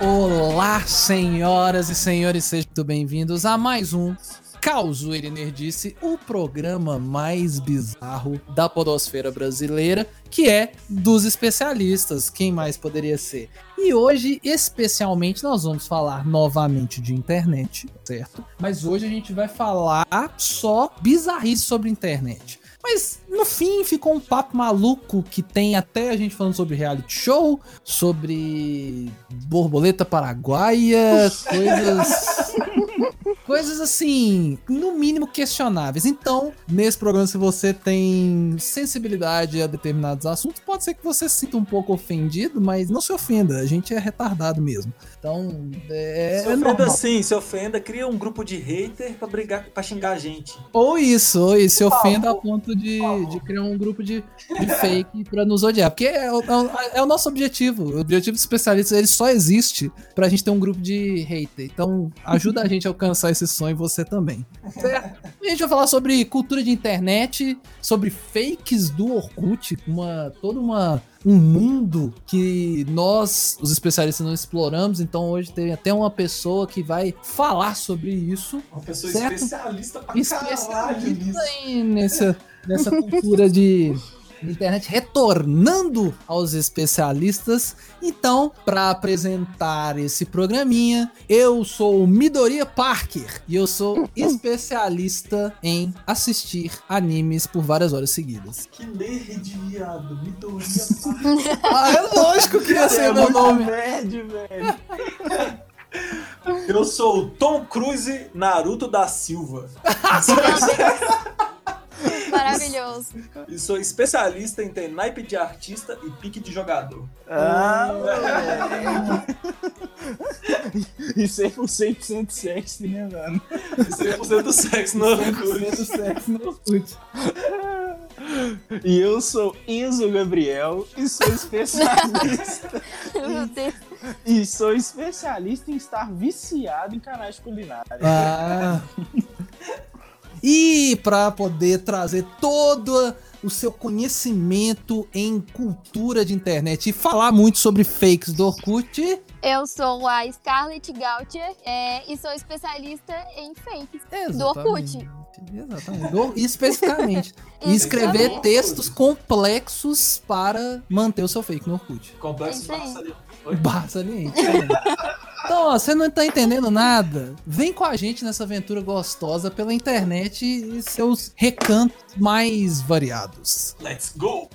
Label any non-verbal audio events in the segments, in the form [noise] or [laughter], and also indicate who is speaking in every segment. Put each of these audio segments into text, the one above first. Speaker 1: Olá, senhoras e senhores, sejam muito bem-vindos a mais um Causo Ele Nerdice, o programa mais bizarro da podosfera brasileira, que é dos especialistas, quem mais poderia ser? E hoje, especialmente, nós vamos falar novamente de internet, certo? Mas hoje a gente vai falar só bizarrice sobre internet. Mas no fim ficou um papo maluco que tem até a gente falando sobre reality show, sobre borboleta paraguaia, coisas. Coisas assim, no mínimo questionáveis. Então, nesse programa, se você tem sensibilidade a determinados assuntos, pode ser que você se sinta um pouco ofendido, mas não se ofenda, a gente é retardado mesmo. Então, é.
Speaker 2: se
Speaker 1: é
Speaker 2: ofenda
Speaker 1: normal.
Speaker 2: sim, se ofenda, cria um grupo de hater pra brigar, pra xingar a gente.
Speaker 1: Ou isso, ou isso, se
Speaker 3: Por
Speaker 1: ofenda a
Speaker 3: favor,
Speaker 1: ponto de,
Speaker 3: favor.
Speaker 1: de criar um grupo de, de fake pra nos odiar. Porque é, o- é o- é o nosso objetivo. O objetivo dos especialistas ele só existe pra gente ter um grupo de hater. Então ajuda a gente a alcançar esse sonho você também. Certo? E a gente vai falar sobre cultura de internet, sobre fakes do Orkut, uma, toda uma. Um mundo que nós, os especialistas, não exploramos, então hoje tem até uma pessoa que vai falar sobre isso
Speaker 3: Uma pessoa
Speaker 1: Certo?
Speaker 3: especialista pra caralho
Speaker 1: especialista
Speaker 3: nisso.
Speaker 1: aí nessa, nessa cultura de de internet, retornando aos especialistas. Então, para apresentar esse programinha, eu sou o Midoriya Parker e eu sou especialista em assistir animes por várias horas seguidas.
Speaker 3: Que nerd, viado. Me
Speaker 1: [laughs]
Speaker 3: doía.
Speaker 1: Ah, é lógico que é, ia ser meu nome.
Speaker 3: nerd, velho.
Speaker 2: Eu sou o Tom Cruise Naruto da Silva.
Speaker 4: Maravilhoso.
Speaker 2: E sou especialista em ter naipe de artista e pique de jogador.
Speaker 5: Ah, Isso é um 100% sexy, né, mano?
Speaker 2: 100% do sexo no Orkut.
Speaker 5: E eu sou Enzo Gabriel e sou [laughs] especialista.
Speaker 4: [laughs] Meu Deus.
Speaker 5: e sou especialista em estar viciado em canais culinários.
Speaker 1: Ah. [laughs] E para poder trazer todo o seu conhecimento em cultura de internet e falar muito sobre fakes do Orkut,
Speaker 4: Eu sou a Scarlett Gautier é, e sou especialista em fakes.
Speaker 1: exatamente.
Speaker 4: Do Orkut.
Speaker 1: Exatamente. Do-
Speaker 4: [laughs]
Speaker 1: especificamente. E escrever
Speaker 4: Exatamente.
Speaker 1: textos complexos para manter o seu fake no Orkut.
Speaker 2: Complexo
Speaker 4: É isso
Speaker 2: Barcelona.
Speaker 1: Barra saliente. né? Então, ó, você não tá entendendo nada? Vem com a gente nessa aventura gostosa pela internet e seus recantos mais variados.
Speaker 2: Let's go!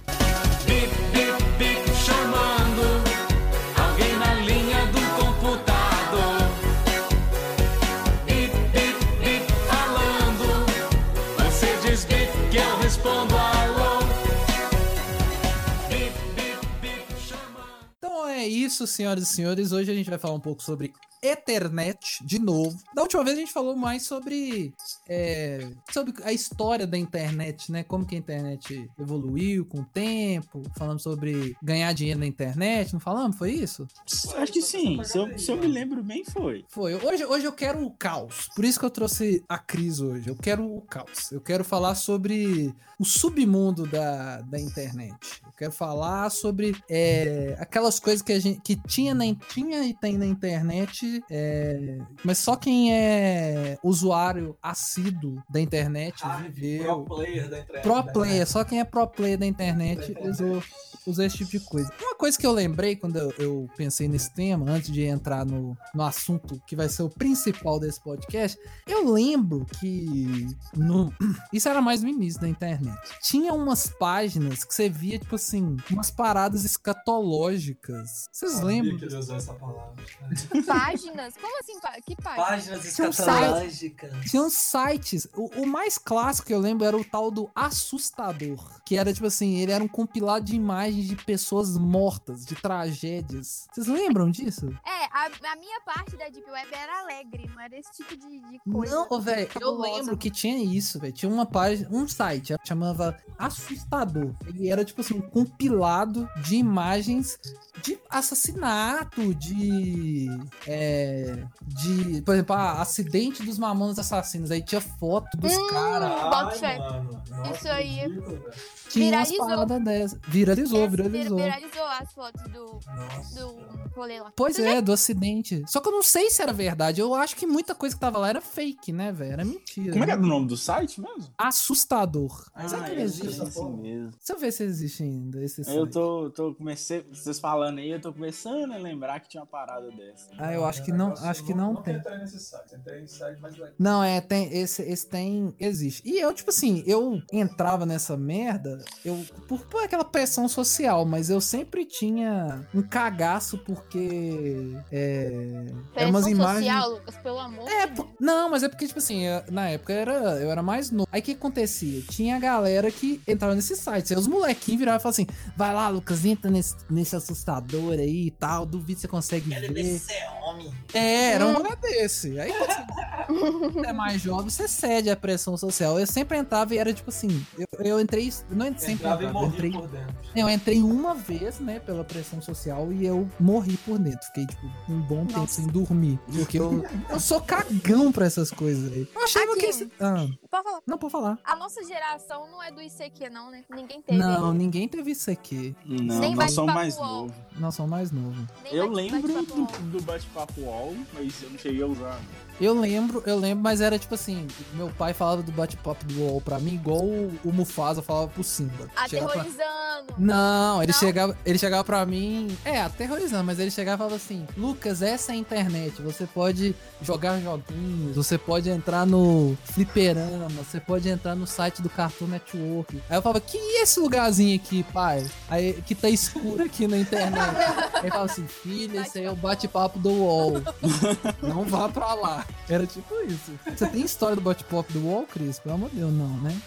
Speaker 1: Então é isso, senhoras e senhores. Hoje a gente vai falar um pouco sobre Ethernet de novo. Da última vez a gente falou mais sobre, é, sobre a história da internet, né? Como que a internet evoluiu com o tempo. Falamos sobre ganhar dinheiro na internet, não falamos? Foi isso?
Speaker 5: Acho que sim, se eu, se eu me lembro bem, foi.
Speaker 1: Foi. Hoje, hoje eu quero o caos. Por isso que eu trouxe a Cris hoje. Eu quero o caos. Eu quero falar sobre o submundo da, da internet. Eu quero falar sobre é, aquelas coisas que, a gente, que tinha, na, in- tinha e tem na internet, é, mas só quem é usuário assíduo da internet,
Speaker 3: Ah,
Speaker 2: Pro
Speaker 1: viveu.
Speaker 2: player da entrega.
Speaker 3: né?
Speaker 2: né?
Speaker 1: Pro player, só quem é pro player da internet usou, usou esse tipo de coisa. Uma coisa que eu lembrei quando eu, eu pensei nesse tema, antes de entrar no, no assunto que vai ser o principal desse podcast, eu lembro que no, [clears throat] isso era mais no início da internet. Tinha umas páginas que você via, tipo assim, umas paradas escatológicas. Vocês
Speaker 3: Ah,
Speaker 2: Sabia
Speaker 1: lembram?
Speaker 2: que ele usou essa palavra.
Speaker 3: né?
Speaker 4: Páginas? Como assim? pá- Que página?
Speaker 2: Páginas
Speaker 1: Tinha um site.
Speaker 2: escatológicas.
Speaker 1: Tinham sites. O, o mais clássico que eu lembro era o tal do Assustador. Que era tipo assim, ele era um compilado de imagens de pessoas mortas, de tragédias. Vocês lembram disso?
Speaker 4: É, a, a minha parte da Deep Web era alegre, não era esse tipo de, de coisa.
Speaker 1: Não, ô, velho, eu
Speaker 4: cabulosa.
Speaker 1: lembro que tinha isso, velho. Tinha uma página, um site, ela chamava Assustador. Ele era, tipo assim, um compilado de imagens de assassinato, de. é, de. Por exemplo, ah, acidente dos mamonas assassinos. Aí tinha foto dos caras.
Speaker 4: Bota fé.
Speaker 2: mano. Nossa,
Speaker 4: Isso aí. é
Speaker 2: ridículo, velho.
Speaker 1: Tinha viralizou.
Speaker 4: Viralizou.
Speaker 1: umas paradas dessas. Viralizou,
Speaker 4: Essa-
Speaker 1: viralizou.
Speaker 4: viralizou as fotos do,
Speaker 2: Nossa.
Speaker 4: do rolê lá.
Speaker 1: Pois é, do acidente. Só que eu não sei se era verdade. Eu acho que muita coisa que tava lá era fake, né, velho? Era mentira.
Speaker 5: Como é
Speaker 1: né?
Speaker 5: que era o nome do site mesmo?
Speaker 1: Assustador.
Speaker 2: Ah,
Speaker 1: Será que ele
Speaker 2: eu
Speaker 5: Esse
Speaker 2: vi
Speaker 1: existe?
Speaker 2: essa porra.
Speaker 5: é mesmo.
Speaker 1: Deixa eu ver se existe ainda esse site.
Speaker 5: Eu tô, tô comecei, vocês falando aí, eu tô começando a lembrar que tinha uma parada dessa.
Speaker 1: Ah, eu acho que não, acho que não tem.
Speaker 3: Entrei nesse site, entrei em site mais legal.
Speaker 1: Não, é, tem, esse, esse tem, existe. E eu, tipo assim, eu entrava nessa merda, eu, por, por aquela pressão social, mas eu sempre tinha um cagaço porque, é, é umas
Speaker 4: Pressão
Speaker 1: imagens...
Speaker 4: social, Lucas, pelo amor
Speaker 1: É,
Speaker 4: de
Speaker 1: po- não, mas é porque, tipo assim, eu- na época eu era, eu era mais novo. Aí o que acontecia? Tinha a galera que entrava nesse site. Aí os molequinhos viravam e falavam assim: vai lá, Lucas, entra nesse, nesse assustador aí e tal, duvido que você consegue ver.
Speaker 2: é homem.
Speaker 1: É, era um rolê desse. Aí [laughs] quando você é mais jovem, você cede à pressão social. Eu sempre entrava e era tipo assim: eu, eu entrei, não sempre
Speaker 3: Entrava e
Speaker 1: eu
Speaker 3: morri
Speaker 1: entrei
Speaker 3: por dentro.
Speaker 1: eu entrei uma vez, né, pela pressão social e eu morri por dentro. Fiquei, tipo, um bom tempo sem dormir. Porque eu, [laughs] eu sou cagão pra essas coisas aí. Eu achava
Speaker 4: Aqui.
Speaker 1: que esse. Ah,
Speaker 4: Pode falar.
Speaker 1: não, pode falar.
Speaker 4: A nossa geração não é do ICQ, não, né? Ninguém teve.
Speaker 1: Não, ninguém teve isso aqui.
Speaker 5: Não,
Speaker 4: Sem
Speaker 5: nós somos
Speaker 4: bate-papo
Speaker 5: mais
Speaker 4: UOL.
Speaker 5: novos.
Speaker 1: Nós somos mais novo.
Speaker 4: Nem
Speaker 5: Eu
Speaker 4: bate-
Speaker 5: lembro
Speaker 4: bate-papo
Speaker 5: do,
Speaker 4: UOL.
Speaker 5: do bate-papo UOL, mas eu não cheguei a usar.
Speaker 1: Eu lembro, eu lembro, mas era tipo assim: meu pai falava do bate-papo do UOL pra mim, igual o, o Mufasa falava pro Simba. Chegava pra-
Speaker 4: Aterrorizando.
Speaker 1: Não, ele
Speaker 4: Não?
Speaker 1: chegava, ele chegava para mim, é, aterrorizando, mas ele chegava e falava assim: "Lucas, essa é a internet, você pode jogar joguinhos, você pode entrar no fliperama, você pode entrar no site do Cartoon Network". Aí eu falava: "Que é esse lugarzinho aqui, pai? Aí que tá escuro aqui na internet". Aí ele falava assim: "Filha, esse aí é o bate-papo do UOL. Não vá pra lá". Era tipo isso. Você tem história do bate-papo do UOL, Cris? Pelo amor de Deus, não, né?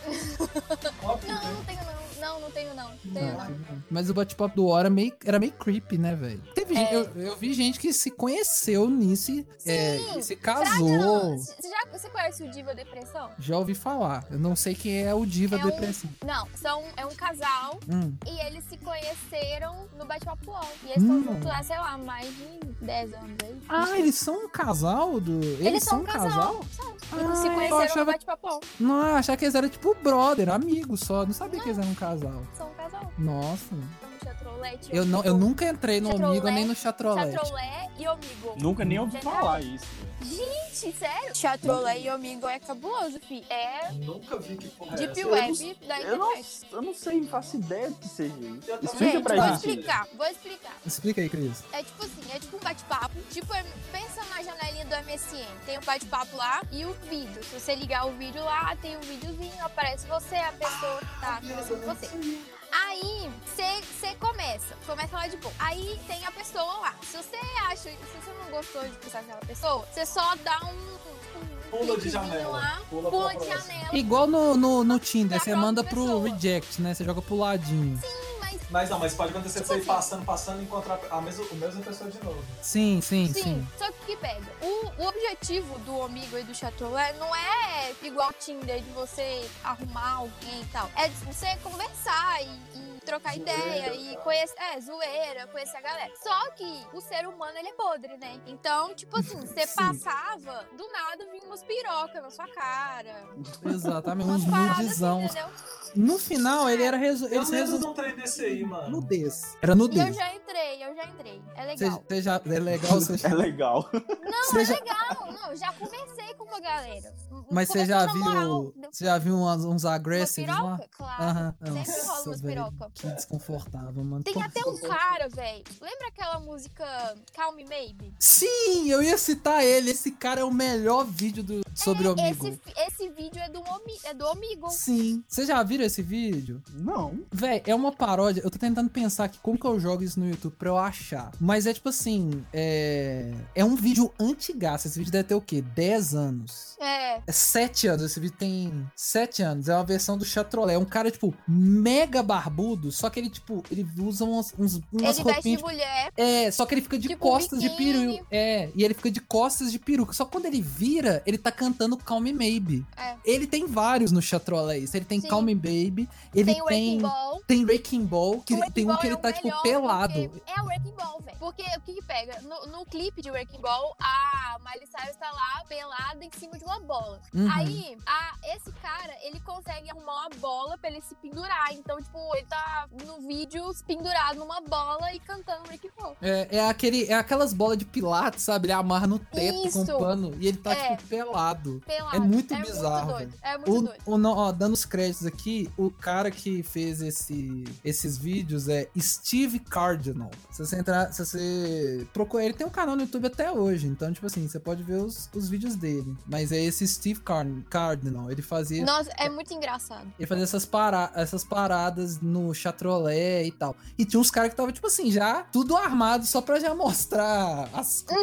Speaker 3: Óbvio,
Speaker 4: Não, não tenho não. Não, não tenho não. Tenho não.
Speaker 1: Não. Ah, Mas o bate-papo do War era meio, era meio creepy, né, velho? Teve gente- eu, eu vi gente que se conheceu nisso e, é,
Speaker 4: Sim.
Speaker 1: e se
Speaker 4: Não,
Speaker 1: casou.
Speaker 4: Você já você conhece o Diva Depressão?
Speaker 1: Já ouvi falar. Eu não sei quem é o Diva
Speaker 4: É um-
Speaker 1: Depressão.
Speaker 4: Não, são, é um casal
Speaker 1: Hum.
Speaker 4: e eles se conheceram no bate-papo UOL. E eles
Speaker 1: Hum.
Speaker 4: estão juntos há, sei lá, mais de 10 anos aí.
Speaker 1: Ah, eles são um casal do. Eles, são um casal?
Speaker 4: são. E
Speaker 1: Ah,
Speaker 4: se
Speaker 1: eu
Speaker 4: conheceram
Speaker 1: achava-
Speaker 4: no bate-papo UOL.
Speaker 1: Não, eu achava que eles eram tipo brother, amigos só. Não sabia que eles eram um casal.
Speaker 4: São um casal.
Speaker 1: Nossa.
Speaker 4: Então, Chatrolete.
Speaker 1: Eu, não, eu nunca entrei no
Speaker 4: Chatrolete.
Speaker 1: Omigo nem no Chatrolete.
Speaker 4: Chatrolé e Omigo.
Speaker 5: Nunca nem ouvi
Speaker 4: Verdade.
Speaker 5: falar isso. velho.
Speaker 4: Gente, sério? Chatrolé e Omigo é cabuloso, fi. É
Speaker 3: né? nunca vi que porra é
Speaker 4: Deep
Speaker 3: essa.
Speaker 4: Web da
Speaker 5: Eu não,
Speaker 4: internet.
Speaker 5: eu não sei, não faço ideia do que seja isso.
Speaker 3: Eu também
Speaker 5: Explica
Speaker 1: é
Speaker 4: Gente,
Speaker 5: pra
Speaker 4: vou
Speaker 5: gente.
Speaker 4: explicar, vou explicar.
Speaker 1: Explica aí, Cris.
Speaker 4: É tipo assim, é tipo um bate-papo. Tipo, é- pensa na janelinha do MSN. Tem o bate-papo lá e o vídeo. Se você ligar o vídeo lá, tem um videozinho, aparece você, a pessoa que tá conversando com você. Aí, você começa, começa lá de boa. Aí tem a pessoa lá. Se você acha, se você não gostou de pensar naquela pessoa, você só dá um. tipo, um
Speaker 3: Pula de
Speaker 4: cliquezinho
Speaker 3: janela.
Speaker 4: Lá,
Speaker 3: Pula
Speaker 4: pula,
Speaker 3: pra
Speaker 4: de
Speaker 3: próxima.
Speaker 4: janela.
Speaker 1: Igual no, no, no Tinder,
Speaker 4: Pra
Speaker 1: você manda pro
Speaker 4: própria pessoa.
Speaker 1: reject, né? Você joga pro ladinho.
Speaker 4: Mas
Speaker 3: Mas não, mas pode acontecer de você ir
Speaker 4: assim.
Speaker 3: passando, passando e encontrar a mesma, a mesma pessoa de novo.
Speaker 1: Sim, sim,
Speaker 4: Sim,
Speaker 1: sim.
Speaker 4: só que o que pega. O, o objetivo do Omigo e do Chateaulet não é igual o Tinder de você arrumar alguém e tal. É de você conversar e, e trocar
Speaker 3: Zoeira,
Speaker 4: ideia e
Speaker 3: cara.
Speaker 4: conhecer. É, zoeira, conhecer a galera. Só que o ser humano ele é podre, né? Então,
Speaker 1: [laughs]
Speaker 4: tipo assim, você
Speaker 1: Sim.
Speaker 4: passava, do nada vinha umas pirocas na sua cara.
Speaker 1: Exatamente,
Speaker 4: Umas
Speaker 1: uns
Speaker 4: paradas,
Speaker 1: nudezão.
Speaker 4: assim, entendeu?
Speaker 1: No final, ele era reso...
Speaker 3: Eu
Speaker 1: eles
Speaker 3: lembro de
Speaker 1: resolveram
Speaker 3: um trem desse aí, mano.
Speaker 1: nudez. Era
Speaker 4: E eu
Speaker 1: nudez.
Speaker 4: já entrei, eu já entrei.
Speaker 1: Você
Speaker 4: É legal.
Speaker 1: você já... É legal, você já...
Speaker 5: É legal.
Speaker 4: Não,
Speaker 1: você
Speaker 4: é
Speaker 1: já-
Speaker 4: legal. Não, eu já conversei com uma galera.
Speaker 1: Mas você
Speaker 4: Conversei
Speaker 1: já
Speaker 4: na moral.
Speaker 1: viu... Você já viu umas- uns
Speaker 4: um, Uma
Speaker 1: aggressives lá?
Speaker 4: piroca? Claro.
Speaker 1: Aham.
Speaker 4: Sempre rola
Speaker 1: Nossa,
Speaker 4: umas
Speaker 1: velho.
Speaker 4: piroca.
Speaker 1: Que desconfortável, mano.
Speaker 4: Tem
Speaker 1: Pô,
Speaker 4: até um cara, velho. Lembra aquela música Calm Me Maybe?
Speaker 1: Sim, eu ia citar ele. Esse cara é o melhor vídeo do... sobre o amigo.
Speaker 4: É, Esse, esse vídeo é do, Omi, é do Omigo.
Speaker 1: Sim. Vocês já viram esse vídeo?
Speaker 5: Não.
Speaker 1: Véi, é uma paródia. Eu tô tentando pensar aqui como que eu jogo isso no YouTube pra eu achar. Mas é tipo assim, é. É um vídeo antigaço. Esse vídeo deve ter o quê? 10 anos.
Speaker 4: É.
Speaker 1: É 7 anos, esse vídeo tem 7 anos. É uma versão do Chatrolé. É um cara, tipo, mega barbudo, só que ele, tipo, ele usa uns, uns, umas
Speaker 4: ele veste
Speaker 1: roupinhas.
Speaker 4: de mulher.
Speaker 1: É, só que ele fica de
Speaker 4: Tipo,
Speaker 1: costas de
Speaker 4: biquíni.
Speaker 1: peruca. É, e ele fica de costas de peruca. Só que quando ele vira, ele tá cantando Calm Me Maybe.
Speaker 4: É.
Speaker 1: Ele tem vários no Chatrolé. isso. Ele tem
Speaker 4: Sim.
Speaker 1: Calm Me Baby, ele tem.
Speaker 4: tem o Wrecking Ball.
Speaker 1: Tem Wrecking Ball, que
Speaker 4: O Wrecking
Speaker 1: tem um
Speaker 4: Ball
Speaker 1: que
Speaker 4: é
Speaker 1: ele
Speaker 4: o
Speaker 1: tá, tipo,
Speaker 4: melhor,
Speaker 1: pelado.
Speaker 4: porque É o Wrecking Ball, velho. Porque o que que pega? No, no clipe de Wrecking Ball, a Miley Cyrus tá pra lá pelada em cima de uma bola.
Speaker 1: Uhum.
Speaker 4: Aí, a- esse cara, ele consegue arrumar uma bola pra ele se pendurar. Então, tipo, ele tá no vídeo se pendurado numa bola e cantando Rick Roll.
Speaker 1: É, é, aquele, é aquelas bolas de pilates, sabe? Ele amarra no teto com
Speaker 4: Isso.
Speaker 1: um pano e ele tá,
Speaker 4: É.
Speaker 1: tipo, pelado.
Speaker 4: Pelado.
Speaker 1: É muito bizarro,
Speaker 4: doido. É muito
Speaker 1: O,
Speaker 4: doido.
Speaker 1: o, no- ó, dando os créditos aqui, o cara que fez esse, esses vídeos é Steve Cardinal. Se você entrar, se você procurar, ele tem um canal no YouTube até hoje, então, tipo assim, você pode ver os, os vídeos dele. Mas é esse Steve Car Cardinal, ele fazia
Speaker 4: Nossa, é muito engraçado.
Speaker 1: ele fazia essas, para- essas paradas no chatrolé e tal. E tinha uns caras que tava, tipo assim, já tudo armado só pra já mostrar as, co-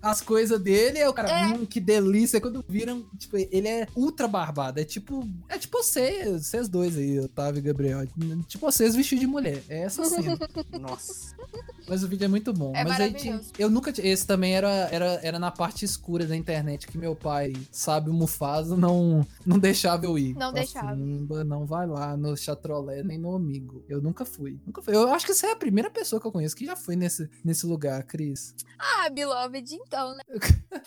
Speaker 1: as coisas dele. E aí o cara,
Speaker 4: É.
Speaker 1: hum, que delícia. Quando viram, tipo, ele é ultra barbado. É tipo, é tipo você, vocês dois aí, Otávio e Gabriel. Tipo vocês vestidos de mulher. É essa cena.
Speaker 5: Nossa.
Speaker 1: Mas o vídeo é muito bom.
Speaker 4: É
Speaker 1: Mas aí tinha-
Speaker 4: maravilhoso.
Speaker 1: eu nunca tinha. Esse também era, era, era na parte escura da internet que meu pai, sabe, o Mufasa, não, não deixava eu ir.
Speaker 4: Não
Speaker 1: Pra
Speaker 4: deixava.
Speaker 1: Simba, não vai lá no Chatrolé nem no Amigo. Eu nunca fui. Nunca fui. Eu acho que você é a primeira pessoa que eu conheço que já foi nesse, nesse lugar, Cris.
Speaker 4: Ah, Beloved,
Speaker 1: [laughs]
Speaker 4: então, né?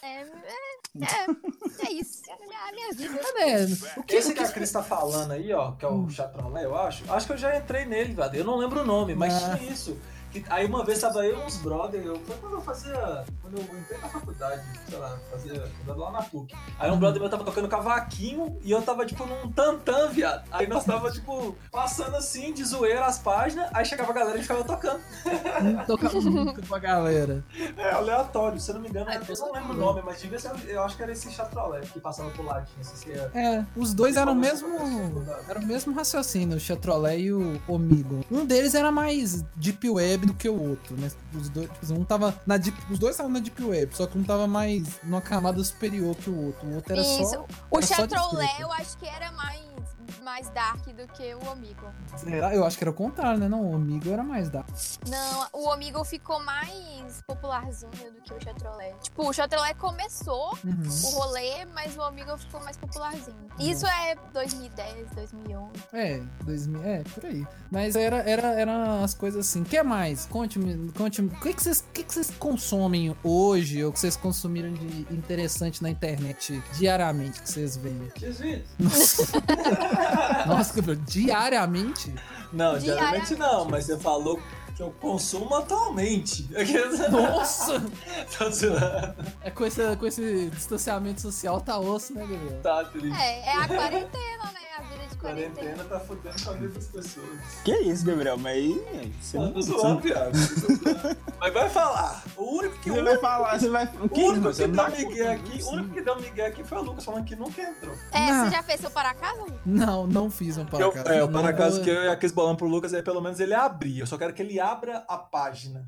Speaker 4: é, é, é, é isso. É a minha vida.
Speaker 1: É, né? O que, Hum.
Speaker 3: Esse que a Cris tá falando aí, ó, que é o Chatrolé, eu acho. Acho que eu já entrei nele, velho. Eu não lembro o nome, mas
Speaker 1: Ah.
Speaker 3: tinha isso. Que- aí uma vez tava eu e uns brother, eu, foi quando eu fazia. Quando eu entrei na faculdade, sei lá, fazia. eu tava lá na PUC. Aí
Speaker 1: Hum.
Speaker 3: um brother meu tava tocando cavaquinho e eu tava tipo num tantã, viado. Aí nós tava, tipo, passando assim, de zoeira as páginas, aí chegava a galera e ficava tocando.
Speaker 1: não
Speaker 4: [laughs]
Speaker 1: tocava muito pra galera.
Speaker 3: É aleatório, se eu não me engano,
Speaker 1: É,
Speaker 3: eu não lembro o nome, mas devia ser, eu acho que era esse chatrolé que passava pro ladinho, não sei se é.
Speaker 1: É, os dois eram o mesmo.
Speaker 3: Principalmente-
Speaker 1: Era o mesmo raciocínio, o Chatrolé e o Omigo. Um deles era mais Deep Web do que o outro, né? Os dois, tipo, assim, um tava na deep, os dois estavam na Deep Web, só que um tava mais numa camada superior que o outro. O outro era
Speaker 4: Isso.
Speaker 1: só.
Speaker 4: O
Speaker 1: era só
Speaker 4: Chatrolé
Speaker 1: descrito.
Speaker 4: eu acho que era mais, mais dark do que o Amigo.
Speaker 1: Será? Eu acho que era o contrário, né? Não, o Omigo era mais da.
Speaker 4: Não, o Amigo ficou mais popularzinho do que o Chatrolé. Tipo, o Chatrolé começou o
Speaker 1: Uhum.
Speaker 4: rolê, mas o Amigo ficou mais popularzinho. Isso é 2010, 2011.
Speaker 1: É, 2000, é, por aí. Mas era, era, era as coisas assim. O que mais? Conte-me, conte-me. O que que vocês que que vocês consomem hoje ou que vocês consumiram de interessante na internet diariamente que vocês veem?
Speaker 3: Esses vídeos.
Speaker 1: Nossa, Gabriel, diariamente?
Speaker 3: Não,
Speaker 4: Diariamente.
Speaker 3: diariamente não, mas você falou que eu consumo atualmente. [laughs]
Speaker 1: Nossa!
Speaker 3: Tá zoando.
Speaker 1: É com esse, com esse distanciamento social, tá osso, né, Gabriel?
Speaker 3: Tá triste.
Speaker 4: É, é a quarentena, né? A vida de quarentena.
Speaker 3: Quarentena tá fudendo com a vida das pessoas.
Speaker 5: Que isso, Gabriel? Mas aí. Você não,
Speaker 3: Tá
Speaker 5: você
Speaker 3: zoando,
Speaker 5: não,
Speaker 3: viado. Mas vai falar. O único que.
Speaker 5: você
Speaker 3: o
Speaker 5: vai falar, você vai.
Speaker 3: o
Speaker 5: Que isso,
Speaker 3: único
Speaker 5: você
Speaker 3: que
Speaker 5: não
Speaker 3: deu
Speaker 5: dá
Speaker 3: migué aqui,
Speaker 5: né?
Speaker 3: o único que deu migué aqui foi o Lucas falando que nunca entrou.
Speaker 4: É,
Speaker 1: Não.
Speaker 4: você já fez seu para casa? amigo?
Speaker 1: Não, não fiz um para
Speaker 3: Eu-
Speaker 1: casa.
Speaker 3: é,
Speaker 1: Não,
Speaker 3: o para acaso
Speaker 1: eu-
Speaker 3: que eu e a Cris bolamos pro Lucas, aí pelo menos ele abrir. Eu só quero que ele abra a página.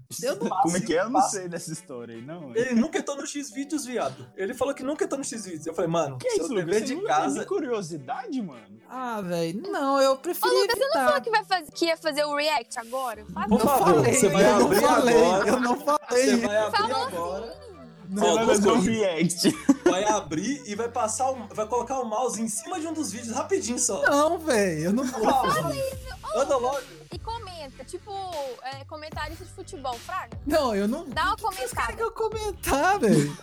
Speaker 5: Como é que é? Eu não
Speaker 3: Passa-
Speaker 5: sei dessa história aí, não.
Speaker 3: Ele nunca entrou no X-Vídeos, viado. Ele falou que nunca entrou no X-Vídeos. Eu falei, mano,
Speaker 5: Que é
Speaker 3: seu
Speaker 5: isso,
Speaker 3: dever
Speaker 5: Lucas? Você
Speaker 3: de
Speaker 5: nunca
Speaker 3: casa
Speaker 5: teve curiosidade, mano?
Speaker 1: Ah, velho, não, eu prefiro.
Speaker 4: Ô, Lucas, você não
Speaker 1: evitar.
Speaker 4: Fala que, vai fazer, que ia fazer o react agora? um Fala.
Speaker 3: Por
Speaker 1: Não
Speaker 3: favor,
Speaker 1: falei,
Speaker 3: você vai
Speaker 1: eu não
Speaker 3: abrir
Speaker 1: falei,
Speaker 3: agora.
Speaker 1: eu não
Speaker 3: Você
Speaker 1: falei.
Speaker 3: vai abrir
Speaker 4: Falou
Speaker 3: agora,
Speaker 5: Você vai
Speaker 3: Lucas
Speaker 5: fazer um
Speaker 3: Corrida.
Speaker 5: react.
Speaker 1: assim.
Speaker 3: vai abrir e vai passar, o- vai colocar o mouse em cima de um dos vídeos rapidinho só.
Speaker 1: Não, velho, eu não vou.
Speaker 3: Anda logo.
Speaker 4: E comenta, tipo, é, comentarista de futebol, Fraga.
Speaker 1: Não, eu não.
Speaker 4: Dá uma
Speaker 1: Os caras
Speaker 4: comentada.
Speaker 1: que eu comentar, velho.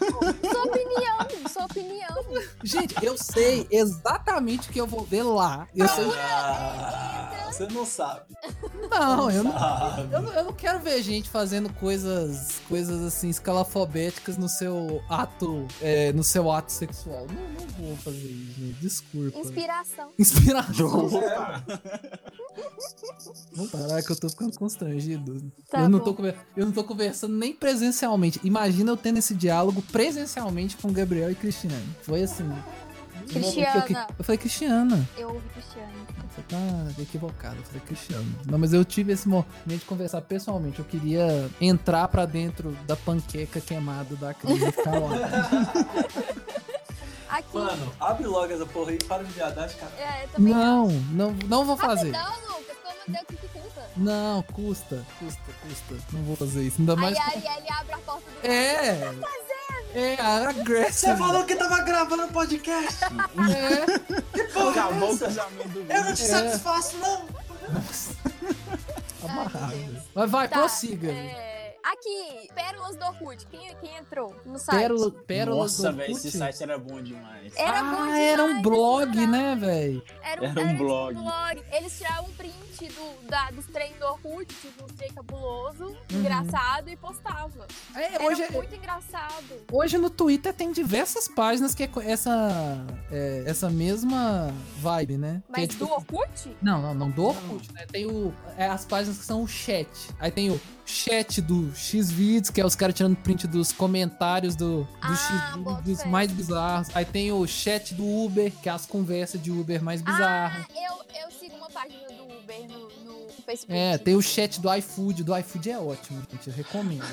Speaker 4: Sua opinião, sua opinião.
Speaker 1: Gente, eu sei exatamente o que eu vou ver lá. Eu sei. é,
Speaker 3: Ah, você
Speaker 1: [laughs]
Speaker 3: não sabe.
Speaker 1: Não, eu não.
Speaker 3: Ah,
Speaker 1: Eu não, eu não quero ver gente fazendo coisas, coisas assim, escalafobéticas no seu ato, é, no seu ato sexual. Não, não vou fazer isso, gente. Desculpa.
Speaker 4: Inspiração.
Speaker 1: Inspiração.
Speaker 5: Opa.
Speaker 1: Vamos parar que eu tô ficando constrangido.
Speaker 4: Tá
Speaker 1: eu, não
Speaker 4: bom.
Speaker 1: tô, conver- eu não tô conversando nem presencialmente. Imagina eu tendo esse diálogo presencialmente com Gabriel e Cristiane. Foi assim. um momento que eu que-
Speaker 4: Cristiana.
Speaker 1: Eu falei, Cristiana.
Speaker 4: Eu ouvi Cristiano.
Speaker 1: Você tá equivocado, eu falei Cristiano. Não, mas eu tive esse momento de conversar pessoalmente. Eu queria entrar pra dentro da panqueca queimada da crise e ficar
Speaker 4: [laughs]
Speaker 1: lá.
Speaker 4: Aqui.
Speaker 3: Mano, abre logo essa porra aí e para de viadagem, cara.
Speaker 4: É, eu também.
Speaker 1: não, não, não
Speaker 4: Ah,
Speaker 1: vou fazer.
Speaker 4: Rapidão, Lucas, como deu que custa.
Speaker 1: Não, custa, custa, custa. Não vou fazer isso. Ainda mais.
Speaker 4: Aí a Arielle abre a porta do.
Speaker 1: É! É, a
Speaker 3: Você
Speaker 1: agressiva.
Speaker 3: falou que tava gravando podcast.
Speaker 1: É.
Speaker 3: Que porra é
Speaker 5: Acabou o
Speaker 3: essa?
Speaker 5: casamento do
Speaker 3: Eu não
Speaker 5: vídeo.
Speaker 3: te satisfaço, não.
Speaker 1: Amarrado.
Speaker 4: Deus.
Speaker 1: Mas vai,
Speaker 4: Tá,
Speaker 1: prossiga.
Speaker 4: é, A aqui. Pérolas do Orkut. Quem, quem entrou no site?
Speaker 1: Pérola, pérolas
Speaker 5: Nossa,
Speaker 1: do
Speaker 5: velho, esse
Speaker 1: Orkut?
Speaker 5: site era bom demais.
Speaker 4: Era
Speaker 1: ah,
Speaker 4: bom
Speaker 1: era um
Speaker 4: demais,
Speaker 1: blog,
Speaker 4: cara.
Speaker 1: né, velho?
Speaker 4: Era um,
Speaker 5: Era um
Speaker 4: era tipo
Speaker 5: blog.
Speaker 4: Eles tiravam um print do, da, dos treinos do Orkut, dos trem cabuloso, engraçado, e postavam.
Speaker 1: É,
Speaker 4: Era
Speaker 1: hoje,
Speaker 4: muito engraçado.
Speaker 1: hoje no Twitter tem diversas páginas que é co- essa, é, essa mesma vibe, né? Que é
Speaker 4: Mas
Speaker 1: tipo-
Speaker 4: do Orkut?
Speaker 1: Não, não, não do Orkut, né? Tem o, é, as páginas que são o chat. Aí tem o chat do Xvideos, que é os caras tirando print dos comentários do, dos
Speaker 4: Ah, boto
Speaker 1: Xvideos
Speaker 4: fé.
Speaker 1: mais bizarros. Aí tem o chat do Uber, que é as conversas de Uber mais bizarras.
Speaker 4: Ah, eu, eu sigo uma página do Uber no, no Facebook.
Speaker 1: é, tem o chat do iFood. Do iFood é ótimo, gente. Eu recomendo.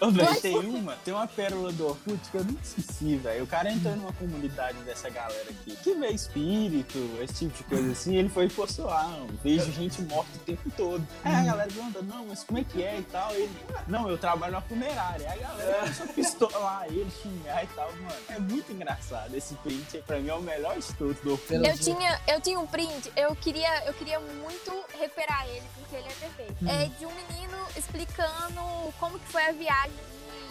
Speaker 5: Ô, velho, tem uma, tem uma pérola do Orkut que eu não esqueci, velho. O cara entrou numa comunidade dessa galera aqui, que vê espírito, esse tipo de coisa assim, ele foi e postou lá, um, vejo gente morta o tempo todo. Aí a galera pergunta, não, mas como é que é e tal? Ele, não, eu trabalho na funerária. Aí a galera começou a pistolar ele, xingar e tal, mano. É muito engraçado esse print, pra mim é o melhor estudo do Orkut.
Speaker 1: Pelo-
Speaker 4: [laughs] Eu tinha, eu tinha um print, eu queria, eu queria muito recuperar ele, porque ele é perfeito. É de um menino explicando como que foi a viagem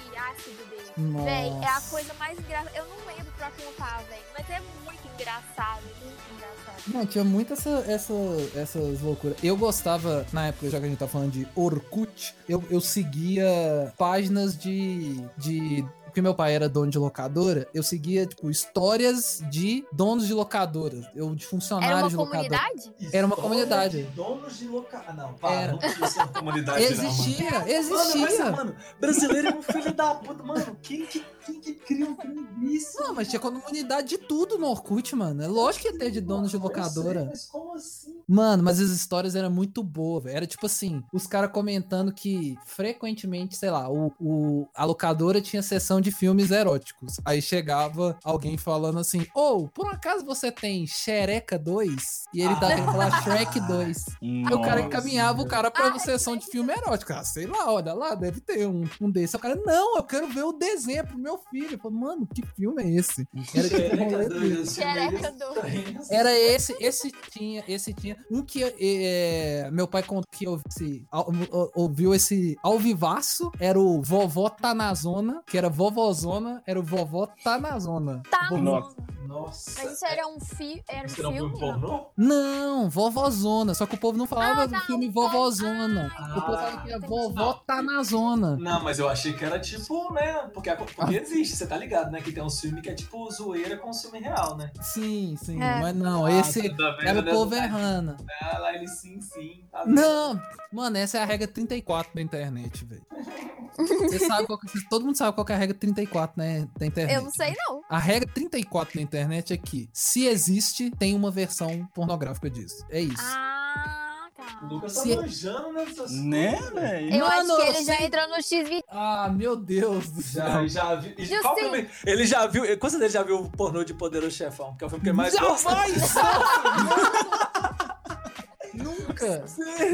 Speaker 4: de ácido dele.
Speaker 1: Nossa.
Speaker 4: Véi, é a coisa mais engraçada. Eu não lembro pra contar, véi, mas é muito engraçado, muito engraçado.
Speaker 1: Não, tinha muito essa, essa, essas loucuras. Eu gostava, na época, já que a gente tá falando de Orkut, eu, eu seguia páginas de, de. Porque meu pai era dono de locadora, eu seguia, tipo, histórias de donos de locadoras, eu de
Speaker 4: Era
Speaker 1: funcionários
Speaker 4: uma
Speaker 1: de locadora.
Speaker 4: comunidade?
Speaker 1: Era uma comunidade.
Speaker 3: Donos de local. Ah, não, para,
Speaker 1: Era.
Speaker 3: não precisa ser uma comunidade,
Speaker 1: Existia,
Speaker 3: não. Mano, mas,
Speaker 1: existia.
Speaker 3: mano, brasileiro é um filho da puta. Mano, quem que, quem que cria um trem isso?
Speaker 1: Não, mas tinha comunidade de tudo no Orkut, mano. É lógico que ia ter de donos de locadora.
Speaker 3: Mas como assim?
Speaker 1: Mano, mas as histórias eram muito boas, velho. Era tipo assim, os caras comentando que frequentemente, sei lá, o, o- a locadora tinha sessão de filmes eróticos. Aí chegava alguém falando assim, ou, por acaso você tem Xereca 2? E ele tava querendo falar Shrek 2. Aí o cara
Speaker 5: Nossa.
Speaker 1: encaminhava o cara pra
Speaker 4: Ah,
Speaker 1: uma
Speaker 4: é
Speaker 1: sessão de
Speaker 4: Shrek
Speaker 1: filme erótico. Ah, sei lá, olha lá, deve ter um, um desse. Aí O cara, não, eu quero ver o desenho é pro meu filho. Eu falei, mano, que filme é esse? Era tipo um rolê desse.
Speaker 3: assim, né?
Speaker 4: Xereca do.
Speaker 1: Era esse, esse tinha, esse tinha. Um que é, meu pai contou que ouvi esse- ao- ou- ouviu esse ao vivaço, era o Vovó Tá Na Zona, que era Vovozona, era o Vovó Tá Na Zona.
Speaker 4: Tá,
Speaker 1: Vovó-
Speaker 4: mano.
Speaker 3: assim, Nossa.
Speaker 4: Mas isso era um, fi era um
Speaker 3: Isso não foi
Speaker 4: filme?
Speaker 3: um
Speaker 4: não?
Speaker 3: pornô?
Speaker 1: Não, Vovozona, só que o povo não falava
Speaker 4: Ah,
Speaker 1: do
Speaker 4: não,
Speaker 1: filme
Speaker 4: tá.
Speaker 1: Vovozona.
Speaker 4: Ah,
Speaker 1: o povo falava que era
Speaker 4: entendi.
Speaker 1: Vovó Tá Na Zona.
Speaker 3: Não, mas eu achei que era tipo, né? Porque, a- porque
Speaker 1: Ah.
Speaker 3: existe, você tá ligado, né? Que tem uns filmes que é tipo zoeira com filme real, né?
Speaker 1: Sim, sim,
Speaker 4: É.
Speaker 1: mas não, esse
Speaker 3: Ah, tá vendo,
Speaker 1: era o
Speaker 3: né?
Speaker 1: povo errando.
Speaker 3: Ah, lá ele sim, sim. tá vendo?
Speaker 1: Não, mano, essa é a regra 34 da internet, velho. Você sabe qual que- todo mundo sabe qual que é a regra 34 né, da internet.
Speaker 4: Eu não sei, não.
Speaker 1: A regra 34 na internet é que, se existe, tem uma versão pornográfica disso. É isso.
Speaker 4: Ah, tá.
Speaker 3: O Lucas tá
Speaker 1: Se- é-
Speaker 3: manjando nessas
Speaker 5: Né,
Speaker 3: coisas.
Speaker 5: velho?
Speaker 4: Eu acho
Speaker 1: Mano,
Speaker 4: que ele já
Speaker 1: sim.
Speaker 4: entrou no X
Speaker 1: Ah, meu Deus do
Speaker 3: Já, já viu. e
Speaker 4: Justin.
Speaker 3: Qual filme? Ele já viu. Quantos deles já viu o pornô de Poderoso Chefão? Que é o filme que ele mais gosta.
Speaker 1: Jamais! nunca!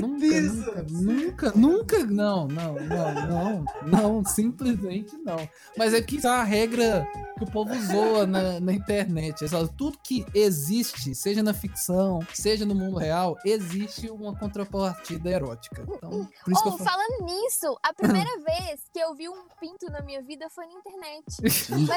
Speaker 1: Nunca, nunca, nunca, nunca, não, não, não, não, não, simplesmente não. Mas é que isso é uma regra que o povo zoa na, na internet. É só tudo que existe, seja na ficção, seja no mundo real, existe uma contrapartida erótica. Então, por isso que eu
Speaker 4: Oh,
Speaker 1: falo.
Speaker 4: falando nisso, a primeira [laughs] vez que eu vi um pinto na minha vida foi na
Speaker 1: [laughs]
Speaker 4: internet. Mas, não,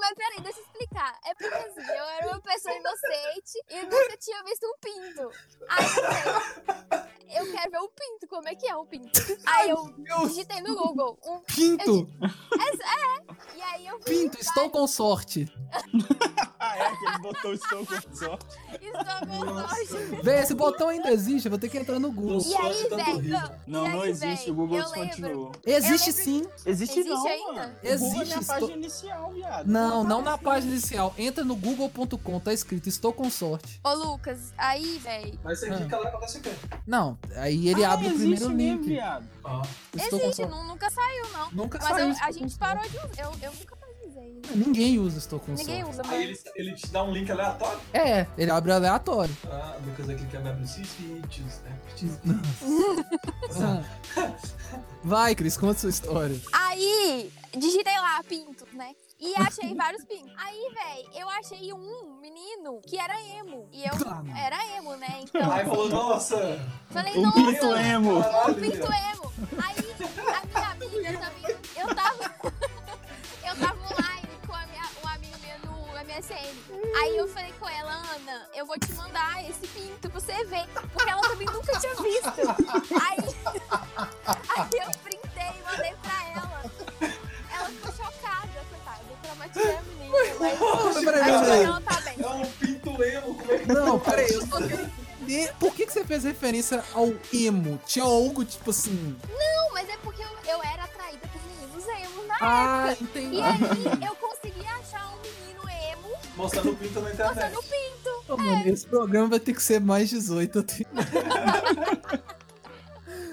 Speaker 4: mas [laughs] peraí, deixa eu explicar. É porque assim, eu era uma pessoa inocente e nunca tinha visto um pinto. Aí eu falei, eu quero ver um pinto, como é que é um pinto? Aí eu digitei no Google, um
Speaker 1: Pinto!
Speaker 4: É, e aí eu vi
Speaker 1: Pinto, estou com sorte.
Speaker 5: Ah, é, que ele botou o estou com sorte.
Speaker 4: estou com sorte.
Speaker 1: Véi, esse botão ainda existe, eu vou ter que entrar no Google.
Speaker 4: E aí,
Speaker 3: Tanto
Speaker 4: velho?
Speaker 3: rir.
Speaker 5: Não,
Speaker 4: e
Speaker 5: não
Speaker 4: aí,
Speaker 5: existe,
Speaker 4: véi,
Speaker 5: o Google
Speaker 4: eu lembro.
Speaker 5: descontinuou.
Speaker 1: Existe
Speaker 4: Eu lembro-
Speaker 1: sim.
Speaker 5: Existe,
Speaker 4: Existe
Speaker 5: não,
Speaker 4: ainda?
Speaker 5: mano.
Speaker 1: Existe,
Speaker 5: O Google é minha
Speaker 1: estou-
Speaker 5: página inicial, viado.
Speaker 1: Não, não na
Speaker 5: aparece.
Speaker 1: página inicial. Entra no google.com, tá escrito estou com sorte.
Speaker 4: Ô, Lucas, aí, véi.
Speaker 3: Mas você
Speaker 1: Ah.
Speaker 3: clica lá e acontece o quê?
Speaker 1: Não, aí ele
Speaker 5: Ah,
Speaker 1: abre o
Speaker 5: existe
Speaker 1: primeiro
Speaker 5: mesmo,
Speaker 1: link.
Speaker 5: viado.
Speaker 3: Ah,
Speaker 1: Estou com
Speaker 4: Existe,
Speaker 1: sorte.
Speaker 4: nu- nunca saiu, não.
Speaker 1: Nunca
Speaker 4: Mas
Speaker 1: saiu.
Speaker 4: eu-
Speaker 1: Estou
Speaker 4: a
Speaker 1: com
Speaker 4: gente
Speaker 1: sorte.
Speaker 4: parou de usar. Eu, eu nunca mais usei.
Speaker 1: Ninguém usa estou com
Speaker 4: Ninguém
Speaker 1: sorte.
Speaker 4: usa mais.
Speaker 3: aí ele, ele te dá um link aleatório.
Speaker 1: É, ele abre aleatório.
Speaker 3: Ah, o Lucas aqui quer me abrir os vídeos, né?
Speaker 1: Então, Vai, Cris, conta sua história.
Speaker 4: Aí, digitei lá, pinto, né? E achei vários pintos. Aí, véi, eu achei um menino que era emo. E eu era emo, né? Então,
Speaker 3: Aí falou, nossa!
Speaker 4: falei,
Speaker 5: Um
Speaker 4: nossa,
Speaker 3: é
Speaker 5: pinto emo.
Speaker 4: um
Speaker 3: Caralho,
Speaker 4: pinto
Speaker 3: velho.
Speaker 4: emo. Aí, a minha eu também. Eu tava. [laughs] eu tava online com a minha, um amigo meu no MSN. Aí eu falei com ela, Ana, eu vou te mandar esse pinto pra você ver. Porque ela também nunca tinha visto. Aí. [laughs] aí eu printei e mandei pra ela. Ela ficou chocada, coitada. Eu traumatizei a menina. né, Mas
Speaker 1: [laughs] Peraí,
Speaker 4: acho que
Speaker 1: peraí.
Speaker 4: ela tá bem.
Speaker 3: É um pinto emo, como é que
Speaker 1: Não, peraí. eu só quero entender Por que, que você fez referência ao emo? Tinha algo tipo assim.
Speaker 4: Não, mas é porque eu, eu era atraída por meninos emo na
Speaker 1: Ah,
Speaker 4: época.
Speaker 1: entendi.
Speaker 4: E é, aí eu consegui achar um menino emo
Speaker 3: Mostrando o pinto na internet.
Speaker 4: passando pinto.
Speaker 1: Ô, mano, esse programa vai ter que ser mais 18. eu tenho-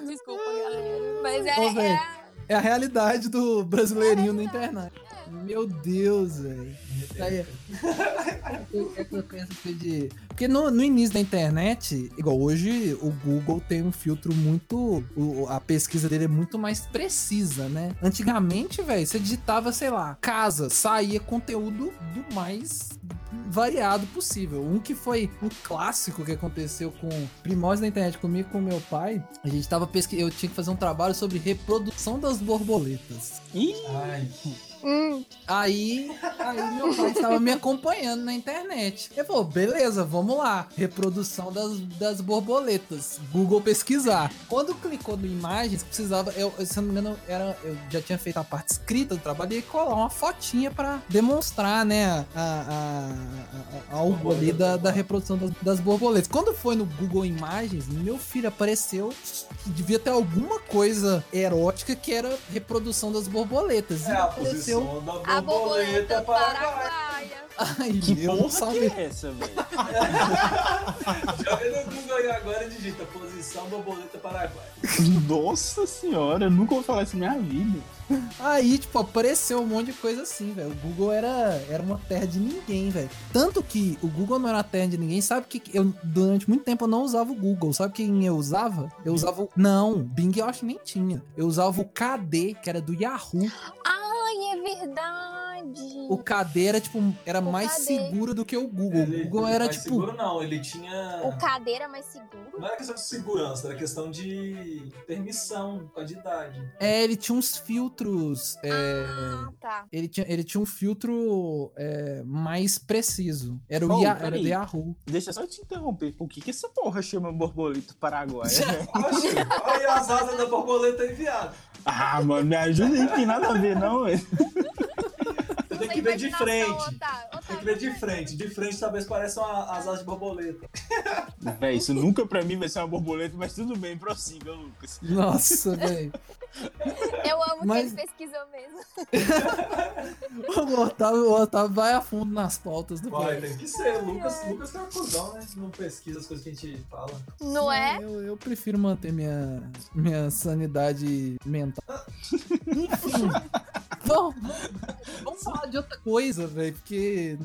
Speaker 4: Desculpa, galera. Mas é.
Speaker 1: Ô, véi.
Speaker 4: é-
Speaker 1: É a realidade do brasileirinho na internet. Meu Deus, velho. [laughs] Aí, eu, é que eu penso assim de... Porque no, no início da internet, igual hoje, o Google tem um filtro muito. o- a pesquisa dele é muito mais precisa, né? Antigamente, velho, você digitava, sei lá, casa, saía conteúdo do mais variado possível. Um que foi um clássico que aconteceu com primórdios da internet comigo e com meu pai. A gente tava pesquisando. Eu tinha que fazer um trabalho sobre reprodução das borboletas.
Speaker 5: Ih,
Speaker 3: Ai,
Speaker 1: Aí, aí meu pai estava me acompanhando na internet. Eu falou, beleza, vamos lá. Reprodução das, das borboletas. Google pesquisar. Quando clicou no imagens, precisava. Eu, eu, se eu não me engano, era, eu já tinha feito a parte escrita do trabalho e colar uma fotinha para demonstrar, né? A, a, a, a- algo ali da, da reprodução das, das borboletas. Quando foi no Google Imagens, meu filho apareceu que devia ter alguma coisa erótica que era reprodução das borboletas. E
Speaker 3: é a
Speaker 1: apareceu
Speaker 3: posição da
Speaker 4: A borboleta
Speaker 3: borboleta para
Speaker 4: paraguaia.
Speaker 1: Ai,
Speaker 5: que
Speaker 1: Deus,
Speaker 5: porra
Speaker 1: sabe?
Speaker 5: que é essa, velho?
Speaker 3: Já vem no Google aí agora e digita posição borboleta paraguaia.
Speaker 5: [laughs] Nossa senhora, eu nunca vou falar isso na minha vida.
Speaker 1: Aí, tipo, apareceu um monte de coisa assim, velho. O Google era, era uma terra de ninguém, velho. Tanto que o Google não era a terra de ninguém. Sabe que eu, durante muito tempo, eu não usava o Google. Sabe quem eu usava? Eu usava o... Não, Bing eu acho que nem tinha. Eu usava o KD, que era do Yahoo.
Speaker 4: Ai, é verdade.
Speaker 1: O KD era, tipo, era
Speaker 4: O
Speaker 1: mais
Speaker 4: KD.
Speaker 1: seguro do que o Google.
Speaker 5: é
Speaker 3: Ele-
Speaker 1: o Google era,
Speaker 3: mas
Speaker 1: tipo...
Speaker 3: seguro não, ele tinha...
Speaker 4: O cadeira é mais seguro?
Speaker 3: Não era questão de segurança, era questão de permissão, por causa de idade.
Speaker 1: É, ele tinha uns filtros... É...
Speaker 4: Ah, tá.
Speaker 1: Ele tinha, ele tinha um filtro é, mais preciso. Era o
Speaker 5: Oh,
Speaker 1: Ia- era
Speaker 5: peraí.
Speaker 1: do Yahoo.
Speaker 5: Deixa eu só te interromper. Por que, que essa porra chama borboleta paraguaia? velho?
Speaker 3: Oxi, olha aí as asas da borboleta enviado.
Speaker 5: [laughs] ah, mano, me ajuda aí, não tem nada a ver, não, velho.
Speaker 3: Você tem
Speaker 4: Usa a
Speaker 3: que ver de
Speaker 4: imaginação,
Speaker 3: frente.
Speaker 4: Otávio.
Speaker 3: Tem que
Speaker 4: Otávio,
Speaker 3: ver de frente. De frente talvez pareçam a- as asas de borboleta.
Speaker 5: Véi, isso nunca pra mim vai ser uma borboleta, mas tudo bem, prossiga, Lucas.
Speaker 1: Nossa, [laughs] velho.
Speaker 4: né? Eu amo
Speaker 1: Mas-
Speaker 4: que ele pesquisou mesmo.
Speaker 1: O Otávio, o Otávio vai a fundo nas pautas do
Speaker 3: Vai,
Speaker 1: programa.
Speaker 3: tem que ser. Lucas, Lucas é um cuzão, né? Não pesquisa as coisas que a gente fala.
Speaker 4: Não é?
Speaker 1: Eu, eu prefiro manter minha, minha sanidade mental. Enfim. Vamos, vamos falar de outra coisa, velho. Porque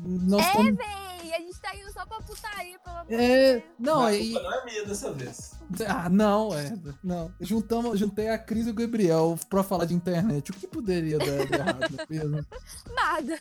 Speaker 1: nós
Speaker 4: É,
Speaker 1: estamos.
Speaker 4: Ei, a gente tá indo só pra putaria, pelo amor de
Speaker 1: É,
Speaker 4: Deus.
Speaker 1: não,
Speaker 3: Mas a
Speaker 1: e,
Speaker 3: culpa não é minha dessa vez.
Speaker 1: Ah, não, é. Não. Juntamos, juntei a Cris e o Gabriel pra falar de internet. O que poderia dar de errado? mesmo?
Speaker 4: Nada.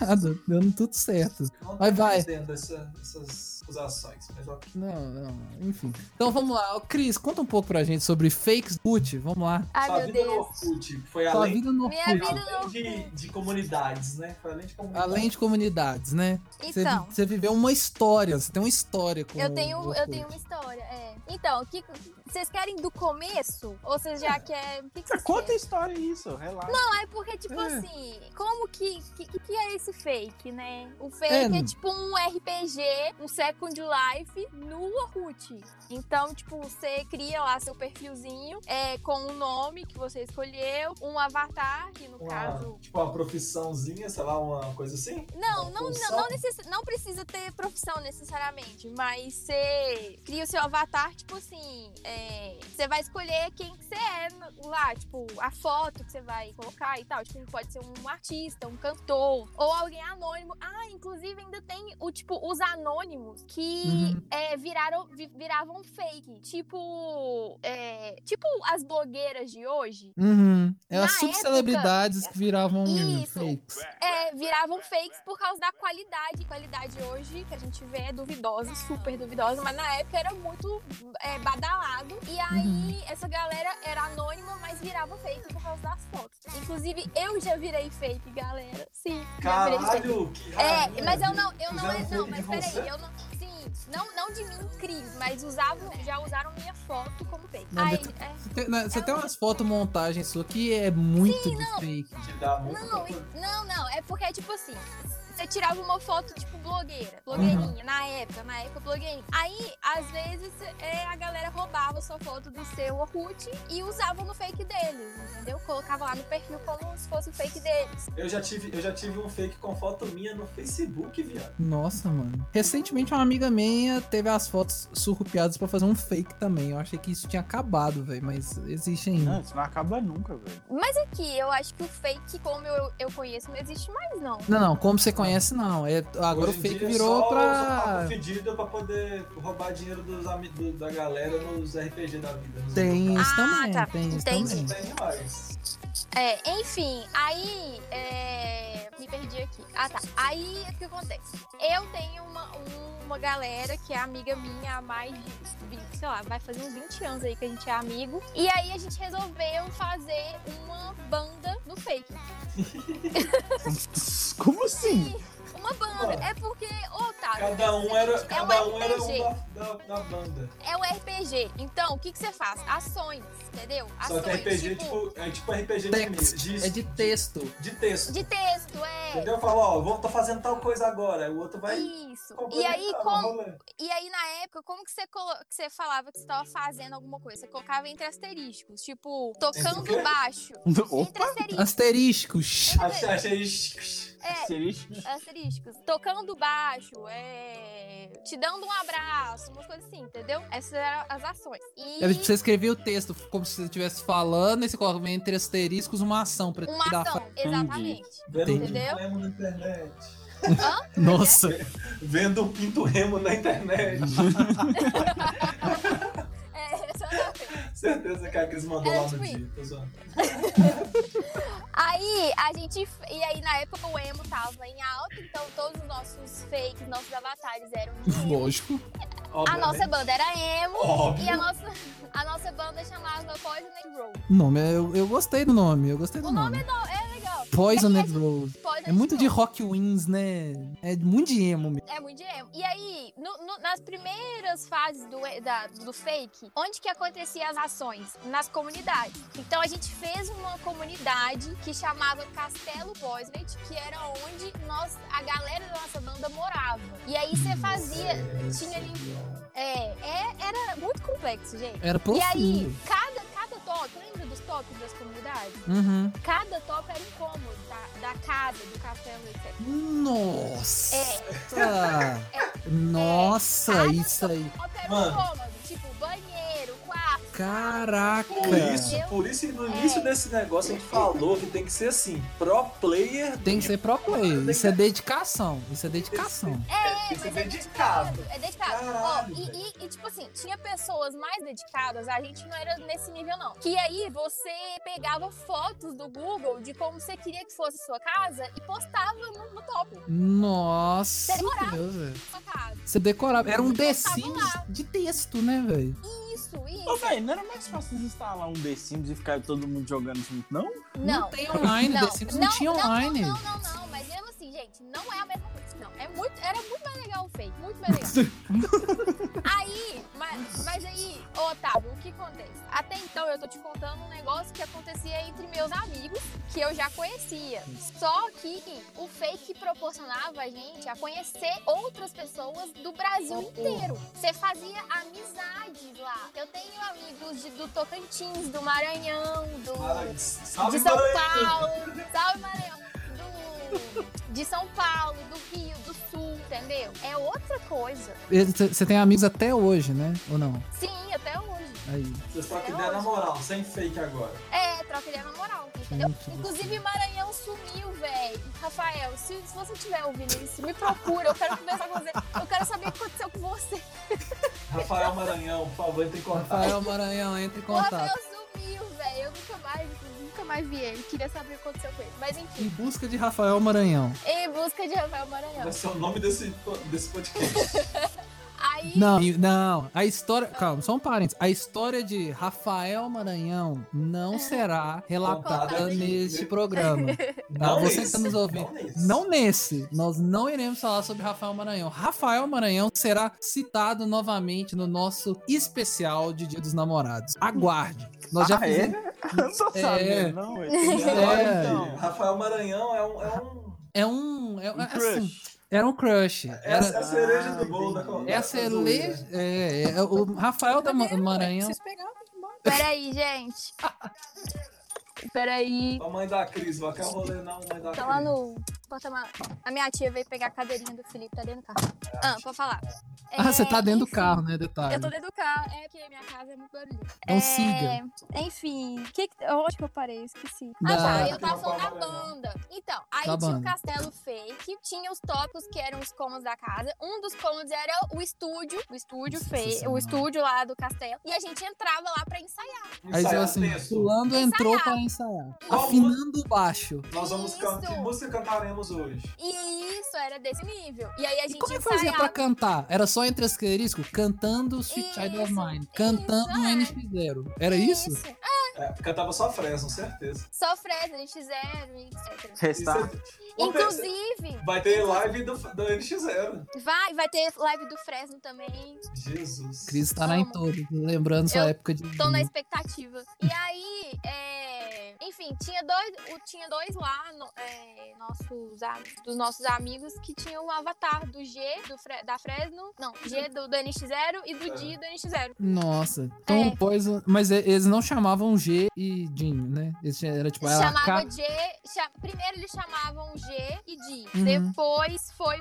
Speaker 1: Nada, dando tudo certo.
Speaker 3: Não
Speaker 1: Vai,
Speaker 3: tô
Speaker 1: vai.
Speaker 3: entendendo essa- essas acusações, mas ok.
Speaker 1: Não, não, enfim. Então vamos lá. Ô, Cris, conta um pouco pra gente sobre fakes boot. Vamos lá.
Speaker 4: Ai,
Speaker 3: Sua
Speaker 4: meu
Speaker 3: vida no
Speaker 4: Deus.
Speaker 3: Orkut foi
Speaker 1: Sua
Speaker 3: além,
Speaker 1: vida no
Speaker 4: Minha
Speaker 1: Orkut.
Speaker 4: vida no
Speaker 3: além de, de comunidades, né? Foi além de comunidades.
Speaker 1: Além de comunidades, né? Você vi-
Speaker 4: Então,
Speaker 1: você viveu uma história, você tem uma história com
Speaker 4: eu
Speaker 1: o
Speaker 4: tenho, eu
Speaker 1: Orkut.
Speaker 4: tenho uma história. É. Então, o que vocês querem do começo? Ou vocês
Speaker 3: É.
Speaker 4: já querem. O que, que vocês
Speaker 5: Conta a
Speaker 4: querem?
Speaker 5: história isso, relaxa.
Speaker 4: Não, é porque, tipo
Speaker 1: É.
Speaker 4: assim, como que, que. que que é esse fake, né? O fake
Speaker 1: É,
Speaker 4: é,
Speaker 1: não-
Speaker 4: tipo um RPG, um Second Life no Orkut. Então, tipo, você cria lá seu perfilzinho é, com o nome que você escolheu, um avatar, que no caso
Speaker 3: uma, tipo, uma profissãozinha, sei lá, uma coisa assim.
Speaker 4: Não,
Speaker 3: Uma
Speaker 4: não, não,
Speaker 3: função.
Speaker 4: não, necess- não precisa ter profissão necessariamente, mas você cria o seu avatar, tipo assim, é, você vai escolher quem que você é no- lá, tipo, a foto que você vai colocar e tal. Tipo, pode ser um artista, um cantor, ou alguém anônimo. Ah, inclusive ainda tem o tipo, os anônimos que
Speaker 1: Uhum.
Speaker 4: é, viraram, vi- viravam fake. Tipo, é, tipo as blogueiras de hoje.
Speaker 1: Uhum. É
Speaker 4: Na
Speaker 1: as subcelebridades que viravam um
Speaker 4: Isso.
Speaker 1: fakes.
Speaker 4: É,
Speaker 2: Né?
Speaker 4: é, viravam fakes por causa da qualidade. A qualidade hoje que a gente vê é duvidosa, super duvidosa, mas na época era muito é, badalado. E aí essa galera era anônima, mas virava um fake por causa das fotos. Inclusive, eu já virei fake, galera. Sim, já virei fake.
Speaker 2: Caralho, que
Speaker 4: É, mas eu não, eu
Speaker 2: Fizeram
Speaker 4: não, é,
Speaker 2: fake
Speaker 4: não,
Speaker 2: de
Speaker 4: mas
Speaker 2: você?
Speaker 4: peraí, eu não, sim, não, não de mim, Cris, mas usavam, já usaram minha foto como fake.
Speaker 1: Não,
Speaker 4: Aí,
Speaker 1: mas tu-
Speaker 4: é,
Speaker 1: Você tem, né, você tem umas fotos montagem sua que é muito de fake.
Speaker 2: Que dá muito.
Speaker 4: não, e- não, não, é porque é tipo assim, você tirava uma foto tipo blogueira, blogueirinha, na época, na época blogueirinha. Aí, às vezes, é, a galera roubava sua foto do seu Orkut e usava no fake deles, entendeu? Colocava lá no perfil como se fosse o fake deles.
Speaker 2: Eu já, tive, eu já tive um fake com foto minha no Facebook, viado.
Speaker 1: Nossa, mano. Recentemente, uma amiga minha teve as fotos surrupiadas pra fazer um fake também. Eu achei que isso tinha acabado, velho, mas existe ainda.
Speaker 5: Não, isso não acaba nunca, velho.
Speaker 4: Mas aqui, eu acho que o fake, como eu, eu conheço, não existe mais, não.
Speaker 1: Não, não, como você conhece, não. É, agora
Speaker 2: Hoje
Speaker 1: o
Speaker 2: em
Speaker 1: fake
Speaker 2: dia é
Speaker 1: virou
Speaker 2: só- Só
Speaker 1: pra.
Speaker 2: papo fedido pra poder roubar dinheiro dos amigos da galera nos RPG da vida. nos
Speaker 1: Tem
Speaker 2: jogos.
Speaker 1: isso
Speaker 4: Ah,
Speaker 1: também,
Speaker 4: tá.
Speaker 1: tem isso
Speaker 4: Entendi.
Speaker 1: também.
Speaker 2: Tem demais.
Speaker 4: É, enfim, aí. é, me perdi aqui. Ah, tá. Aí o que acontece? Eu tenho uma, uma galera que é amiga minha há mais de, 20, sei lá, vai fazer uns 20 anos aí que a gente é amigo. E aí a gente resolveu fazer uma banda no fake.
Speaker 5: Como assim?
Speaker 4: Uma banda. É porque, ô, tá.
Speaker 2: Cada um era, cada um era
Speaker 4: RPG.
Speaker 2: um da, da, da banda.
Speaker 4: É um RPG. Então, o que, que você faz? Ações, entendeu?
Speaker 2: Só
Speaker 4: Ações.
Speaker 2: que RPG, tipo, é tipo RPG de,
Speaker 1: Text,
Speaker 2: de,
Speaker 1: É de texto.
Speaker 2: de texto.
Speaker 4: De texto, é.
Speaker 2: Entendeu? Fala, ó, vou tá fazendo tal coisa agora. O outro vai.
Speaker 4: Isso. E
Speaker 2: complementar
Speaker 4: aí,
Speaker 2: no
Speaker 4: como.
Speaker 2: rolê.
Speaker 4: E aí, na época, como que você, colo- que você falava que você estava fazendo alguma coisa? Você colocava entre asterísticos, tipo, tocando
Speaker 2: Entre o quê?
Speaker 4: baixo.
Speaker 5: Opa,
Speaker 4: Entre asterísticos.
Speaker 1: Asteriscos.
Speaker 2: Achei, achei.
Speaker 4: É,
Speaker 5: seria...
Speaker 4: asterísticos. Tocando baixo, é. Te dando um abraço, umas coisas assim, entendeu? Essas eram as ações. E.
Speaker 1: Era tipo, Você escrevia o texto como se você estivesse falando e você colocava entre asteriscos uma ação pra
Speaker 4: Uma
Speaker 1: tirar a
Speaker 4: ação,
Speaker 1: fra-
Speaker 4: exatamente.
Speaker 2: Vendo um
Speaker 4: Entendeu?
Speaker 2: pinto remo na internet.
Speaker 4: é
Speaker 1: Nossa,
Speaker 2: Vendo um pinto remo na
Speaker 1: [laughs]
Speaker 2: internet.
Speaker 4: É, [laughs] exatamente.
Speaker 2: Certeza que a Cris mandou
Speaker 4: É,
Speaker 2: lá no
Speaker 4: tipo
Speaker 2: dia. tô zoando.
Speaker 4: Aí a gente. E aí na época o emo tava em alta, então todos os nossos fakes, nossos avatares eram
Speaker 1: [laughs]
Speaker 4: de emo.
Speaker 1: lógico.
Speaker 4: A
Speaker 2: Obviamente.
Speaker 3: né?
Speaker 4: nossa banda era emo
Speaker 2: Óbvio.
Speaker 4: e a nossa, a nossa banda chamava Poison Road.
Speaker 1: Nome, é, eu, eu gostei do nome, eu gostei do
Speaker 4: O
Speaker 1: nome.
Speaker 4: nome é, do- é legal.
Speaker 1: Poisoned Rose.
Speaker 4: Poison
Speaker 1: É muito de
Speaker 4: Road.
Speaker 1: rock wins, né? É muito de emo mesmo.
Speaker 4: É muito de emo. E aí, no- no- nas primeiras fases do, e- da- do fake, onde que acontecia as ações? Nas comunidades. Então a gente fez uma comunidade que chamava Castelo Poisoned, que era onde nós, a galera da nossa banda morava. E aí você fazia. Tinha ali. É, é, era muito complexo, gente.
Speaker 1: Era
Speaker 4: E
Speaker 1: profundo.
Speaker 4: aí, cada, cada toque, lembra dos toques das comunidades?
Speaker 1: Uhum.
Speaker 4: Cada toque era um cômodo da, da casa, do castelo, etc.
Speaker 1: Nossa!
Speaker 4: é,
Speaker 1: Nossa,
Speaker 4: cada
Speaker 1: isso aí.
Speaker 4: Toque era um
Speaker 2: Mano.
Speaker 4: cômodo, tipo banheiro, quarto.
Speaker 1: Caraca!
Speaker 2: Por isso,
Speaker 4: Eu-
Speaker 2: por isso que no
Speaker 4: É.
Speaker 2: início desse negócio a gente falou que tem que ser assim, pro
Speaker 4: É,
Speaker 2: player.
Speaker 1: Tem que ser pro player. Isso é dedicação. Isso é dedicação.
Speaker 2: tem que ser
Speaker 4: mas é
Speaker 2: dedicado.
Speaker 4: É dedicado. Ó,
Speaker 2: Caralho,
Speaker 4: e,
Speaker 2: velho.
Speaker 4: e- e, tipo assim, tinha pessoas mais dedicadas, a gente não era nesse nível, não. Que aí você pegava fotos do Google de como você queria que fosse a sua casa e postava no, no topo
Speaker 1: Nossa,
Speaker 4: Decorava.
Speaker 1: Deus, velho.
Speaker 4: da sua casa.
Speaker 1: Você decorava. Era um The
Speaker 4: Postava
Speaker 1: Sims
Speaker 4: lá.
Speaker 1: de texto, né, velho?
Speaker 4: Isso,
Speaker 5: Ô,
Speaker 4: isso.
Speaker 5: velho, não era mais fácil de instalar um The Sims e ficar todo mundo jogando junto, não?
Speaker 4: Não.
Speaker 1: tem online. The Sims não, tinha online.
Speaker 4: Não, não, não, não, mas mesmo assim, gente, não é a mesma coisa. Não, é muito, era muito mais legal o fake, muito
Speaker 1: [laughs]
Speaker 4: mais legal. aí, mas, mas aí, ô, Otávio, o que acontece? Até então eu tô te contando um negócio que acontecia entre meus amigos, que eu já conhecia. Só que o fake proporcionava a gente a conhecer outras pessoas do Brasil inteiro. Você fazia amizades lá. Eu tenho amigos de- do Tocantins, do Maranhão, do
Speaker 2: Ah,
Speaker 4: de
Speaker 2: Salve,
Speaker 4: São
Speaker 2: Maranhão.
Speaker 4: Paulo, salve Maranhão, do, de São Paulo, do Rio, do Sul, entendeu? É outra coisa.
Speaker 1: Você tem amigos até hoje, né? Ou não?
Speaker 4: Sim, até hoje.
Speaker 1: Aí.
Speaker 2: Vocês trocam ideia na moral, sem fake agora.
Speaker 4: É, troca ideia na moral, entendeu?
Speaker 1: Gente do
Speaker 4: Inclusive, Maranhão sumiu, velho. Rafael, se, se você tiver ouvindo isso, me procura, eu quero conversar com você. Eu quero saber o que aconteceu com você.
Speaker 2: Rafael Maranhão, por favor, entre em contato.
Speaker 1: Rafael Maranhão, entre em
Speaker 4: O Rafael
Speaker 1: contato.
Speaker 4: sumiu, velho. Eu nunca mais, nunca mais vi ele. Queria saber o que aconteceu com ele. Mas
Speaker 1: Em
Speaker 4: enfim,
Speaker 1: busca de Rafael Maranhão.
Speaker 4: em busca de Rafael Maranhão.
Speaker 3: Vai ser o nome desse, desse podcast.
Speaker 4: Aí,
Speaker 1: Não, e- não. A história. Calma, só um parênteses. A história de Rafael Maranhão não será relatada
Speaker 4: Contada aqui.
Speaker 1: neste programa. Tá?
Speaker 3: Não
Speaker 1: Você que
Speaker 3: nesse,
Speaker 1: está nos ouvindo.
Speaker 3: não nesse.
Speaker 1: Não nesse. Nós não iremos falar sobre Rafael Maranhão. Rafael Maranhão será citado novamente no nosso especial de Dia dos Namorados. Aguarde. Nós já
Speaker 5: Ah, é? [laughs]
Speaker 1: fizemos-
Speaker 5: Não tô sabendo, não. ué.
Speaker 3: E agora, então,
Speaker 5: Agora,
Speaker 3: Rafael Maranhão é um. É um
Speaker 1: é um. É, é-
Speaker 5: então. Um
Speaker 1: assim,
Speaker 5: crush.
Speaker 1: era um crush.
Speaker 3: é, a-
Speaker 1: Era,
Speaker 3: é a cereja do
Speaker 5: Ah,
Speaker 3: bolo da
Speaker 5: entendi.
Speaker 3: conversa.
Speaker 1: é a
Speaker 3: zoeira.
Speaker 1: cele- é, é, o Rafael da Ma- Maranhão.
Speaker 6: Vocês pegaram.
Speaker 4: peraí, gente. Peraí.
Speaker 3: A mãe da Cris, vai quer rolê não, mãe da
Speaker 4: Tá lá
Speaker 3: Cris.
Speaker 4: no porta-malas. A minha tia veio pegar a cadeirinha do Felipe, tá dentro do carro. Ah, pode falar.
Speaker 1: Ah, você tá
Speaker 4: É,
Speaker 1: dentro do
Speaker 4: enfim,
Speaker 1: carro, né? Detalhe.
Speaker 4: Eu tô dentro do carro, é porque minha casa é muito barulhenta.
Speaker 1: Então siga.
Speaker 4: Enfim, que, que- onde que eu parei? Esqueci.
Speaker 1: Da-
Speaker 4: Ah, tá, eu tava
Speaker 3: Da
Speaker 4: falando da
Speaker 3: banda.
Speaker 4: banda. Então,
Speaker 1: Da
Speaker 4: aí tinha o
Speaker 1: banda.
Speaker 4: castelo fake, tinha os tópicos que eram os cômodos da casa. Um dos cômodos era o estúdio, o estúdio fake,
Speaker 1: Sensacional.
Speaker 4: o estúdio lá do castelo. E a gente entrava lá pra ensaiar.
Speaker 1: Aí você
Speaker 3: Ensaiar
Speaker 1: fala
Speaker 3: o
Speaker 1: assim,
Speaker 3: texto.
Speaker 1: fulano entrou para ensaiar. Afinando o baixo.
Speaker 3: Nós vamos cantar. Que
Speaker 4: Isso.
Speaker 3: música cantaremos hoje?
Speaker 4: E isso era desse nível. E aí a gente
Speaker 1: E como é que
Speaker 4: ensaiava.
Speaker 1: fazia pra cantar? Era só entre as asterisco? Cantando Sweet Child of
Speaker 4: Isso,
Speaker 1: Mine. Cantando
Speaker 4: isso, é.
Speaker 1: NX0. Era isso?
Speaker 3: É, cantava só Fresno, certeza.
Speaker 4: Só Fresno, NX0 e etc.
Speaker 1: tá.
Speaker 5: Restart.
Speaker 3: Ô,
Speaker 4: Inclusive,
Speaker 3: é [laughs] Vai ter live do, do NX0.
Speaker 4: vai, vai ter live do Fresno também.
Speaker 3: Jesus.
Speaker 1: Cris estará em
Speaker 4: Vamos.
Speaker 1: todo, lembrando sua
Speaker 4: Então, Eu
Speaker 1: época de.
Speaker 4: Tô na expectativa. E aí, é, enfim, tinha dois, o- tinha dois lá, no- é, nossos, am- dos nossos amigos, que tinham o avatar do G do Fre- da Fresno. Não, G do, do NX0 e do D do NX0.
Speaker 1: Nossa. Então,
Speaker 4: É.
Speaker 1: pois, mas e- eles não chamavam G e Jim, né? Eles era tipo era
Speaker 4: Chamava
Speaker 1: K.
Speaker 4: G. cha- primeiro eles chamavam G e D.
Speaker 1: Uhum.
Speaker 4: Depois foi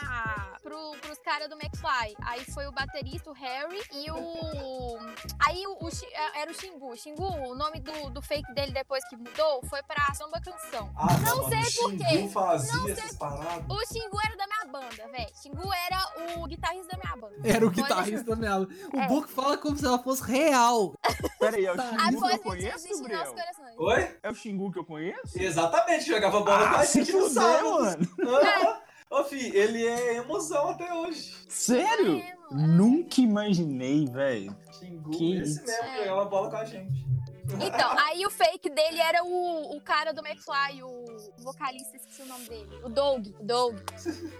Speaker 4: pra. Pro, pros caras do McFly. Aí foi o baterista, o Harry, e o. Aí o, o Xi- é- era o Xingu. Xingu, o nome do, do fake dele depois que mudou foi pra Samba Canção.
Speaker 3: Ah,
Speaker 4: Não
Speaker 3: mano,
Speaker 4: sei
Speaker 3: o
Speaker 4: por quê.
Speaker 3: Xingu fazia
Speaker 4: Não sei
Speaker 3: essas paradas.
Speaker 4: O Xingu era da minha banda, velho. Xingu era o guitarrista da minha banda.
Speaker 1: Era o
Speaker 4: Pode- [laughs]
Speaker 1: guitarrista dela. O
Speaker 4: É.
Speaker 1: Book fala como se ela fosse real.
Speaker 5: Peraí, é o
Speaker 1: Tá.
Speaker 5: Xingu que
Speaker 4: Após
Speaker 5: eu
Speaker 4: isso, Ah, existe
Speaker 5: conheço,
Speaker 4: em
Speaker 5: Gabriel?
Speaker 4: nossos corações.
Speaker 3: Oi?
Speaker 5: É o Xingu que eu conheço?
Speaker 3: Exatamente, jogava bola
Speaker 1: Ah,
Speaker 3: com a
Speaker 5: se
Speaker 3: gente no
Speaker 5: fuder,
Speaker 3: sábado.
Speaker 5: mano.
Speaker 3: Aham. Ô, fi, ele é emoção até hoje.
Speaker 5: Sério?
Speaker 4: É, mano.
Speaker 5: Nunca imaginei, velho.
Speaker 3: Xingu,
Speaker 5: Que
Speaker 3: esse
Speaker 5: isso.
Speaker 3: mesmo, jogava bola com a gente.
Speaker 4: É. Então, aí o fake dele era o, o cara do McFly, o vocalista, esqueci o nome dele. O Doug. o Doug.
Speaker 1: Eu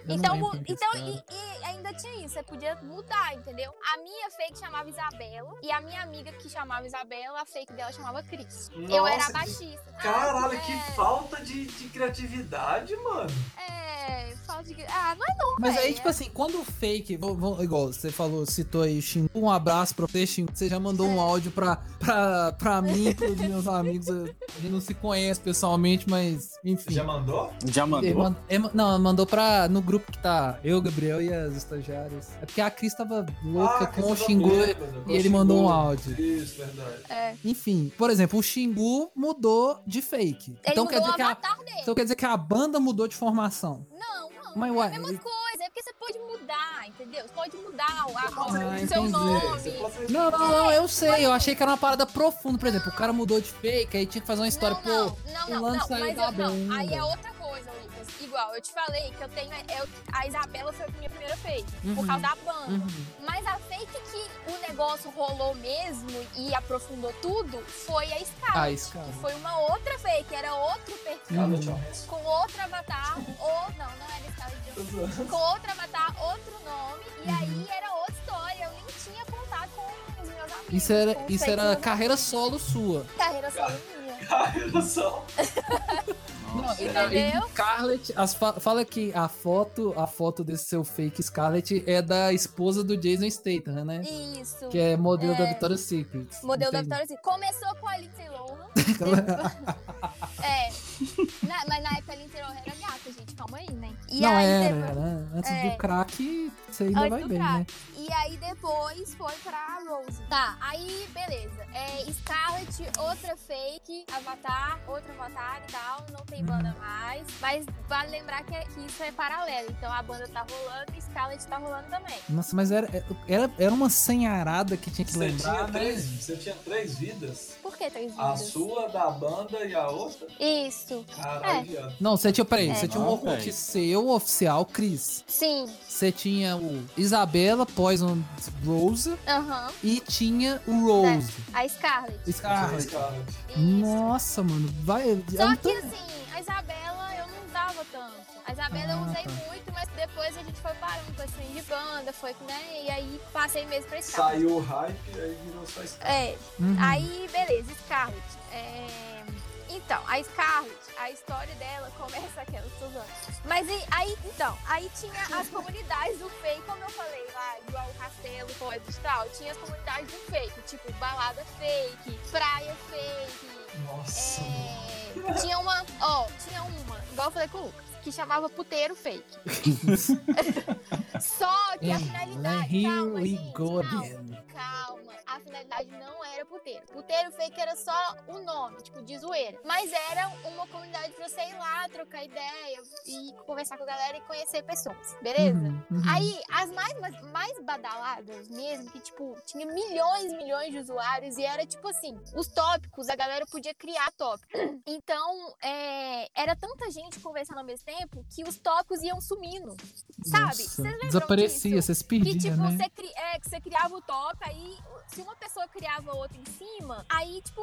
Speaker 1: não
Speaker 4: Então,
Speaker 1: lembro
Speaker 4: o-
Speaker 1: quem que é
Speaker 4: então
Speaker 1: esse cara.
Speaker 4: e, e ainda tinha isso, você podia mudar, entendeu? A minha fake chamava Isabela e a minha amiga que chamava Isabela, a fake dela chamava Cris. Eu era a
Speaker 3: Nossa,
Speaker 4: baixista.
Speaker 3: [laughs] Caralho,
Speaker 4: Ah,
Speaker 3: que
Speaker 4: é,
Speaker 3: falta de, de criatividade, mano.
Speaker 4: É, falta de. Ah, mas não,
Speaker 1: Mas aí,
Speaker 4: velho.
Speaker 1: tipo assim, quando o fake. vão- vão- igual você falou, citou aí o Xingu, um abraço pra você, Xingu. Você já mandou
Speaker 4: É.
Speaker 1: um áudio pra, pra, pra mim e pros meus amigos. A gente não se conhece pessoalmente, mas enfim.
Speaker 3: Já mandou?
Speaker 5: Já
Speaker 1: Ele
Speaker 5: mandou?
Speaker 1: man- ele man- não, mandou pra. No grupo que tá eu, Gabriel e as estagiárias. É porque a Cris tava louca
Speaker 3: Ah,
Speaker 1: com o
Speaker 3: essa
Speaker 1: Xingu
Speaker 3: bêbada, com
Speaker 1: e
Speaker 3: o
Speaker 1: ele mandou
Speaker 3: Xingu.
Speaker 1: um áudio.
Speaker 3: Isso, verdade.
Speaker 1: Enfim, por exemplo, o Xingu mudou de fake.
Speaker 4: Ele
Speaker 1: então, quer
Speaker 4: mudou
Speaker 1: dizer
Speaker 4: o
Speaker 1: que a,
Speaker 4: avatar dele.
Speaker 1: então quer dizer que a banda mudou de formação.
Speaker 4: Não, não.
Speaker 1: Mas
Speaker 4: É a
Speaker 1: ué,
Speaker 4: mesma coisa, é porque você pode mudar, entendeu? Você pode mudar
Speaker 3: Ah,
Speaker 4: o, a- o seu
Speaker 1: entendi.
Speaker 4: nome.
Speaker 3: Você pode ser
Speaker 1: Não, não, não, eu sei. Eu achei que era uma parada profunda. Por exemplo, o cara mudou de fake, aí tinha que fazer uma história.
Speaker 4: não,
Speaker 1: Pô,
Speaker 4: não,
Speaker 1: o
Speaker 4: não,
Speaker 1: lance
Speaker 4: não,
Speaker 1: saiu
Speaker 4: mas
Speaker 1: da
Speaker 4: eu, não,
Speaker 1: bunda.
Speaker 4: aí é outra coisa, Lucas. Igual, eu te falei que eu tenho. eu- a Isabela foi a minha primeira fake,
Speaker 1: Uhum.
Speaker 4: por causa da banda.
Speaker 1: uhum.
Speaker 4: Mas a fake que o negócio rolou mesmo e aprofundou tudo foi a Scout.
Speaker 1: Ah, isso, cara.
Speaker 4: que Foi uma outra fake, era outro perfil.
Speaker 3: Cara,
Speaker 1: Uhum.
Speaker 3: tchau.
Speaker 4: Com outro avatar, ou. Não, não era Scout.
Speaker 3: Tô zoando.
Speaker 4: Com outro avatar, outro nome, e
Speaker 1: Uhum.
Speaker 4: aí era outra história. Eu nem tinha contato com os meus amigos.
Speaker 1: Isso era,
Speaker 4: com os
Speaker 1: isso
Speaker 4: fakes
Speaker 1: era
Speaker 4: do-
Speaker 1: carreira solo sua.
Speaker 4: carreira sozinha.
Speaker 3: Caralho, só.
Speaker 1: Nossa,
Speaker 4: Entendeu?
Speaker 1: Scarlett, as fa- fala que a foto, a foto desse seu fake Scarlett é da esposa do Jason Statham, né?
Speaker 4: Isso.
Speaker 1: Que é modelo da
Speaker 4: É.
Speaker 1: Victoria's Secret.
Speaker 4: Modelo da
Speaker 1: Entendi.
Speaker 4: Vitória Secret. Começou com a Lindsay
Speaker 1: [laughs]
Speaker 4: Lohan. é. Na- mas na época a Lindsay Lohan era gata, gente. Calma aí, né? E
Speaker 1: Não
Speaker 4: aí
Speaker 1: era,
Speaker 4: depois-
Speaker 1: era. Antes
Speaker 4: É.
Speaker 1: do crack, você ainda
Speaker 4: Antes
Speaker 1: vai
Speaker 4: do
Speaker 1: bem,
Speaker 4: crack.
Speaker 1: né?
Speaker 4: E aí depois foi pra Rose. Tá, aí beleza. É Scarlet, outra fake, Avatar, outro Avatar e tal. Não
Speaker 1: Uhum.
Speaker 4: tem banda mais. Mas vale lembrar que, que isso é paralelo. Então a banda tá rolando e Scarlet tá rolando também.
Speaker 1: Nossa, mas era, era, era uma senharada que tinha que
Speaker 3: Você tinha,
Speaker 1: lembrar. né?
Speaker 3: três, você tinha três vidas?
Speaker 4: Por que três
Speaker 3: A
Speaker 4: vidas?
Speaker 3: sua, da banda e a outra?
Speaker 4: Isso.
Speaker 3: Caralho,
Speaker 4: É.
Speaker 3: viado.
Speaker 1: Não, você tinha, peraí,
Speaker 4: É.
Speaker 1: você tinha um
Speaker 5: Ah,
Speaker 1: oculto
Speaker 5: velho.
Speaker 1: seu oficial, Cris.
Speaker 4: Sim.
Speaker 1: Você tinha o Isabela, Poison Rose
Speaker 4: Aham.
Speaker 1: e tinha o Rose.
Speaker 4: A Scarlet.
Speaker 3: Ah,
Speaker 1: Scarlet.
Speaker 3: Scarlet.
Speaker 4: Isso.
Speaker 1: Nossa, mano, vai. é
Speaker 4: Só
Speaker 1: muito-
Speaker 4: que assim, a Isabela eu não dava tanto. A Isabela eu
Speaker 1: Ah,
Speaker 4: usei
Speaker 1: tá.
Speaker 4: muito, mas depois a gente foi parando com esse trem de banda, foi, né? E aí passei mesmo pra Scarlet.
Speaker 3: Saiu o hype, aí virou só Scarlet.
Speaker 4: É,
Speaker 1: Uhum.
Speaker 4: aí beleza, Scarlet. É, Então, a Scarlet, a história dela começa aquela Suzana. Mas e- aí, então, aí tinha as comunidades do fake, como eu falei lá, igual o Castelo, coisa e tal, tinha as comunidades do fake, tipo balada fake, praia fake,
Speaker 3: Nossa, mano.
Speaker 4: é, tinha uma, ó, tinha uma, igual eu falei com o Lucas, que chamava puteiro fake. Só
Speaker 1: É,
Speaker 4: que a finalidade. assim,
Speaker 1: Here
Speaker 4: calma,
Speaker 1: we
Speaker 4: gente,
Speaker 1: go
Speaker 4: calma,
Speaker 1: again.
Speaker 4: calma. A finalidade não era puteiro. Puteiro fake era só o nome, tipo, de zoeira. Mas era uma comunidade pra você ir lá, trocar ideia e conversar com a galera e conhecer pessoas, beleza?
Speaker 1: Uhum, uhum.
Speaker 4: Aí, as mais, mais, mais badaladas mesmo, que, tipo, tinha milhões e milhões de usuários e era, tipo assim, os tópicos, a galera podia criar tópicos. [clears throat] Então, é, era tanta gente conversando ao mesmo tempo que os tópicos iam sumindo, sabe?
Speaker 1: Nossa,
Speaker 4: Vocês lembram
Speaker 1: Desaparecia,
Speaker 4: disso?
Speaker 1: vocês
Speaker 4: Que,
Speaker 1: perdiam,
Speaker 4: tipo,
Speaker 1: né?
Speaker 4: você, cri- é, que você criava o tópico, aí, se uma pessoa criava outra em cima, aí, tipo,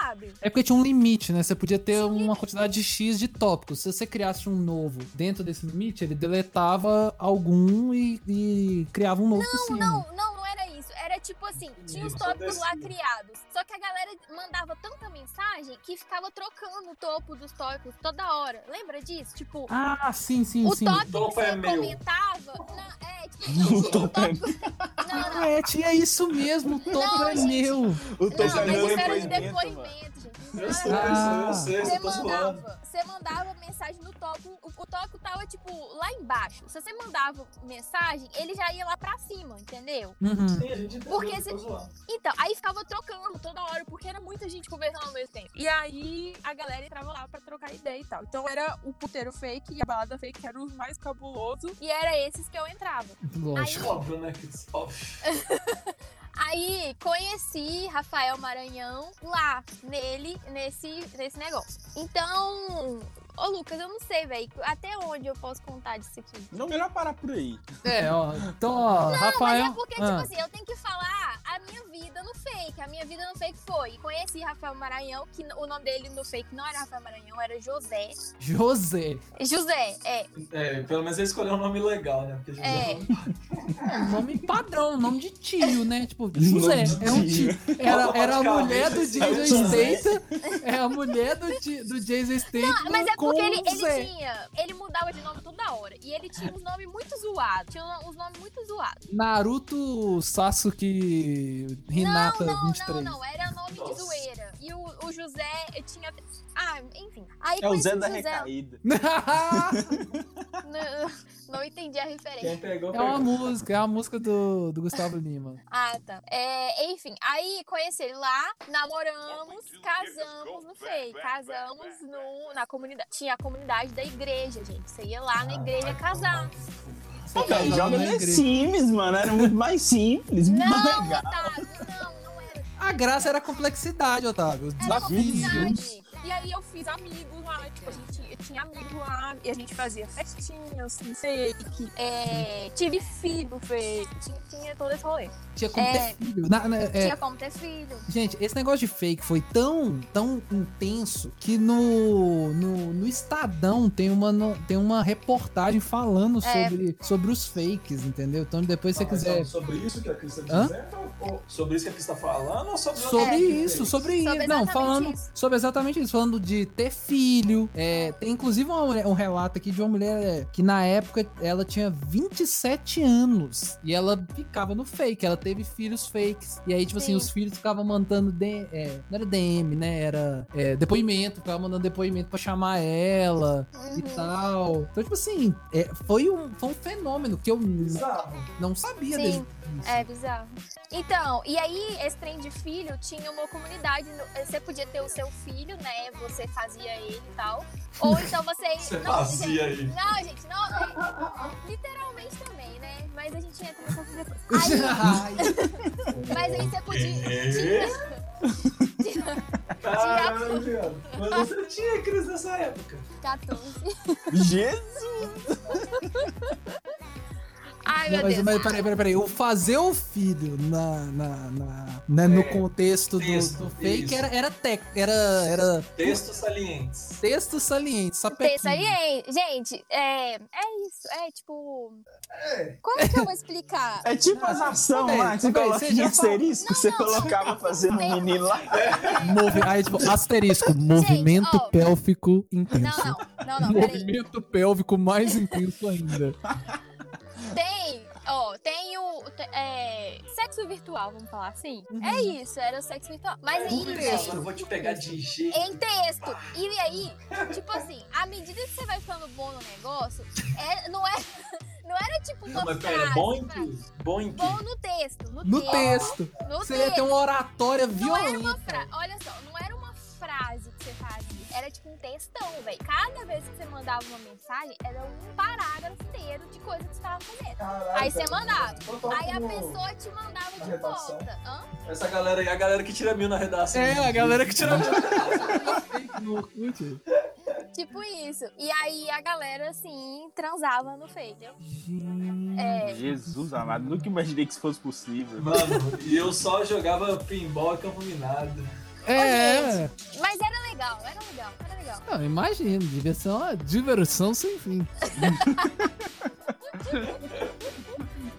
Speaker 4: sabe?
Speaker 1: É porque tinha um limite, né? Você podia ter uma quantidade de X de tópicos. Se você criasse um novo dentro desse limite, ele deletava algum e, e criava um novo por cima.
Speaker 4: Não,
Speaker 3: Hum.
Speaker 4: não, não era isso. Era tipo assim, tinha os
Speaker 3: Isso
Speaker 4: tópicos lá
Speaker 3: acontecia.
Speaker 4: criados. Só que a galera mandava tanta mensagem que ficava trocando o topo dos tópicos toda hora. Lembra disso? Tipo,
Speaker 1: Ah, sim, sim,
Speaker 4: o
Speaker 1: sim.
Speaker 4: tópico
Speaker 3: Topo
Speaker 4: que você
Speaker 3: é meu.
Speaker 4: comentava. Não, é, tipo,
Speaker 5: [laughs]
Speaker 4: não, gente, o
Speaker 5: topo é
Speaker 4: tópico. Não,
Speaker 1: Ah,
Speaker 4: não.
Speaker 1: é, tinha isso mesmo, o topo
Speaker 4: Não,
Speaker 1: é
Speaker 4: gente.
Speaker 1: meu.
Speaker 5: O
Speaker 4: Não, mas
Speaker 5: Topo é meu
Speaker 4: isso era de
Speaker 5: depoimento, mano.
Speaker 4: depoimento, gente. Isso não
Speaker 3: Eu
Speaker 4: era
Speaker 3: sei,
Speaker 4: nada.
Speaker 1: Ah.
Speaker 3: eu sei, eu sei,
Speaker 4: Você
Speaker 3: eu tô zoando.
Speaker 4: mandava, você mandava mensagem no topo, o, o topo tava tipo lá embaixo. Se você mandava mensagem, ele já ia lá pra cima, entendeu?
Speaker 1: Uhum.
Speaker 3: Sim, a gente entendeu,
Speaker 4: Porque
Speaker 3: eu tô
Speaker 4: esse-
Speaker 3: zoando.
Speaker 4: Então, aí ficava trocando toda hora, porque era muita gente conversando ao mesmo tempo. E aí a galera entrava lá pra trocar ideia e tal. Então era o puteiro fake e a balada fake que era os mais cabuloso. E era esses que eu entrava.
Speaker 1: Lógico.
Speaker 3: Óbvio, né? Cris? Óbvio.
Speaker 4: Aí conheci Rafael Maranhão lá, nele, nesse, nesse negócio. Então, ô Lucas, eu não sei, velho, até onde eu posso contar disso aqui.
Speaker 5: Não, melhor parar por aí.
Speaker 1: É, ó. Então, ó, Rafael.
Speaker 4: Mas é porque,
Speaker 1: Ah,
Speaker 4: tipo assim, eu tenho que falar a minha vida no fake. A minha vida no fake foi. Conheci Rafael Maranhão, que o nome dele no fake não era Rafael Maranhão, era José.
Speaker 1: José.
Speaker 4: José, é.
Speaker 3: É, pelo menos ele escolheu um nome legal, né? Porque
Speaker 4: É.
Speaker 3: já-
Speaker 1: É um nome padrão, um nome de tio, né? Tipo, José.
Speaker 5: Nome de
Speaker 1: É um
Speaker 5: tio.
Speaker 1: tio. Era, era a mulher do
Speaker 3: Automaticamente,
Speaker 1: Jason
Speaker 3: José.
Speaker 1: Statham. É a mulher do, Di- do Jason Statham.
Speaker 4: Mas é
Speaker 1: com
Speaker 4: porque ele,
Speaker 1: o
Speaker 4: ele
Speaker 1: Zé.
Speaker 4: tinha. Ele mudava de nome toda hora. E ele tinha uns nomes muito zoados. Tinha uns nomes muito zoados.
Speaker 1: Naruto, Sasuke, Hinata,
Speaker 4: não, não,
Speaker 1: 23.
Speaker 4: não, não. Era nome de
Speaker 3: Nossa.
Speaker 4: zoeira. E o, o José eu tinha. Ah, enfim. Aí
Speaker 5: É o
Speaker 4: conheci
Speaker 5: Zé da
Speaker 4: José.
Speaker 5: Recaída.
Speaker 4: [laughs] Não, não entendi a referência.
Speaker 3: Quem
Speaker 1: [laughs]
Speaker 3: pegou,
Speaker 1: é uma
Speaker 3: pegou.
Speaker 1: música, é uma música do, do Gustavo Lima.
Speaker 4: Ah, tá. É, enfim, aí conheci ele lá, namoramos, casamos, não sei, casamos no, na comunidade. Tinha a comunidade da igreja, gente. Você ia lá na igreja casar.
Speaker 5: Pô, cara,
Speaker 1: Não,
Speaker 5: joga
Speaker 1: não é
Speaker 5: The
Speaker 1: incrível.
Speaker 5: Sims, mano. Era muito mais simples, muito [laughs]
Speaker 4: Não,
Speaker 5: legal.
Speaker 4: Otávio, não, não era.
Speaker 1: A graça era a complexidade, Otávio. Os
Speaker 4: Era
Speaker 1: desafios.
Speaker 4: comunidade. E aí eu fiz amigos lá, tipo, a gente eu tinha amigo lá, e a gente fazia festinhas, não sei, que, é, tive filho, foi, tinha, tinha todo esse rolê.
Speaker 1: Tinha como
Speaker 4: É.
Speaker 1: ter filho. Na- na- é,
Speaker 4: Tinha como ter filho.
Speaker 1: Gente, esse negócio de fake foi tão, tão intenso que no, no, no Estadão tem uma, no- tem uma reportagem falando
Speaker 4: É.
Speaker 1: sobre, sobre os fakes, entendeu? Então depois se você
Speaker 3: Não, mas
Speaker 1: quiser.
Speaker 3: então, sobre isso que a Cris tá
Speaker 1: Hã?
Speaker 3: dizendo? Ou sobre isso que a Cris tá falando? Ou sobre
Speaker 1: Sobre
Speaker 3: outra-
Speaker 1: isso, sobre,
Speaker 4: É. Sobre
Speaker 1: Não,
Speaker 4: exatamente
Speaker 1: falando
Speaker 4: isso.
Speaker 1: sobre exatamente isso. Falando de ter filho, é, tem inclusive uma mulher- um relato aqui de uma mulher é, que na época ela tinha 27 anos e ela ficava no fake, ela teve filhos fakes. E aí, tipo assim,
Speaker 4: Sim.
Speaker 1: os filhos ficavam mandando. D- é, não era DM, né? Era é, depoimento, ficavam mandando depoimento pra chamar ela e
Speaker 4: Uhum.
Speaker 1: tal. Então, tipo assim, é, foi, um, foi um fenômeno que eu n-
Speaker 3: Bizarro.
Speaker 1: não sabia
Speaker 4: Sim,
Speaker 1: desse.
Speaker 4: [laughs]
Speaker 1: [laughs]
Speaker 4: É bizarro. Então, e aí, esse trem de filho tinha uma comunidade. no- Você podia ter o seu filho, né? Você fazia ele e tal. Ou então você.
Speaker 3: Você
Speaker 4: não,
Speaker 3: fazia
Speaker 4: gente,
Speaker 3: ele.
Speaker 4: Não, gente, não. Literalmente também, né? Mas a gente entra nessa depois. Aí,
Speaker 1: Ai,
Speaker 4: mas aí você podia. [laughs]
Speaker 3: É?
Speaker 4: Tinha,
Speaker 3: Caralho, viado. Mas você tinha Cris nessa época.
Speaker 4: tinha 14.
Speaker 5: Jesus!
Speaker 4: Ai,
Speaker 1: Não,
Speaker 4: meu
Speaker 1: mas, é
Speaker 4: Deus.
Speaker 1: mas peraí, peraí, peraí. O fazer o filho na, na, na- né, no
Speaker 3: É,
Speaker 1: contexto do,
Speaker 3: texto,
Speaker 1: do fake
Speaker 3: isso.
Speaker 1: era, era, tec, era, era
Speaker 3: Textos salientes.
Speaker 1: texto saliente, sapequinho.
Speaker 4: Pensa ali, hein? Gente, é, é isso. É tipo. Como que eu vou explicar?
Speaker 5: É tipo as ações
Speaker 1: também,
Speaker 5: lá que você
Speaker 1: também,
Speaker 5: coloca
Speaker 1: você
Speaker 5: em
Speaker 1: já falou.
Speaker 5: asterisco, que você
Speaker 4: não,
Speaker 5: colocava fazendo um menino lá.
Speaker 1: Movi- Aí, tipo, asterisco, movimento
Speaker 4: ó.
Speaker 1: pélvico intenso.
Speaker 4: Não, não, não, não, peraí.
Speaker 1: movimento pélvico mais intenso ainda.
Speaker 4: Tem, ó, tem o. te- é, sexo virtual, vamos falar assim. É isso, era o sexo virtual. Mas aí,
Speaker 3: Nossa,
Speaker 4: velho,
Speaker 3: eu vou te pegar de jeito.
Speaker 4: em texto. E aí, tipo assim, à medida que você vai ficando bom no negócio, é, não, é, [laughs] não era tipo uma
Speaker 3: Não, mas
Speaker 4: frase.
Speaker 3: pera, é bom em
Speaker 4: frase.
Speaker 3: que? Bom em que?
Speaker 4: Bom no texto. No,
Speaker 1: No
Speaker 4: texto.
Speaker 1: texto.
Speaker 4: No
Speaker 1: Você
Speaker 4: texto.
Speaker 1: ia ter um uma oratória
Speaker 4: Não era
Speaker 1: violenta.
Speaker 4: uma frase. Olha só, não era uma frase que você fazia. Era tipo um textão, velho. Cada vez que você mandava uma mensagem, era um parágrafo inteiro de coisa que você tava fazendo.
Speaker 3: Caralho, Então tá
Speaker 4: Aí você mandava.
Speaker 3: total
Speaker 4: Aí a
Speaker 3: como
Speaker 4: pessoa te mandava
Speaker 3: a
Speaker 4: de
Speaker 3: redação.
Speaker 4: volta. Hã?
Speaker 3: Essa galera aí, a galera que tira mil na redação.
Speaker 1: É, a galera que tirou
Speaker 3: no
Speaker 1: Gente,
Speaker 4: Tipo isso. E aí a galera, assim, transava no fake.
Speaker 1: Uhum.
Speaker 4: É.
Speaker 5: Jesus amado, nunca imaginei que isso fosse possível.
Speaker 3: Mano, e eu só jogava pinball e campo minado.
Speaker 1: É,
Speaker 4: Mas era legal, era legal, era legal.
Speaker 1: não, imagina, devia ser uma diversão sem
Speaker 4: [laughs]
Speaker 1: fim.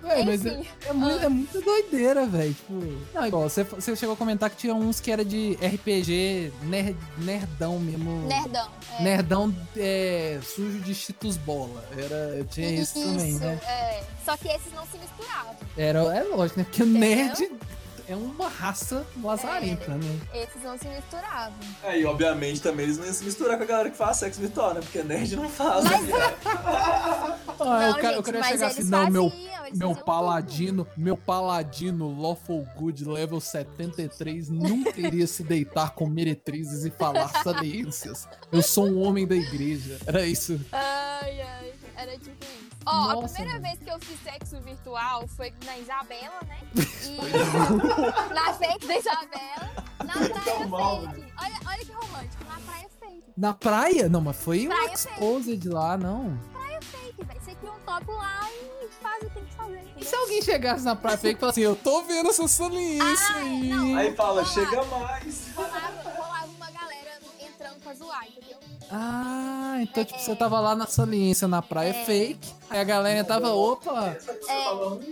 Speaker 1: Ué, mas é,
Speaker 4: Enfim,
Speaker 1: é muito, é muito doideira, velho. Tipo, não, igual, você, você chegou a comentar que tinha uns que era de RPG ner- nerdão mesmo.
Speaker 4: nerdão. É.
Speaker 1: Nerdão é, sujo de Cheetos Bola. Era, tinha isso, também, né?
Speaker 4: é. Só que esses não se misturavam.
Speaker 1: Era, é lógico, né? Porque o nerd é uma raça lazarenta, né?
Speaker 4: Esses não se misturavam.
Speaker 3: Aí, obviamente, também eles não iam se misturar com a galera que faz sexo virtual, né? Porque nerd não faz.
Speaker 4: Mas-
Speaker 3: né?
Speaker 1: Ah, eu,
Speaker 4: não,
Speaker 1: quero,
Speaker 4: gente,
Speaker 1: eu queria
Speaker 4: mas
Speaker 1: chegar
Speaker 4: eles
Speaker 1: assim, não, meu,
Speaker 4: faziam, eles
Speaker 1: meu
Speaker 4: faziam
Speaker 1: paladino, meu paladino Lawful Good level 73 nunca iria se deitar com meretrizes e falar saliências. Eu sou um homem da igreja. Era isso.
Speaker 4: Ai, ai, era tipo isso. Ó,
Speaker 1: Nossa,
Speaker 4: a primeira
Speaker 1: mano.
Speaker 4: vez que eu fiz sexo virtual foi na Isabela,
Speaker 1: [laughs]
Speaker 4: né? E [laughs] na fake da Isabela, na praia
Speaker 3: mal,
Speaker 4: fake. Olha, olha que romântico, na praia fake.
Speaker 1: Na praia? Não, mas foi um
Speaker 4: Praia
Speaker 1: exposed lá, não.
Speaker 4: Fake, velho. Você cria um top lá e faz o que tem que fazer.
Speaker 1: E
Speaker 4: entendeu?
Speaker 1: se alguém chegasse na praia fake e falasse assim, eu tô vendo essa saliência aí.
Speaker 3: Aí fala, chega
Speaker 4: É.
Speaker 3: mais.
Speaker 4: Rolava, rolava uma galera entrando pra zoar, entendeu?
Speaker 1: Ah, então tipo, você tava lá na saliência na praia
Speaker 4: É.
Speaker 1: fake, aí a galera tava, opa,
Speaker 4: É.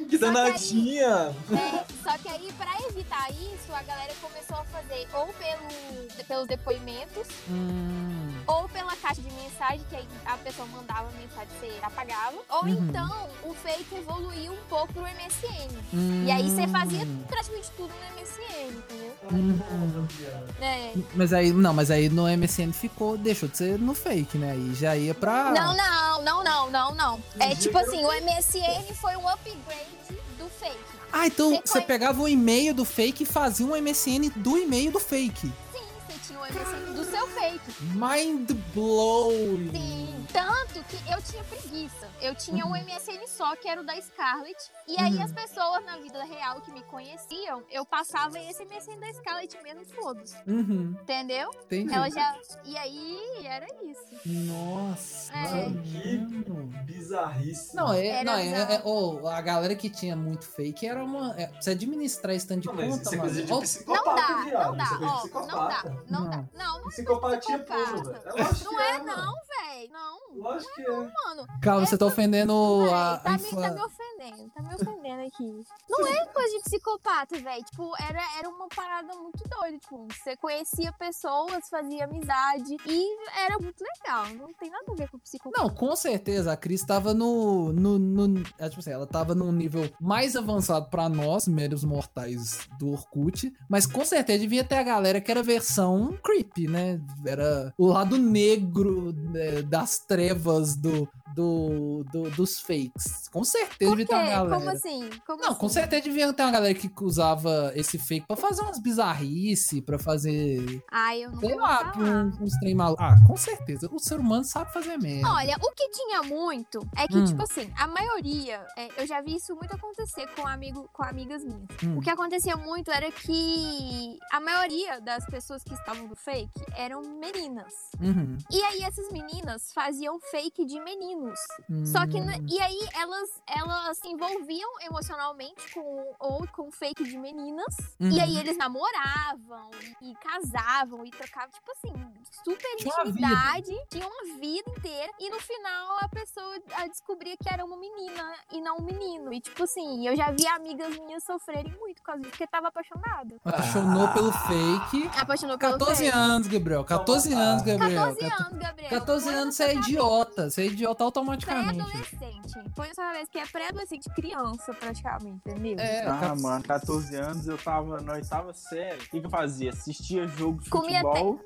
Speaker 3: Que danadinha.
Speaker 4: danadinha. É, só que aí, pra evitar isso, a galera começou a fazer ou pelo, pelos depoimentos,
Speaker 1: hum,
Speaker 4: ou pela caixa de mensagem, que aí a pessoa mandava a mensagem e você apagava, ou
Speaker 1: Uhum.
Speaker 4: então o fake evoluiu um pouco pro MSN. E aí você fazia
Speaker 1: hum.
Speaker 4: praticamente tudo no MSN, entendeu?
Speaker 1: Uhum.
Speaker 4: É.
Speaker 1: Mas aí, não, mas aí no MSN ficou, deixou de ser no fake, né? Aí já ia pra.
Speaker 4: Não, não, não, não, não, não. É
Speaker 1: Uhum.
Speaker 3: dia que
Speaker 4: tipo
Speaker 3: eu
Speaker 4: assim, o MSN foi um upgrade do fake.
Speaker 1: Ah, então
Speaker 4: Você
Speaker 1: você
Speaker 4: foi-
Speaker 1: pegava o e-mail do fake e fazia um MSN do e-mail do fake.
Speaker 4: Sim, você tinha o MSN do seu fake.
Speaker 1: Mind blowing.
Speaker 4: Sim, tanto que eu tinha preguiça. Eu tinha um MSN só, que era o da Scarlett. E aí
Speaker 1: Uhum.
Speaker 4: as pessoas na vida real que me conheciam, eu passava esse MSN da Scarlett mesmo todos.
Speaker 1: Uhum,
Speaker 4: Entendeu?
Speaker 1: entendi.
Speaker 4: Ela já. E aí era isso.
Speaker 1: Nossa.
Speaker 4: É.
Speaker 1: mano.
Speaker 3: Bizarríssimo.
Speaker 1: Não, é,
Speaker 4: Era
Speaker 1: não, é,
Speaker 4: bizarro.
Speaker 1: é- ô, a galera que tinha muito fake era uma. É, você administrar esse tanto de
Speaker 3: Não, mas
Speaker 1: conta,
Speaker 3: isso é
Speaker 1: mano.
Speaker 3: coisa de
Speaker 1: Ó,
Speaker 4: Não
Speaker 3: psicopata,
Speaker 4: dá,
Speaker 3: viado.
Speaker 4: não dá,
Speaker 3: Isso é coisa de
Speaker 4: ó. Não dá,
Speaker 3: psicopata.
Speaker 4: não dá.
Speaker 1: Não.
Speaker 4: Não, não
Speaker 3: Psicopatia
Speaker 4: psicopata.
Speaker 3: pura. É lógico
Speaker 4: Não
Speaker 3: que
Speaker 4: é,
Speaker 3: é,
Speaker 4: não, velho. Não,
Speaker 3: Lógico que é.
Speaker 4: mano.
Speaker 1: Calma, você tá ofendendo
Speaker 4: Véi,
Speaker 1: a. a
Speaker 4: tá, me,
Speaker 1: infla-
Speaker 4: tá me ofendendo, tá me ofendendo aqui. Não é coisa de psicopata, velho. Tipo, era, era uma parada muito doida. Tipo, você conhecia pessoas, fazia amizade e era muito legal. Não tem nada a ver com psicopata.
Speaker 1: Não, com certeza, a Cris tava no. no, no é, tipo assim, ela tava num nível mais avançado pra nós, meros mortais do Orkut. Mas com certeza devia ter a galera que era versão creepy, né? Era o lado negro né, das trevas do, do, do- dos fakes. Com certeza
Speaker 4: Por
Speaker 1: devia
Speaker 4: quê?
Speaker 1: ter uma galera.
Speaker 4: Como assim? Como
Speaker 1: Não,
Speaker 4: assim?
Speaker 1: com certeza devia ter uma galera que usava esse fake pra fazer umas bizarrice, pra fazer.
Speaker 4: Ai, eu não
Speaker 1: Sei
Speaker 4: vou
Speaker 1: lá,
Speaker 4: falar.
Speaker 1: um, uns trem maluco. Ah, com certeza. O ser humano sabe fazer merda.
Speaker 4: Olha, o que tinha muito é que,
Speaker 1: Hum.
Speaker 4: tipo assim, a maioria, é, eu já vi isso muito acontecer com amigo, com amigas minhas.
Speaker 1: Hum.
Speaker 4: O que acontecia muito era que a maioria das pessoas que estavam no fake eram meninas.
Speaker 1: Uhum.
Speaker 4: E aí essas meninas faziam fake de meninos. Só que é-
Speaker 1: Hum.
Speaker 4: n- e aí elas elas se envolviam emocionalmente com ou com fake de meninas.
Speaker 1: Uhum.
Speaker 4: E aí eles namoravam e, e casavam e trocavam tipo assim, super
Speaker 1: Tinha uma vida.
Speaker 4: intimidade, tinha uma vida inteira e no final a pessoa ah, descobria que era uma menina e não um menino. E tipo assim, eu já vi amigas minhas sofrerem muito por causa disso, porque tava apaixonada.
Speaker 1: Apaixonou pelo fake.
Speaker 4: Apaixonou pelo
Speaker 1: 14
Speaker 4: fake.
Speaker 1: anos, Gabriel. 14
Speaker 2: Toma.
Speaker 1: anos, Gabriel.
Speaker 4: 14 anos, Gabriel.
Speaker 1: 14
Speaker 4: Põe
Speaker 1: anos
Speaker 4: na
Speaker 1: você é
Speaker 4: sua
Speaker 1: idiota. Você é idiota
Speaker 4: né?
Speaker 1: automaticamente.
Speaker 4: Pré-adolescente. Põe na sua cabeça que é pré-adolescente, criança praticamente, entendeu?
Speaker 1: É,
Speaker 5: Ah,
Speaker 4: tá
Speaker 1: ca-
Speaker 5: mano, 14 anos eu tava na oitava série. O que, que eu fazia? Assistia jogo de
Speaker 4: Comia
Speaker 5: futebol.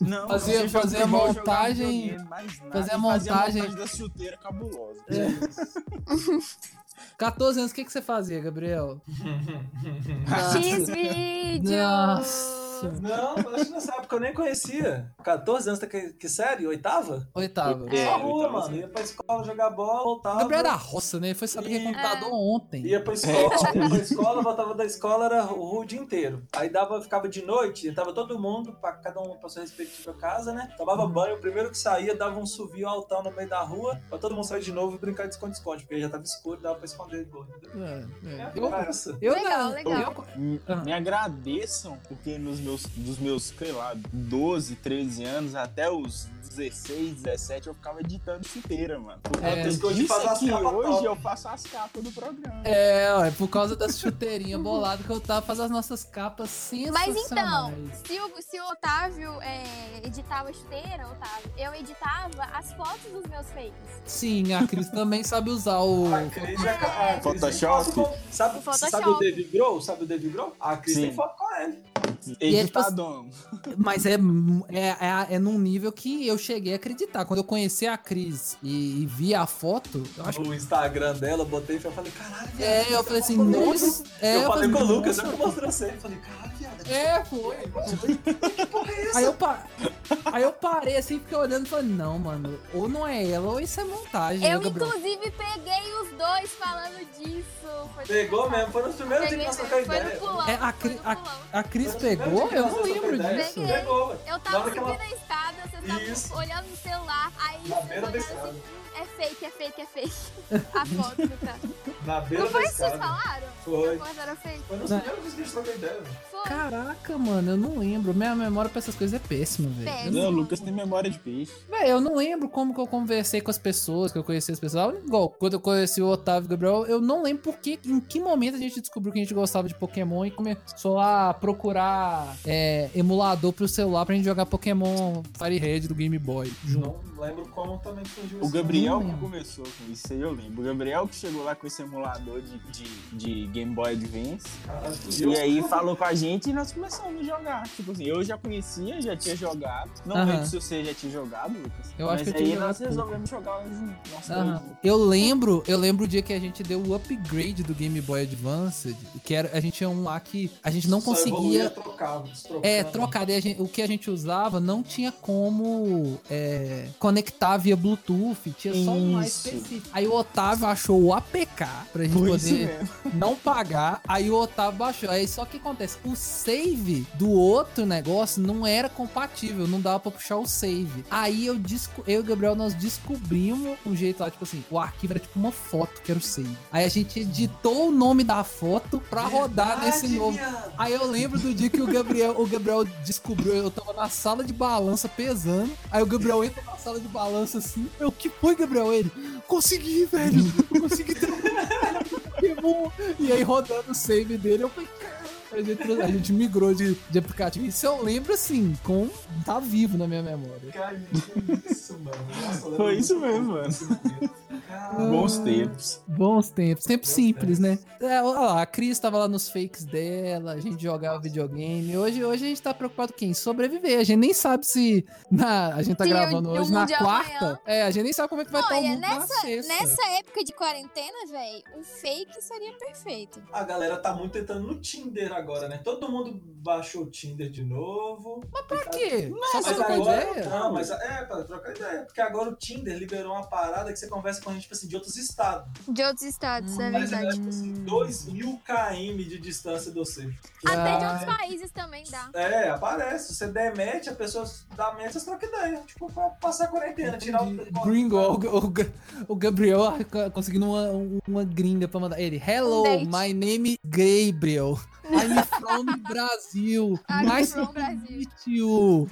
Speaker 5: Não,
Speaker 1: Fazia-
Speaker 5: assistia jogo de
Speaker 1: fazia
Speaker 5: futebol, jogava
Speaker 1: montagem-
Speaker 5: videogame, mais nada.
Speaker 1: fazia
Speaker 5: E
Speaker 1: montagem-
Speaker 5: montagem da chuteira cabulosa.
Speaker 1: [laughs] 14 anos, o que, que você fazia, Gabriel? [laughs]
Speaker 4: X vídeos.
Speaker 1: Nossa.
Speaker 2: Não, acho que nessa época eu nem conhecia. 14 anos, tá que, que série? Oitava?
Speaker 1: Oitava.
Speaker 5: É,
Speaker 2: Só rua,
Speaker 5: oitava
Speaker 2: mano.
Speaker 5: série.
Speaker 2: Ia pra escola jogar bola,
Speaker 1: O
Speaker 2: voltava.
Speaker 1: Gabriel era roça, né? Ele foi saber que é
Speaker 2: E-
Speaker 1: computador ontem.
Speaker 2: Ia pra
Speaker 5: É, tipo
Speaker 2: escola, ia pra escola, voltava da escola, era o rua o dia inteiro. Aí dava, ficava de noite, tava todo mundo, pra, cada um pra sua respectiva casa, né? Tomava banho, o primeiro que saía dava um subio altão no meio da rua, pra todo mundo sair de novo e brincar de esconde-esconde, porque já tava escuro, dava pra esconder. pô.
Speaker 1: É,
Speaker 2: É,
Speaker 1: é. Eu-
Speaker 2: conversa.
Speaker 1: Eu,
Speaker 4: Legal,
Speaker 1: não-
Speaker 4: legal.
Speaker 5: Me-
Speaker 1: Ah.
Speaker 5: Me agradeçam, porque nos meus, dos meus, sei lá, 12, 13 anos até os 16, 17, eu ficava editando chuteira, mano. Por
Speaker 1: É,
Speaker 5: conta
Speaker 2: porque hoje
Speaker 5: disso
Speaker 2: faz as
Speaker 5: aqui,
Speaker 2: capas
Speaker 5: hoje
Speaker 2: top.
Speaker 5: eu faço as capas do programa.
Speaker 1: É, ó, é por causa das chuteirinhas boladas que eu tava fazendo as nossas capas sensacionais.
Speaker 4: Mas então, se o, se o Otávio é, editava chuteira, Otávio, eu editava as fotos dos meus fakes.
Speaker 1: Sim, a Cris também sabe usar o...
Speaker 2: A Cris é ca- a Cris tem
Speaker 5: Photoshop?
Speaker 2: foto com- Sabe,
Speaker 4: Photoshop.
Speaker 2: sabe o David Grohl? Sabe o David Grohl? A Cris
Speaker 5: Sim.
Speaker 2: tem foto com ele.
Speaker 1: E é tipo
Speaker 5: Editadão.
Speaker 1: Mas é, mu- é, é, é num nível que eu cheguei a acreditar. Quando eu conheci a Cris e, e vi a foto, eu acho que.
Speaker 2: O Instagram dela, botei e falei, caralho, viado,
Speaker 1: É, eu
Speaker 2: você
Speaker 1: falei assim,
Speaker 2: mostrou isso?"
Speaker 1: nossa. É,
Speaker 2: eu, falei com o
Speaker 1: nossa.
Speaker 2: Lucas, eu que mostrei você. Eu falei, caralho, viado.
Speaker 1: É, foi.
Speaker 2: Que porra é essa?
Speaker 1: Aí eu, pa- Aí eu parei assim, fiquei olhando e falei, não, mano, ou não é ela, ou isso é montagem.
Speaker 4: Eu,
Speaker 1: né, Gabriel?
Speaker 4: inclusive, peguei os dois falando disso. Foi
Speaker 2: Pegou
Speaker 4: engraçado.
Speaker 2: mesmo, foi no primeiro dia
Speaker 4: Peguei
Speaker 2: que nós
Speaker 4: mesmo,
Speaker 2: trocamos
Speaker 4: Foi no
Speaker 2: ideia.
Speaker 4: pulão.
Speaker 1: É, a
Speaker 4: foi
Speaker 1: Cri-
Speaker 4: no pulão.
Speaker 1: A Cris
Speaker 2: Foi no primeiro
Speaker 1: pegou?
Speaker 2: dia que
Speaker 1: Eu
Speaker 2: nós
Speaker 1: não
Speaker 2: trocamos
Speaker 1: lembro
Speaker 2: ideia.
Speaker 1: disso.
Speaker 4: Peguei.
Speaker 2: Pegou, velho.
Speaker 4: Eu
Speaker 2: Na
Speaker 4: tava
Speaker 2: hora que ela-
Speaker 4: subindo a escada, vocês
Speaker 2: Isso.
Speaker 4: estavam olhando no celular, aí
Speaker 2: Na
Speaker 4: vocês
Speaker 2: beira da
Speaker 4: olharam
Speaker 2: escada.
Speaker 4: assim, "Hum, é fake, é fake, é fake.
Speaker 1: [laughs]
Speaker 4: A foto do cara.
Speaker 2: Na beira
Speaker 4: Não
Speaker 2: da
Speaker 4: foi isso que vocês
Speaker 2: escada.
Speaker 4: falaram?
Speaker 2: Foi.
Speaker 4: Mas era fake?
Speaker 2: Foi nos
Speaker 1: Não.
Speaker 2: primeiros dias que a gente trocou ideia, velho.
Speaker 4: Foi.
Speaker 1: Caraca, mano, eu não lembro. Minha memória pra essas coisas é péssima,
Speaker 4: Péssima.
Speaker 1: velho.
Speaker 5: Não, o Lucas tem memória de peixe.
Speaker 1: Véi, eu não lembro como que eu conversei com as pessoas, que eu conheci as pessoas. Igual, quando eu conheci o Otávio e o Gabriel, eu não lembro por que, em que momento a gente descobriu que a gente gostava de Pokémon e começou a procurar é, emulador pro celular pra gente jogar Pokémon Fire Red do Game Boy. junto.
Speaker 2: Não lembro como também surgiu
Speaker 5: O
Speaker 2: isso.
Speaker 5: Gabriel que
Speaker 1: lembro.
Speaker 5: começou com isso aí, eu lembro. O Gabriel que chegou lá com esse emulador de, de, de Game Boy Advance.
Speaker 2: Caralho,
Speaker 5: E
Speaker 2: eu-
Speaker 5: aí falou com a gente e nós começamos a jogar. Tipo assim, eu já conhecia, já tinha jogado. Não
Speaker 1: Aham.
Speaker 5: lembro se você já tinha jogado, Lucas.
Speaker 1: Eu acho
Speaker 5: mas
Speaker 1: que eu
Speaker 5: aí
Speaker 1: tinha
Speaker 5: nós
Speaker 1: jogado
Speaker 5: resolvemos jogar junto. Nós
Speaker 1: Aham.
Speaker 5: dois.
Speaker 1: Eu lembro, eu lembro o dia que a gente deu o upgrade do Game Boy Advance, que era, a gente tinha um lá que a gente não
Speaker 2: só evoluía
Speaker 1: conseguia
Speaker 2: trocado, destrocando.
Speaker 3: né?
Speaker 1: É, trocar. Daí a gente- o que a gente usava não tinha como é, conectar via Bluetooth, tinha só um mais
Speaker 5: Isso.
Speaker 1: específico. Aí o Otávio achou o APK pra gente
Speaker 5: Foi isso
Speaker 1: poder
Speaker 5: mesmo.
Speaker 1: [laughs] não pagar. Aí o Otávio baixou. Aí só que acontece, o save do outro negócio não era compatível, não dava pra puxar o save. Aí eu, desco- eu e o Gabriel, nós descobrimos um jeito lá, tipo assim, o arquivo era tipo uma foto que era o save. Aí a gente editou o nome da foto pra rodar nesse
Speaker 2: Verdade,
Speaker 1: novo.
Speaker 2: viado.
Speaker 1: Aí eu lembro do dia que o Gabriel, o Gabriel descobriu, eu tava na sala de balança pesando. Aí o Gabriel entra na sala de balança assim. Eu, que foi, Gabriel? Ele, consegui, velho. Eu consegui trocar. bom. E aí rodando o save dele, eu falei, cara. A gente, a gente migrou de, de aplicativo. Isso eu lembro assim, com. Tá vivo na minha memória.
Speaker 3: Cara, que isso, mano. Nossa, eu lembro
Speaker 5: [laughs] Foi isso mesmo, mano.
Speaker 3: disso, mano. Cara,
Speaker 5: Bons tempos.
Speaker 1: Bons tempos, tempos simples, né? É, olha lá, a Cris tava lá nos fakes dela, a gente jogava videogame. Hoje, hoje a gente tá preocupado com quem? Sobreviver. A gente nem sabe se. na- a gente tá
Speaker 4: Se
Speaker 1: gravando
Speaker 4: o- o
Speaker 1: hoje na
Speaker 4: mundo é
Speaker 1: quarta.
Speaker 4: amanhã.
Speaker 1: É, a gente nem sabe como é que vai estar o
Speaker 4: Olha,
Speaker 1: mundo na sexta.
Speaker 4: Nessa época de quarentena, velho, o fake seria perfeito.
Speaker 3: a galera tá muito entrando no Tinder agora, né? Todo mundo baixou o Tinder de novo.
Speaker 1: Mas pra quê? Só
Speaker 3: Mas
Speaker 1: pra trocar
Speaker 3: agora-
Speaker 1: Tá ideia?
Speaker 4: tá
Speaker 3: Não, mas é, pra trocar ideia. Porque agora o Tinder liberou uma parada que você conversa com gente tipo assim, de outros estados.
Speaker 4: De outros estados, é
Speaker 3: Mas é
Speaker 4: verdade.
Speaker 3: tipo assim, 2 mil km de distância de você.
Speaker 4: Até de
Speaker 1: Ah,
Speaker 4: outros países também dá.
Speaker 3: É, aparece. Você demete, a pessoa dá meta, você troca ideia. Tipo, pra passar a quarentena, tirar o.
Speaker 1: entendi. Gringo, o, o, o Gabriel ah, conseguindo uma, uma gringa pra mandar. Ele, hello,
Speaker 4: Um date.
Speaker 1: my name is Gabriel. I'm
Speaker 4: [laughs]
Speaker 1: from Brasil.
Speaker 4: I'm
Speaker 1: nice
Speaker 4: from
Speaker 1: to
Speaker 4: Brasil."
Speaker 1: meet you.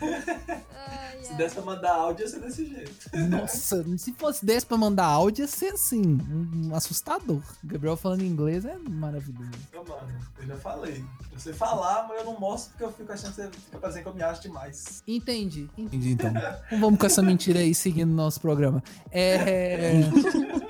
Speaker 4: Ai,
Speaker 3: Se
Speaker 4: ai.
Speaker 3: desse pra mandar áudio, ia ser desse jeito.
Speaker 1: Nossa, se fosse desse pra mandar áudio, ia ser assim, um, um assustador. Gabriel falando inglês é maravilhoso.
Speaker 3: Então, mano, eu já falei. Eu sei falar, mas eu não mostro porque eu fico achando que você fica parecendo que eu me acho demais.
Speaker 1: Entendi. Entendi, então. Então vamos com essa mentira aí, seguindo o nosso programa. É... [laughs]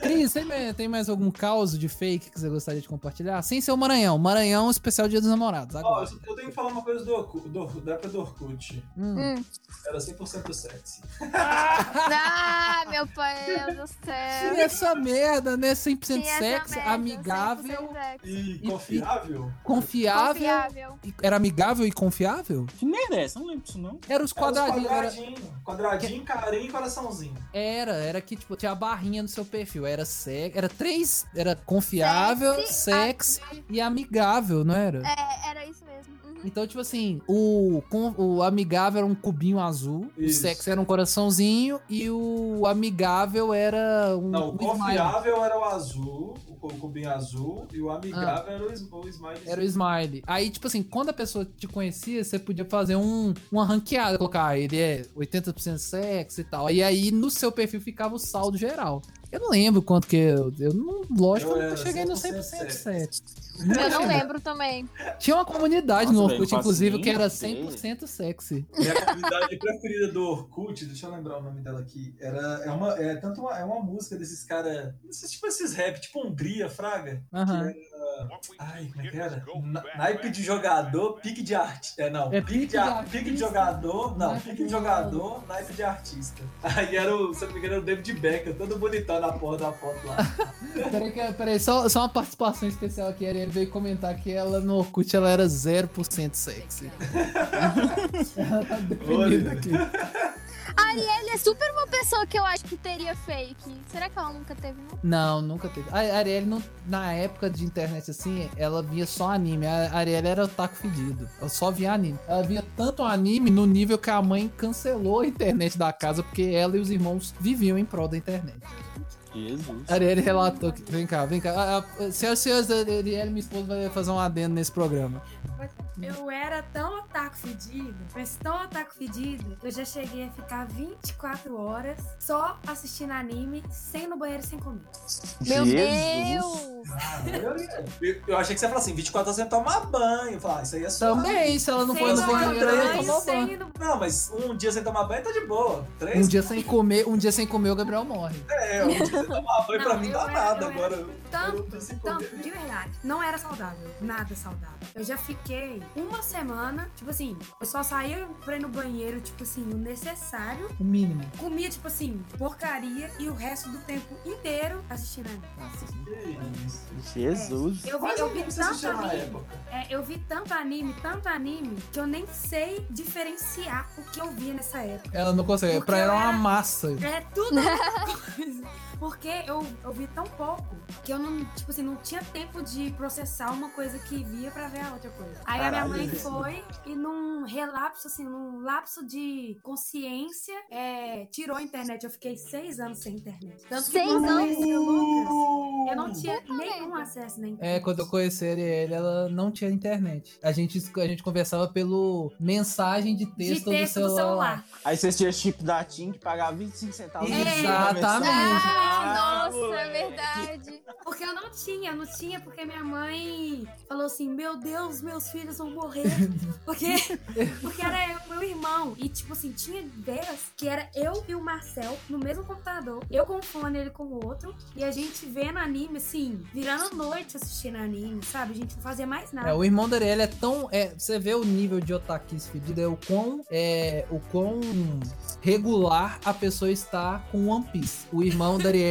Speaker 1: Cris, tem, mais- tem mais algum caos de fake que você gostaria de compartilhar? Sem ser o Maranhão. Maranhão, especial Dia dos Namorados.
Speaker 3: Ó,
Speaker 1: Agora.
Speaker 3: eu- eu tenho que falar uma coisa do, Orku- do, da época do Orkut.
Speaker 1: Hum.
Speaker 4: Hum.
Speaker 3: Era 100% sexy.
Speaker 4: Ah, meu pai do céu.
Speaker 1: Tinha essa merda, né? 100%
Speaker 4: Tinha essa
Speaker 1: sexo,
Speaker 4: merda,
Speaker 1: amigável,
Speaker 4: 100% sexo.
Speaker 3: E
Speaker 1: E-
Speaker 3: confiável?
Speaker 1: confiável.
Speaker 4: Confiável.
Speaker 1: E- Era amigável e confiável?
Speaker 5: Que merda é essa? Não lembro disso, não.
Speaker 1: Era os
Speaker 3: Era os
Speaker 1: quadradinhos. Era,
Speaker 3: quadradinho, quadradinho, carinho e coraçãozinho.
Speaker 1: era, era que, tipo, tinha a barrinha no seu perfil. Era sexo. Era três. Era confiável,
Speaker 4: Sexy,
Speaker 1: sexy e amigável, não era?
Speaker 4: É, era isso mesmo. Uhum.
Speaker 1: Então, tipo assim, o, com- o amigável era um cubinho azul,
Speaker 3: Isso.
Speaker 1: o sexo era um coraçãozinho e o amigável era um.
Speaker 3: Não, o
Speaker 1: um smile.
Speaker 3: confiável era o azul, o cu- cubinho azul, e o amigável era o, is- o smile.
Speaker 1: Ah. Era o smile. Aí, tipo assim, quando a pessoa te conhecia, você podia fazer um, uma ranqueada, colocar ah, ele é 80% sexo e tal. E aí no seu perfil ficava o saldo geral. Eu não lembro quanto que eu. eu não, lógico,
Speaker 3: Eu
Speaker 1: eu nunca
Speaker 3: era
Speaker 1: cheguei no 100%
Speaker 3: 100%
Speaker 1: sexo.
Speaker 4: Eu não lembro também.
Speaker 1: Tinha uma comunidade
Speaker 5: Nossa,
Speaker 1: no Orkut,
Speaker 5: velho, não faço
Speaker 1: inclusive, que
Speaker 5: nem
Speaker 1: era
Speaker 5: ideia.
Speaker 1: 100% sexy.
Speaker 3: Minha comunidade preferida do Orkut, deixa eu lembrar o nome dela aqui. Era, é, uma, é, tanto uma, é uma música desses caras. Tipo esses rap, tipo Hungria, Fraga.
Speaker 1: Aham.
Speaker 3: Ai, como é que era? Na- Naipe de jogador, pique de arte. É, não.
Speaker 1: É
Speaker 3: pique,
Speaker 1: pique
Speaker 3: de,
Speaker 1: de
Speaker 3: ar-
Speaker 1: artista,
Speaker 3: pique de jogador. Não,
Speaker 1: naipe
Speaker 3: pique de
Speaker 1: de
Speaker 3: jogador, naipe de artista. [laughs] Aí era o, se eu não me engano, era o David Becker, todo bonitão na porra da foto lá.
Speaker 1: Peraí, que- peraí, só, só uma participação especial aqui. Ele veio comentar que ela no Orkut ela era 0%
Speaker 3: [laughs]
Speaker 1: sexy. ela tá definida
Speaker 3: Olha.
Speaker 1: aqui.
Speaker 4: Arielle é super uma pessoa que eu acho que teria fake. Será que ela nunca teve? Não?
Speaker 1: Não, nunca teve. A Arielle, não- na época de internet assim, ela via só anime. A Arielle era taco fedido. Ela só via anime. Ela via tanto anime no nível que a mãe cancelou a internet da casa porque ela e os irmãos viviam em prol da internet.
Speaker 5: Jesus.
Speaker 1: A Arielle relatou que. Vem cá, vem cá. A, a, senhoras e senhores, a Arielle, minha esposa, vai fazer um adendo nesse programa.
Speaker 6: Eu era tão otaku fedido, mas tão otaku fedido, que eu já cheguei a ficar 24 horas só assistindo anime, sem ir no banheiro, sem comer.
Speaker 4: Meu
Speaker 5: Jesus.
Speaker 4: Deus!
Speaker 3: Eu, eu achei que você ia falar assim, 24 horas sem tomar banho. Eu falava, isso aí é só.
Speaker 1: Também, se ela não
Speaker 6: sem
Speaker 1: for no
Speaker 6: tomar
Speaker 1: banheiro, ela
Speaker 6: banho,
Speaker 1: tomou
Speaker 6: sem
Speaker 1: banho.
Speaker 6: ir no...
Speaker 3: Não, mas um dia sem tomar banho tá de boa. Três?
Speaker 1: Um dia sem comer, um dia sem comer, o Gabriel morre.
Speaker 3: É, um dia sem tomar banho pra
Speaker 6: Não,
Speaker 3: mim
Speaker 6: eu
Speaker 3: dá
Speaker 6: era-
Speaker 3: nada
Speaker 6: eu era assim.
Speaker 3: agora.
Speaker 6: Tanto,
Speaker 3: Eu tô sem
Speaker 6: tanto,
Speaker 3: poder.
Speaker 6: de verdade. Não era saudável. Nada saudável. Eu já fiquei uma semana, tipo assim, eu só saía pra ir no banheiro, tipo assim, o necessário.
Speaker 1: O mínimo.
Speaker 6: Comia, tipo assim, porcaria e o resto do tempo inteiro assistindo anime.
Speaker 3: Que isso.
Speaker 5: Jesus.
Speaker 6: Eu vi,
Speaker 3: Mas
Speaker 6: eu vi
Speaker 3: um você
Speaker 6: tanto
Speaker 3: assistia na
Speaker 6: anime,
Speaker 3: época.
Speaker 6: é, eu vi tanto anime, tanto anime, que eu nem sei diferenciar o que eu via nessa época.
Speaker 1: Ela não consegue.
Speaker 6: Porque
Speaker 1: Pra ela é uma
Speaker 6: ela-
Speaker 1: massa.
Speaker 6: É
Speaker 4: [laughs]
Speaker 6: tudo a mesma coisa. Porque eu, eu vi tão pouco que eu não, tipo assim, não tinha tempo de processar uma coisa que via pra ver a outra coisa. Aí a minha
Speaker 5: Caralho,
Speaker 6: mãe
Speaker 5: velho.
Speaker 1: é
Speaker 6: foi e num relapso, assim, num lapso de consciência, é, tirou a internet. Eu fiquei seis anos sem internet. Tanto que
Speaker 4: Seis
Speaker 6: quando eu
Speaker 4: anos?
Speaker 6: conheci o Lucas, eu não tinha nenhum acesso na internet.
Speaker 1: É, quando eu conheci a Arielle, ela não tinha internet. A gente, a gente conversava pelo mensagem de
Speaker 6: de
Speaker 1: texto,
Speaker 6: texto do celular. tá?
Speaker 5: Aí vocês tinham chip da TIM que pagava 25 centavos.
Speaker 1: Exatamente.
Speaker 5: Exatamente. Ah,
Speaker 4: nossa, é
Speaker 5: moleque.
Speaker 4: verdade.
Speaker 6: Porque eu não tinha, não tinha, porque minha mãe falou assim: Meu Deus, meus filhos
Speaker 1: [laughs]
Speaker 6: vão morrer. Porque, porque era eu, meu irmão. E, tipo assim, tinha veras que era eu e o Marcel no mesmo computador, eu com um fone, ele com o outro, e a gente vendo anime, assim, virando noite assistindo anime, sabe? A gente não fazia mais nada.
Speaker 1: É, o irmão da Ariel é tão. é, você vê o nível de otaquice fedido, é o quão. É, o quão regular a pessoa está com One Piece. O irmão [laughs] da Ariel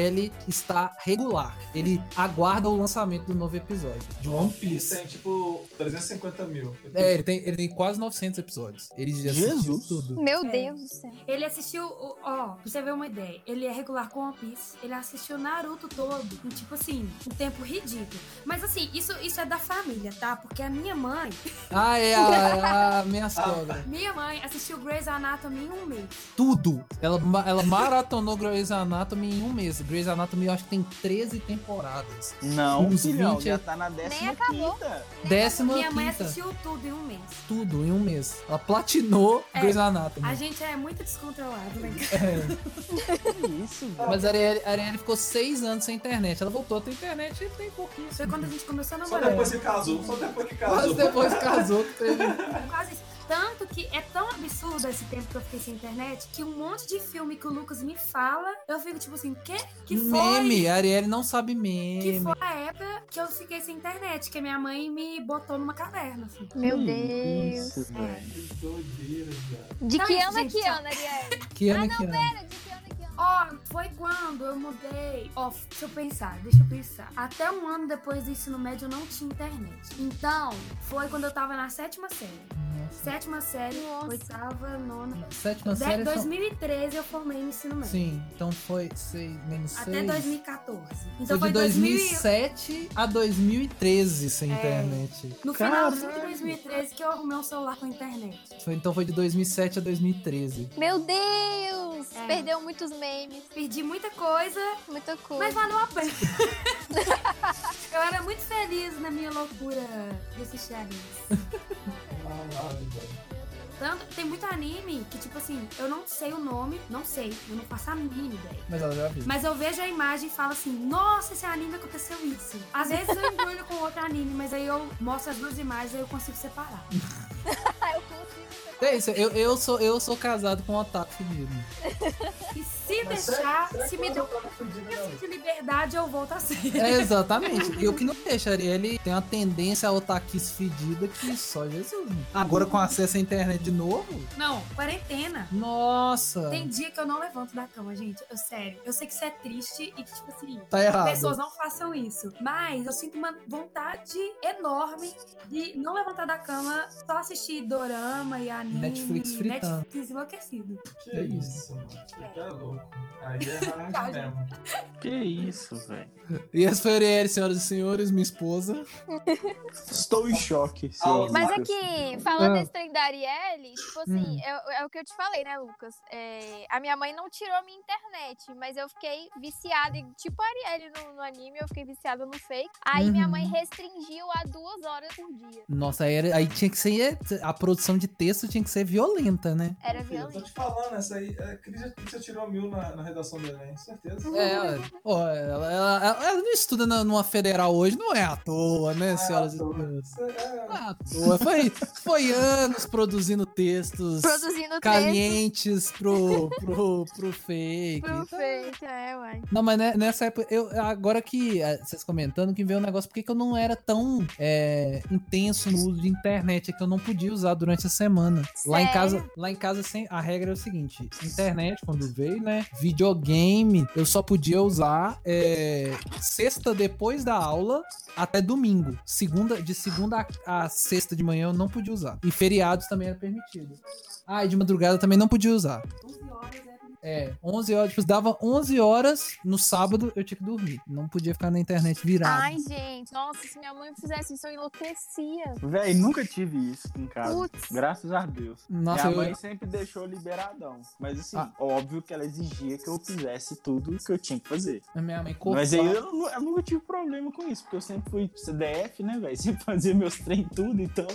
Speaker 1: está regular. Ele aguarda o lançamento do novo episódio de One
Speaker 3: Isso
Speaker 1: Piece.
Speaker 3: tem tipo 350 mil. Eu tenho-
Speaker 1: É, ele tem, ele tem quase 900 episódios. Ele já assistiu
Speaker 5: Jesus.
Speaker 1: tudo.
Speaker 4: Meu Deus do céu.
Speaker 6: Ele assistiu, o- ó, pra você ver uma ideia, ele é regular com One Piece, ele assistiu Naruto todo, em, tipo assim, um tempo ridículo. Mas assim, isso, isso é da família, tá? Porque a minha mãe,
Speaker 1: Ah, é a, a minha sogra.
Speaker 6: minha mãe assistiu Grey's Anatomy em um mês.
Speaker 1: Tudo. Ela, ma- ela maratonou Grey's Anatomy em um mês. Grey's Anatomy eu acho que tem 13 temporadas.
Speaker 5: Não,
Speaker 1: Uns
Speaker 5: filhão,
Speaker 1: 20
Speaker 5: já tá na décima
Speaker 4: acabou.
Speaker 5: quinta.
Speaker 1: Décima
Speaker 6: minha mãe
Speaker 1: quinta.
Speaker 6: assistiu tudo em um mês.
Speaker 1: Tudo em um mês. Ela platinou
Speaker 6: É.
Speaker 1: Grey's Anatomy.
Speaker 6: A gente é muito descontrolado, né?
Speaker 5: Que isso, velho.
Speaker 1: Mas a Arielle, a Arielle ficou seis anos sem internet. Ela voltou a ter internet e tem pouquinho.
Speaker 6: Foi quando a gente começou
Speaker 3: Só
Speaker 6: a namorar.
Speaker 3: depois que casou, só depois que
Speaker 1: Mas
Speaker 3: casou.
Speaker 1: depois casou, que teve.
Speaker 6: Quase isso. Tanto que é tão absurdo esse tempo que eu fiquei sem internet que um monte de filme que o Lucas me fala, eu fico tipo assim, quê? [laughs] Que foi?
Speaker 1: Um meme. A Arielle não sabe
Speaker 6: Que
Speaker 1: meme.
Speaker 6: foi a época que eu fiquei sem internet, que a minha mãe me botou numa caverna. Assim.
Speaker 4: Meu
Speaker 1: Hum,
Speaker 5: Que
Speaker 4: Deus.
Speaker 5: Isso, velho.
Speaker 3: Que doideira, cara.
Speaker 4: De que
Speaker 6: Tá,
Speaker 4: ano é
Speaker 6: gente,
Speaker 4: que
Speaker 6: tchau.
Speaker 4: ano, Ariel?
Speaker 1: Que ano
Speaker 4: Ah,
Speaker 1: que
Speaker 4: não,
Speaker 1: ano?
Speaker 4: pera, de que ano é que ano?
Speaker 6: Ó, foi quando eu mudei. Ó, deixa eu pensar, deixa eu pensar. Até um ano depois do ensino médio eu não tinha internet. Então, foi quando eu tava na sétima série. Sétima série,
Speaker 4: Nossa.
Speaker 6: oitava, nona.
Speaker 1: Sétima
Speaker 6: De-
Speaker 1: série. são-
Speaker 6: 2013 eu formei no ensino médio.
Speaker 1: Sim, então foi seis, menos
Speaker 6: Até
Speaker 1: seis.
Speaker 6: 2014. Então
Speaker 1: Foi
Speaker 6: foi,
Speaker 1: de
Speaker 6: 2000,
Speaker 1: 2007 a 2013
Speaker 6: É.
Speaker 1: sem internet.
Speaker 6: no finalzinho de 2013 que eu arrumei um celular com internet.
Speaker 1: Foi- Então foi de 2007 a 2013.
Speaker 4: Meu Deus!
Speaker 6: É.
Speaker 4: Perdeu muitos memes,
Speaker 6: Perdi muita coisa,
Speaker 4: muita
Speaker 6: mas
Speaker 4: coisa.
Speaker 6: valeu a pena. [laughs] eu era muito feliz na minha loucura de assistir animes.
Speaker 3: Caralho, velho.
Speaker 6: Tanto, tem muito anime que, tipo assim, eu não sei o nome, não sei, eu não faço a mínima ideia.
Speaker 1: Mas ela já viu.
Speaker 6: Mas eu vejo a imagem e falo assim, nossa, esse anime aconteceu isso. Às vezes eu engulho com outro anime, mas aí eu mostro as duas imagens e eu consigo separar.
Speaker 4: Ah, eu consigo.
Speaker 1: É isso, eu, eu, sou, eu sou casado com um otaku fedido.
Speaker 6: E se
Speaker 3: Mas
Speaker 6: deixar,
Speaker 3: será- será
Speaker 6: se
Speaker 3: que
Speaker 6: me
Speaker 3: eu
Speaker 6: der um
Speaker 3: tava fudido, não?
Speaker 6: pouquinho de liberdade, eu volto a ser.
Speaker 3: [laughs]
Speaker 1: É, exatamente. E o que não deixa, ele tem uma tendência a otaquice fedida que só Jesus. né? Agora com acesso à internet de novo?
Speaker 6: Não, quarentena.
Speaker 3: Ah.
Speaker 1: Nossa!
Speaker 6: Tem dia que eu não levanto da cama, gente. Eu sério. Eu sei que isso é triste e que, tipo assim,
Speaker 1: Tá
Speaker 3: Ah,
Speaker 1: errado.
Speaker 6: pessoas não façam isso. Mas eu sinto uma vontade enorme de não levantar da cama, só assistir dorama e anime.
Speaker 1: Netflix fritando.
Speaker 6: Netflix enlouquecido.
Speaker 3: Que
Speaker 1: é
Speaker 3: isso, mano. Você é louco. Aí é
Speaker 6: Tá,
Speaker 3: hard mesmo.
Speaker 5: Que isso, velho.
Speaker 1: E essa foi a Ariel, senhoras e senhores, minha esposa.
Speaker 5: Estou em choque. senhor
Speaker 4: Mas
Speaker 5: Lucas.
Speaker 4: aqui, falando
Speaker 1: Ah.
Speaker 4: desse trem da Arielle, tipo assim,
Speaker 1: Hum.
Speaker 4: é, é o que eu te falei, né, Lucas? É, a minha mãe não tirou minha internet, mas eu fiquei viciada, e- tipo a Arielle no, no anime, eu fiquei viciada no fake. Aí minha
Speaker 1: Uhum.
Speaker 4: mãe restringiu a duas horas por dia.
Speaker 1: Nossa, aí, era- aí tinha que ser. A produção de texto tinha que ser violenta, né?
Speaker 4: Era
Speaker 3: Ah, Filho, eu tô
Speaker 4: violento.
Speaker 3: te falando, essa aí. A Cris já- Cris já tirou mil na, na redação do Enem, certeza.
Speaker 1: É, ela- pô, ela, ela, ela- ela não estuda na- numa federal hoje, não é à toa, né, senhoras e
Speaker 3: à toa.
Speaker 1: senhores?
Speaker 3: Você é-
Speaker 1: Não é à toa. Foi, foi anos produzindo textos
Speaker 4: Produzindo texto
Speaker 1: calientes pro, pro, pro fake.
Speaker 4: pro fake, é, uai.
Speaker 1: Não, mas ne- nessa época, eu, agora que ah, vocês comentando, que veio um negócio, por que que eu não era tão é, intenso no uso de internet, é que eu não podia usar durante a semana. Lá em
Speaker 4: Sério?
Speaker 1: casa, lá em casa sem, a regra é o seguinte: internet, quando veio, né? Videogame, eu só podia usar é, sexta depois da aula até domingo. Segunda, de segunda a, a sexta de manhã eu não podia usar. E feriados também era permitido. Ah, e de madrugada eu também não podia usar.
Speaker 6: 11 horas é
Speaker 1: É, 11 horas, tipo, dava 11 horas no sábado, eu tinha que dormir. Não podia ficar na internet virado.
Speaker 4: Ai, gente, nossa, se minha mãe fizesse isso, eu enlouquecia.
Speaker 5: Véi, nunca tive isso em casa.
Speaker 4: Putz.
Speaker 5: Graças a Deus.
Speaker 1: Nossa,
Speaker 5: Minha mãe
Speaker 1: eu,
Speaker 5: sempre deixou liberadão. Mas assim,
Speaker 1: Ah.
Speaker 5: óbvio que ela exigia que eu fizesse tudo que eu tinha que fazer.
Speaker 1: a minha mãe cortou.
Speaker 5: Mas aí eu, nu- eu nunca tive problema com isso, porque eu sempre fui CDF, né, velho? [laughs] Sempre fazia meus trem tudo, então.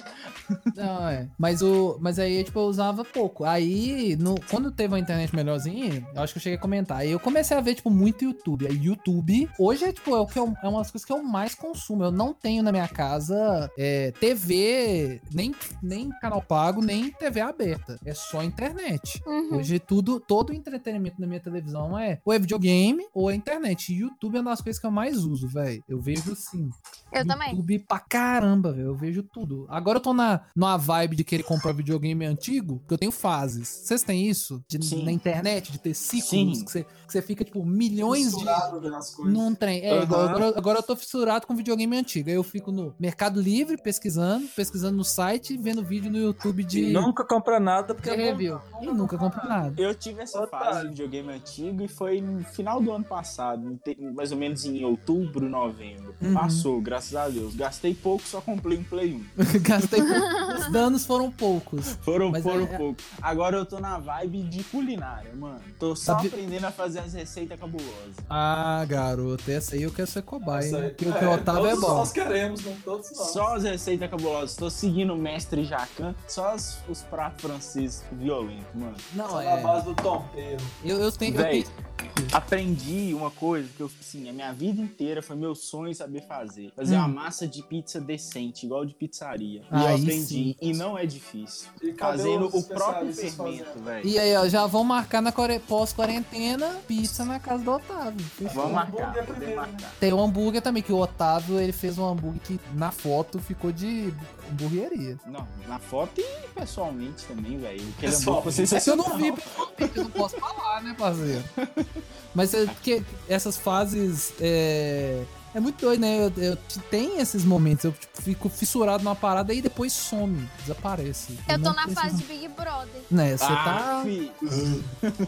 Speaker 1: Não, é. Mas, o, mas aí, tipo, eu usava pouco. Aí, no, quando teve uma internet melhorzinha, mim, eu acho que eu cheguei a comentar. Aí eu comecei a ver, tipo, muito YouTube. Aí YouTube, hoje é, tipo, é, o que eu- é uma das coisas que eu mais consumo. Eu não tenho na minha casa é, TV, nem, nem canal pago, nem TV aberta. É só internet.
Speaker 4: Uhum.
Speaker 1: Hoje tudo, todo o entretenimento na minha televisão é ou é videogame ou é internet. E YouTube é uma das coisas que eu mais uso, velho. Eu vejo sim.
Speaker 4: Eu também.
Speaker 1: YouTube pra caramba, velho. Eu vejo tudo. Agora eu tô na, numa vibe de querer comprar videogame antigo, porque eu tenho fases. Vocês têm isso? De-
Speaker 5: Sim.
Speaker 1: na internet, de ter ciclos
Speaker 5: Sim.
Speaker 1: que você, que você fica, tipo, milhões de.
Speaker 3: Misturado nas coisas.
Speaker 1: Num trem. É,
Speaker 5: Aham.
Speaker 1: igual agora, agora eu tô fissurado com videogame antigo. Aí eu fico no Mercado Livre pesquisando, pesquisando no site, vendo vídeo no YouTube de,
Speaker 2: Nunca compra nada porque é
Speaker 1: de review. E nunca compro nada.
Speaker 5: Eu tive essa
Speaker 2: Otário.
Speaker 5: fase de videogame antigo e foi no final do ano passado, em te- mais ou menos em outubro, novembro.
Speaker 1: Uhum.
Speaker 5: Passou, graças a Deus. Gastei pouco, só comprei um Play 1.
Speaker 1: [laughs] Gastei. pou- Os danos foram poucos.
Speaker 5: Foram,
Speaker 1: Mas
Speaker 5: foram
Speaker 1: é-
Speaker 5: pouco. Agora eu tô na vibe de culinária, mano. Tô só
Speaker 1: Sabe-
Speaker 5: aprendendo a fazer as receitas cabulosas.
Speaker 1: Ah, garoto, essa aí eu quero ser cobaia.
Speaker 3: Nossa,
Speaker 1: hein? Porque o que o Otávio é
Speaker 3: todos
Speaker 1: bom.
Speaker 3: Nós queremos, não todos nós.
Speaker 5: Só as receitas cabulosas. Tô seguindo o mestre Jacan. Só as- os pratos franceses violentos, mano.
Speaker 1: Não,
Speaker 3: Só
Speaker 1: é.
Speaker 3: na base do tompeiro.
Speaker 1: Eu, eu tenho. eu
Speaker 5: Véi,
Speaker 1: tenho-
Speaker 5: aprendi uma coisa que eu, assim, a minha vida inteira foi meu sonho saber fazer. Fazer
Speaker 1: Hum.
Speaker 5: uma massa de pizza decente, igual de pizzaria. E eu
Speaker 1: Aí
Speaker 5: aprendi.
Speaker 1: sim.
Speaker 5: E não é difícil.
Speaker 3: E cadê
Speaker 5: Fazendo
Speaker 3: os
Speaker 5: o próprio
Speaker 3: especialistas
Speaker 5: fermento,
Speaker 3: fazendo?
Speaker 5: velho.
Speaker 1: E aí, ó, já vão marcar na core- pós-quarentena pizza na casa do Otávio. Fechou.
Speaker 5: Vamos marcar,
Speaker 3: Hambúrguer
Speaker 5: podemos
Speaker 3: é primeiro, né?
Speaker 5: marcar.
Speaker 1: Tem um hambúrguer também, que o Otávio ele fez um hambúrguer que na foto ficou de hamburgueria.
Speaker 5: Não, na foto e pessoalmente também, velho. Aquele
Speaker 3: Pessoal,
Speaker 5: hambúrguer foi
Speaker 1: É que eu
Speaker 5: sensacional.
Speaker 1: não vi, porque eu não posso falar, né, parceiro? [laughs] Mas é porque essas fases. É, é muito doido, né? Eu, eu- tem esses momentos, eu tipo, fico fissurado numa parada e depois some, desaparece.
Speaker 4: Eu tô
Speaker 1: não
Speaker 4: na
Speaker 1: tenho
Speaker 4: fase
Speaker 1: esses-
Speaker 4: de Big Brother.
Speaker 1: Né, você
Speaker 5: Ah,
Speaker 1: tá.
Speaker 5: fi.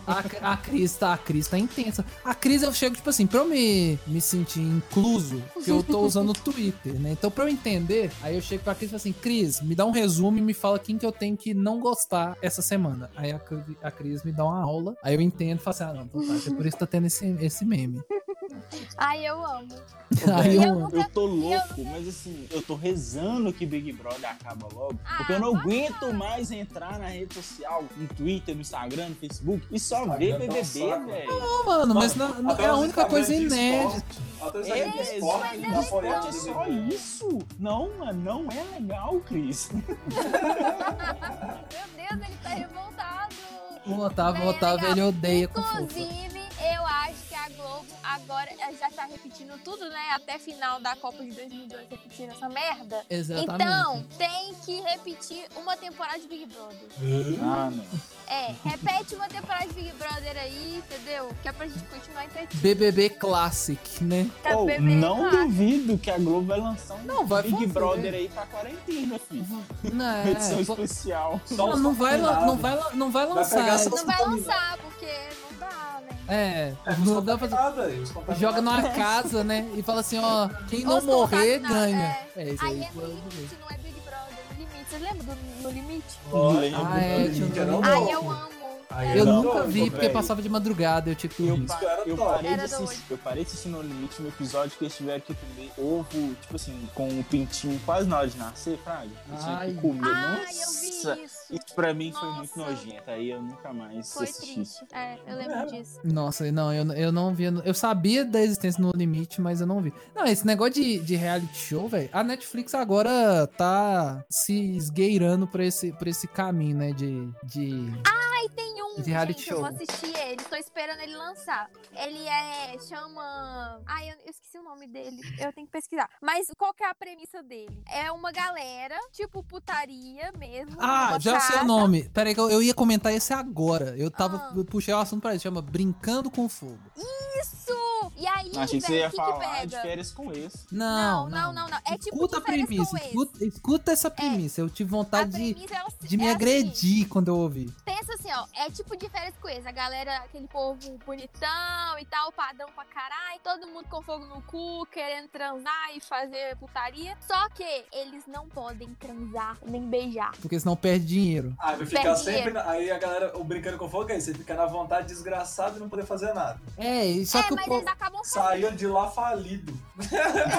Speaker 1: A, a crise tá, a crise tá intensa. A crise eu chego, tipo assim, pra eu me, me sentir incluso, que eu tô usando o Twitter, né? Então, pra eu entender, aí eu chego pra Cris e falo assim, Cris, me dá um resumo e me fala quem que eu tenho que não gostar essa semana. Aí a, Cri- a Cris me dá uma aula, aí eu entendo e falo assim, ah, não, então tá, é por isso que tá tendo esse, esse meme.
Speaker 4: Ai, eu amo.
Speaker 1: Aí
Speaker 4: Eu
Speaker 1: eu,
Speaker 4: nunca-
Speaker 5: Eu tô louco, mas assim, eu tô rezando que Big Brother acaba logo.
Speaker 4: Ah,
Speaker 5: Porque eu não
Speaker 4: vai
Speaker 5: aguento mais entrar na rede social, no Twitter, no Instagram, no Facebook, e só
Speaker 3: Instagram
Speaker 5: ver
Speaker 3: tá um
Speaker 5: BBB,
Speaker 3: saco.
Speaker 5: velho.
Speaker 1: não, mano, mas não, não- é a única coisa inédita.
Speaker 3: Até os
Speaker 5: É,
Speaker 3: Instagram de esporte,
Speaker 5: mas
Speaker 3: que
Speaker 5: é
Speaker 3: tá apoiado,
Speaker 5: É
Speaker 3: né?
Speaker 5: só isso. Não, mano, não é legal, Cris.
Speaker 4: Meu Deus, ele tá revoltado.
Speaker 1: O Otávio, o
Speaker 4: Bem
Speaker 1: Otávio,
Speaker 4: legal.
Speaker 1: ele odeia com força.
Speaker 4: Inclusive, eu acho que a Globo agora já tá repetindo tudo, né? Até final da Copa de 2002 repetindo essa merda.
Speaker 1: Exatamente.
Speaker 4: Então, tem que repetir uma temporada de Big Brother.
Speaker 5: Ah, não.
Speaker 4: É, repete uma temporada de Big Brother aí, entendeu? Que é pra gente continuar entretido.
Speaker 1: BBB Classic, né?
Speaker 4: Tá
Speaker 5: Ou,
Speaker 4: bebendo
Speaker 5: não
Speaker 4: água.
Speaker 5: duvido que a Globo vai lançar um
Speaker 1: Não, vai
Speaker 5: Big
Speaker 1: fazer.
Speaker 5: Brother aí pra quarentena, filho.
Speaker 1: Não, é,
Speaker 5: Edição
Speaker 1: pô-
Speaker 5: especial.
Speaker 1: Não, não vai,
Speaker 4: um
Speaker 1: lan- não, vai, lan- não vai lançar.
Speaker 3: pegar só- um
Speaker 4: Não vai lançar, porque não dá, né?
Speaker 1: É, não dá pra
Speaker 3: Ah, velho, os
Speaker 1: fazer.
Speaker 3: contaminados.
Speaker 1: Joga
Speaker 4: [laughs]
Speaker 1: numa casa, né? E fala assim, ó, quem não
Speaker 4: Os
Speaker 1: morrer
Speaker 4: contaminados,
Speaker 1: ganha. É, isso
Speaker 4: Aí
Speaker 1: aí.
Speaker 4: é no limite, não é Big Brother, no limite. Vocês lembram do No Limite?
Speaker 5: Não lembro.
Speaker 1: Ah, é,
Speaker 5: velho.
Speaker 1: tinha um-
Speaker 4: Ai, eu amo.
Speaker 3: Aí
Speaker 1: Eu
Speaker 3: não,
Speaker 1: nunca vi
Speaker 5: velho.
Speaker 1: porque passava de madrugada, eu tinha que
Speaker 5: Eu,
Speaker 1: dormir.
Speaker 5: pa-
Speaker 3: Isso era
Speaker 5: eu
Speaker 3: top.
Speaker 5: parei de
Speaker 4: Era da
Speaker 5: assistir, eu parei de assistir No Limite no episódio que eles tiveram que comer ovo, tipo assim, com um pintinho quase na hora de nascer, Fraga. Eu tinha
Speaker 1: Ai.
Speaker 5: que comer.
Speaker 4: Ai, eu
Speaker 5: Nossa!
Speaker 4: vi isso.
Speaker 5: Isso pra mim foi
Speaker 4: Nossa.
Speaker 5: muito nojento, aí eu nunca mais
Speaker 4: Foi
Speaker 5: assisti isso.
Speaker 4: triste. É, eu lembro disso.
Speaker 1: Nossa, não, eu, eu não via. Eu sabia da existência no limite, mas eu não vi. Não, esse negócio de, de reality show, velho. A Netflix agora tá se esgueirando pra esse, pra esse caminho, né? De. de...
Speaker 4: E tem um,
Speaker 1: De reality
Speaker 4: gente, eu vou
Speaker 1: show.
Speaker 4: assistir ele, tô esperando ele lançar. Ele é, chama... Ai, eu, eu esqueci o nome dele, eu tenho que pesquisar. Mas qual que é a premissa dele? É uma galera, tipo putaria mesmo.
Speaker 1: Ah,
Speaker 4: numa
Speaker 1: já sei o
Speaker 4: casa.
Speaker 1: nome. Peraí, que eu, eu ia comentar esse agora. Eu tava.
Speaker 4: Ah.
Speaker 1: Eu puxei o assunto pra ele. Chama Brincando com Fogo.
Speaker 4: Isso! E aí,
Speaker 5: Achei que você
Speaker 4: velho,
Speaker 5: ia
Speaker 4: que que
Speaker 5: falar de
Speaker 4: pega?
Speaker 5: férias com esse.
Speaker 1: Não, não,
Speaker 4: não, não. É tipo
Speaker 1: escuta a
Speaker 4: de férias
Speaker 1: premissa,
Speaker 4: com ex.
Speaker 1: escuta, escuta essa premissa. Eu tive
Speaker 4: A
Speaker 1: vontade de,
Speaker 4: premissa é o se-
Speaker 1: de me
Speaker 4: é assim,
Speaker 1: agredir quando eu ouvi.
Speaker 4: pensa assim, ó, é tipo de férias com ex. A galera, aquele povo bonitão e tal, padrão pra caralho, todo mundo com fogo no cu, querendo transar e fazer putaria. Só que eles não podem transar nem beijar.
Speaker 1: Porque senão perde dinheiro.
Speaker 3: Aí vai ficar
Speaker 4: Perde
Speaker 3: sempre. na- Aí a galera, o brincando com fogo é isso, você fica na vontade desgraçado e não poder fazer nada.
Speaker 1: É, e só
Speaker 4: é,
Speaker 1: que o
Speaker 4: mas
Speaker 1: povo.
Speaker 4: eles acabam fazendo.
Speaker 3: Saiu de lá falido.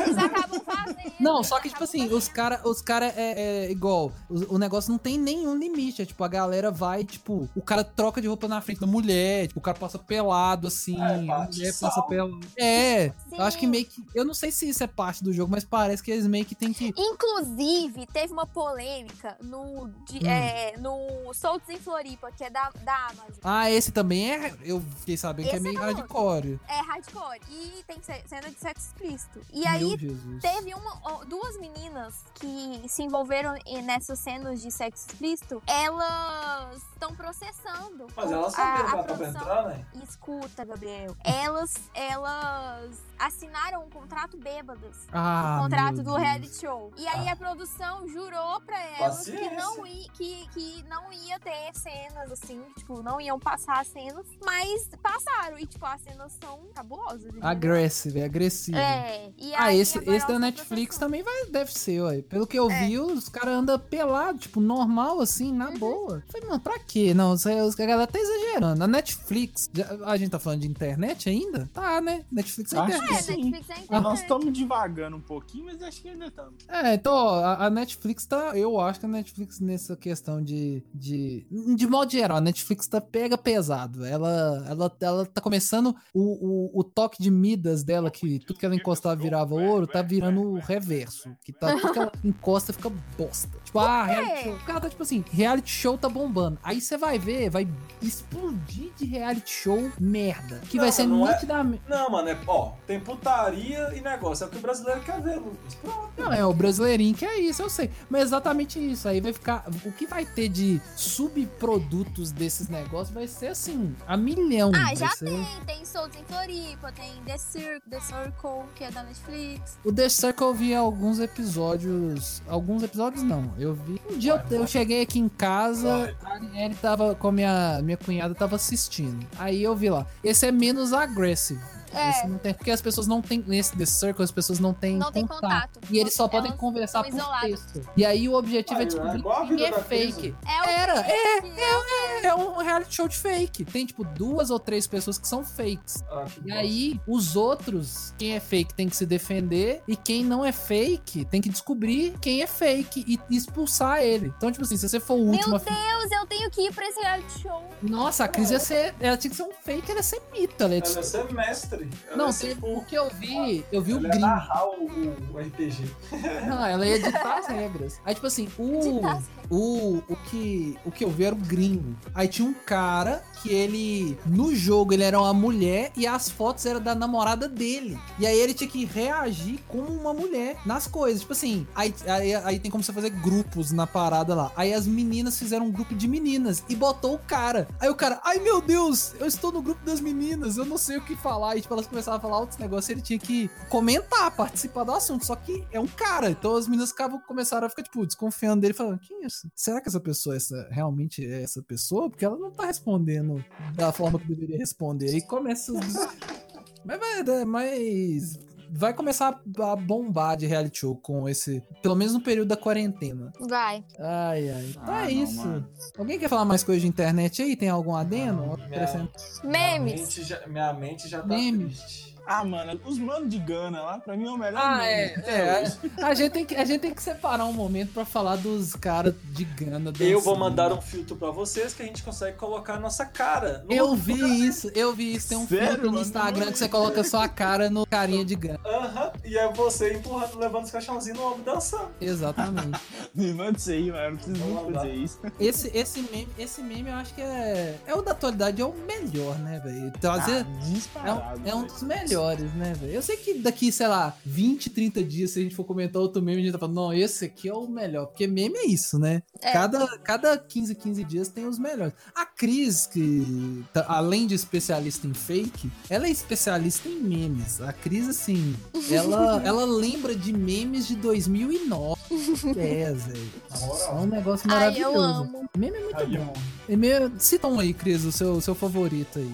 Speaker 4: Eles acabam fazendo.
Speaker 1: Não,
Speaker 4: eles
Speaker 1: só que, tipo
Speaker 4: acabam
Speaker 1: assim,
Speaker 4: fazendo.
Speaker 1: os caras os cara é, é igual. O, o negócio não tem nenhum limite. É tipo, a galera vai, tipo, o cara troca de roupa na frente da mulher, tipo, o cara passa pelado, assim,
Speaker 3: É,
Speaker 1: a
Speaker 3: parte
Speaker 1: mulher
Speaker 3: de
Speaker 1: passa
Speaker 3: sal.
Speaker 1: pelado. É,
Speaker 4: Sim.
Speaker 1: eu acho que meio que. Eu não sei se isso é parte do jogo, mas parece que eles meio que tem que.
Speaker 4: Inclusive, teve uma polêmica no, de-
Speaker 1: Hum.
Speaker 4: é, no Soltos em Floripa, que é da, da Amazon.
Speaker 1: Ah, esse também é. Eu fiquei sabendo que é
Speaker 4: Esse
Speaker 1: meio
Speaker 4: não.
Speaker 1: hardcore.
Speaker 4: É hardcore. E tem ce- cena de sexo explícito. E
Speaker 1: Meu
Speaker 4: aí
Speaker 1: Jesus.
Speaker 4: Teve uma, ó, duas meninas que se envolveram em- nessas cenas de sexo explícito. Elas estão processando.
Speaker 3: Mas elas
Speaker 1: Ah,
Speaker 3: sabiam é que ela tava entrando, né?
Speaker 4: Escuta, Gabriel. Elas, elas assinaram um contrato bêbadas.
Speaker 1: Ah,
Speaker 4: o contrato
Speaker 1: meu
Speaker 4: do
Speaker 1: Deus. Ah.
Speaker 4: reality show. E aí a produção jurou pra elas que
Speaker 3: Paciência.
Speaker 4: não, i- que, que não ia ter cenas assim, tipo, não iam passar as cenas, mas passaram. E, tipo, as cenas são cabulosas. entendeu?
Speaker 1: Aggressive, é agressivo.
Speaker 4: É. E
Speaker 1: Ah,
Speaker 4: aí
Speaker 1: esse,
Speaker 4: agora
Speaker 1: esse da
Speaker 4: elas tão
Speaker 1: Netflix né,
Speaker 4: processando.
Speaker 1: também vai, deve ser, ué. Pelo que eu
Speaker 4: É.
Speaker 1: vi, os caras andam pelado, tipo, normal, assim, na
Speaker 4: Uhum.
Speaker 1: boa. Eu Falei, não, pra quê? Não, isso aí, os- a galera tá exagerando. A Netflix, já- a gente tá falando de internet ainda? Tá, né? Netflix é
Speaker 5: Acho
Speaker 1: internet.
Speaker 5: que
Speaker 4: É,
Speaker 5: Sim.
Speaker 4: Netflix é
Speaker 5: Nós
Speaker 4: internet.
Speaker 5: estamos divagando um pouquinho, mas acho que ainda estamos.
Speaker 1: É, então, ó, a, a Netflix tá. Eu acho que a Netflix, nessa questão de. De, de modo geral, a Netflix tá pega pesado. Ela, ela, ela tá começando. O, o, o toque de Midas dela, que tudo que ela encostava virava
Speaker 3: é,
Speaker 1: ouro, tá virando o reverso. Que tá tudo que ela encosta fica bosta. Tipo, ah,
Speaker 3: É.
Speaker 1: reality show. O cara tá tipo assim, reality show tá bombando. Aí você vai ver, vai explodir de reality show merda. Que vai
Speaker 3: Não,
Speaker 1: ser
Speaker 3: não é-
Speaker 1: nitidamente.
Speaker 3: Não, mano, é, ó, tem putaria e negócio. É o que o brasileiro quer ver, Lucas. Pronto.
Speaker 1: Não, é o brasileirinho que é isso, eu sei. Mas é exatamente isso. Aí vai ficar. O que vai ter de subprodutos desses negócios vai ser assim, a milhão.
Speaker 4: Ah,
Speaker 1: vai
Speaker 4: já
Speaker 1: ser-
Speaker 4: Tem, tem Soltos em Floripa, tem The Circle, The Circle, que é da Netflix.
Speaker 1: O The Circle eu vi alguns episódios. Alguns episódios não. Eu vi. Um dia eu, eu cheguei aqui em casa, a Arielle tava com a minha, minha cunhada, tava assistindo. Aí eu vi lá. Esse é menos agressivo.
Speaker 4: É.
Speaker 1: Esse não tem, porque as pessoas não têm. Nesse The Circle, as pessoas não têm.
Speaker 4: não tem contato.
Speaker 1: então tá.
Speaker 4: É um
Speaker 1: E eles só podem
Speaker 4: Elas
Speaker 1: conversar por
Speaker 4: estão isoladas.
Speaker 1: texto. E aí o objetivo
Speaker 3: Ah,
Speaker 1: é
Speaker 3: é
Speaker 1: descobrir
Speaker 3: igual a
Speaker 1: quem
Speaker 3: vida
Speaker 1: é
Speaker 3: da
Speaker 1: fake.
Speaker 3: Cris,
Speaker 4: É o
Speaker 1: Era, é,
Speaker 4: fake,
Speaker 1: é, é, é um reality show de fake. Tem, tipo, duas ou três pessoas que são fakes.
Speaker 3: Ah, que
Speaker 1: E
Speaker 3: bosta.
Speaker 1: aí, os outros, quem é fake tem que se defender, e quem não é fake tem que descobrir quem é fake e expulsar ele. Então, tipo assim, se você for o último. a fi-
Speaker 4: Meu Deus, eu tenho que ir pra esse reality show.
Speaker 1: Nossa, a Cris ia ser. Ela tinha que ser um fake, ela ia ser mita. Ela ia
Speaker 3: Ela ia
Speaker 1: des-
Speaker 3: ser mestre. Ela
Speaker 1: Não,
Speaker 3: ia
Speaker 1: se-
Speaker 3: ser,
Speaker 1: o
Speaker 3: tipo,
Speaker 1: que eu vi, eu vi o
Speaker 3: ela é ia
Speaker 1: gringo.
Speaker 3: narrar o, o RPG.
Speaker 1: Não, ela ia ditar as regras. Aí, tipo assim, o.
Speaker 4: Ditar as
Speaker 1: O, o, que, o que eu vi era o gringo. Aí tinha um cara que ele. No jogo ele era uma mulher e as fotos eram da namorada dele. E aí ele tinha que reagir como uma mulher nas coisas. Tipo assim, aí, aí, aí tem como você fazer grupos na parada lá. Aí as meninas fizeram um grupo de meninas e botou o cara. Aí o cara, ai meu Deus, eu estou no grupo das meninas, eu não sei o que falar. E tipo, elas começavam a falar outros negócios e ele tinha que comentar, participar do assunto. Só que é um cara. Então as meninas ficavam, começaram a ficar, tipo, desconfiando dele, falando: quem é isso? Será que essa pessoa essa, realmente é essa pessoa? Porque ela não tá respondendo da forma que deveria responder. Aí começa os. [laughs] mas, vai- né, mas vai começar a bombar de reality show com esse. Pelo menos no período da quarentena.
Speaker 4: Vai.
Speaker 1: Ai, ai. Então
Speaker 5: Ah,
Speaker 1: é
Speaker 5: não,
Speaker 1: isso.
Speaker 5: mano.
Speaker 1: Alguém quer falar mais coisa de internet aí? Tem algum adeno?
Speaker 3: Não,
Speaker 1: Acrescenta-
Speaker 3: Minha
Speaker 4: Memes.
Speaker 3: mente já, minha mente já tá
Speaker 1: Memes.
Speaker 3: triste.
Speaker 5: Ah, mano, os manos de Gana lá, pra mim é o melhor meme.
Speaker 1: é. A gente, tem que, a gente tem que separar um momento pra falar dos caras de Gana.
Speaker 3: Eu vou
Speaker 1: dançando.
Speaker 3: mandar um filtro pra vocês que a gente consegue colocar a nossa cara. No...
Speaker 1: Eu vi isso, eu vi isso. Tem um
Speaker 5: Sério,
Speaker 1: filtro no
Speaker 5: mano?
Speaker 1: Instagram que você coloca sua cara no carinha de Gana.
Speaker 3: Aham, e é você empurrando, levando os caixãozinhos no ombro dançando.
Speaker 1: Exatamente.
Speaker 5: [laughs] Me manda isso aí, mano. Eu não preciso nem fazer isso.
Speaker 1: Esse, esse, meme, esse meme eu acho que é. É o da atualidade, é o melhor, né, velho?
Speaker 5: Ah,
Speaker 1: Trazer. É
Speaker 5: disparado.
Speaker 1: um, é um
Speaker 5: velho.
Speaker 1: dos melhores, né, velho? Eu sei que daqui, sei lá, 20, 30 dias, se a gente for comentar outro meme, a gente tá falando, não, esse aqui é o melhor. Porque meme é isso, né?
Speaker 4: É.
Speaker 1: Cada, cada 15, 15 dias tem os melhores. A Cris, que tá- além de especialista em fake, ela é especialista em memes. A Cris,
Speaker 4: [laughs]
Speaker 1: assim, ela, ela lembra de memes de 2009, 10, velho. É um negócio
Speaker 4: Ai,
Speaker 1: maravilhoso.
Speaker 4: eu amo.
Speaker 1: Meme é muito
Speaker 3: Aí,
Speaker 1: bom. E meme, cita um aí, Cris, o seu, seu favorito aí.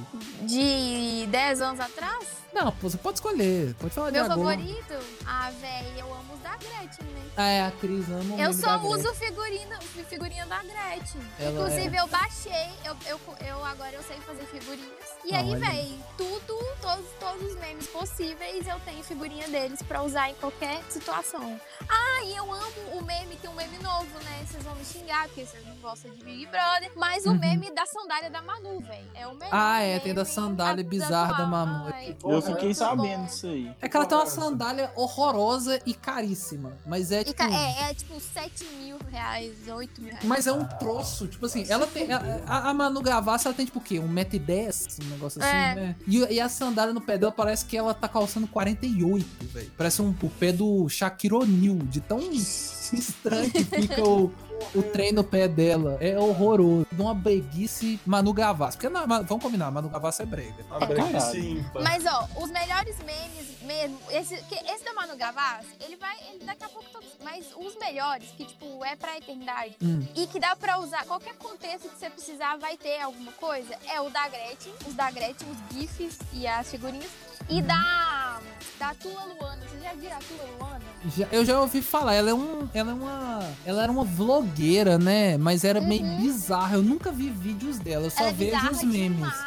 Speaker 4: De 10 anos atrás?
Speaker 1: Não, pô, você pode escolher. Pode falar
Speaker 4: Meu
Speaker 1: de agora.
Speaker 4: favorito? Ah, véi, eu amo os da Gretchen, né?
Speaker 1: Ah, é, a Cris ama o
Speaker 4: Eu
Speaker 1: meme da
Speaker 4: só
Speaker 1: Gretchen.
Speaker 4: uso figurina, figurinha da Gretchen.
Speaker 1: Ela é.
Speaker 4: Inclusive, eu baixei, eu, eu, eu agora eu sei fazer figurinhas. E
Speaker 1: Ah,
Speaker 4: aí,
Speaker 1: olha.
Speaker 4: véi, tudo, todos, todos os memes memes possíveis, eu tenho figurinha deles pra usar em qualquer situação. Ah, e eu amo o meme, tem um meme novo, né? Vocês vão me xingar, porque vocês não gostam de Big Brother. Mas o
Speaker 1: Uhum.
Speaker 4: meme da sandália da Manu, velho. É o melhor.
Speaker 1: Ah, é, tem
Speaker 4: meme
Speaker 1: da sandália bizarra da Manu. tipo
Speaker 5: Eu
Speaker 4: Ai, muito
Speaker 5: fiquei
Speaker 4: tá bom.
Speaker 5: sabendo disso aí.
Speaker 1: É que ela tem uma
Speaker 3: Horrorosa.
Speaker 1: sandália horrorosa e caríssima. Mas é
Speaker 4: E
Speaker 1: tipo.
Speaker 4: ca- É, é tipo 7 mil reais, 8 mil reais.
Speaker 1: Mas é um troço, tipo assim, ela tem. a- A, a Manu Gavassi, ela tem tipo o quê? 1,10m, um negócio assim,
Speaker 4: É.
Speaker 1: né? E, e a sandália no pé dela parece que ela tá calçando 48, velho. Parece um, o pé do Shaquille O'Neal, de
Speaker 4: [laughs]
Speaker 1: tão estranho que fica o, o trem no pé dela. É horroroso. De uma breguice Manu Gavassi. Porque, na- ma- vamos combinar, Manu Gavassi é brega.
Speaker 3: A
Speaker 5: caralho.
Speaker 3: breguice ímpar.
Speaker 4: Mas ó, os melhores memes mesmo, esse, que, esse da Manu Gavassi, ele vai, ele daqui a pouco todos, mas os melhores, que tipo, é pra eternidade,
Speaker 1: Hum.
Speaker 4: e que dá pra usar, qualquer contexto que você precisar vai ter alguma coisa, é o da Gretchen, os da Gretchen, os gifs e as figurinhas, e da, da Tula Luana, vocês já viram a Tula Luana?
Speaker 1: Já- eu já ouvi falar, ela é um. Ela é uma. Ela era uma vlogueira, né? Mas era meio bizarra. Eu nunca vi vídeos dela, eu só
Speaker 4: Uhum. ela é
Speaker 1: vejo
Speaker 4: bizarra
Speaker 1: os memes.
Speaker 4: demais,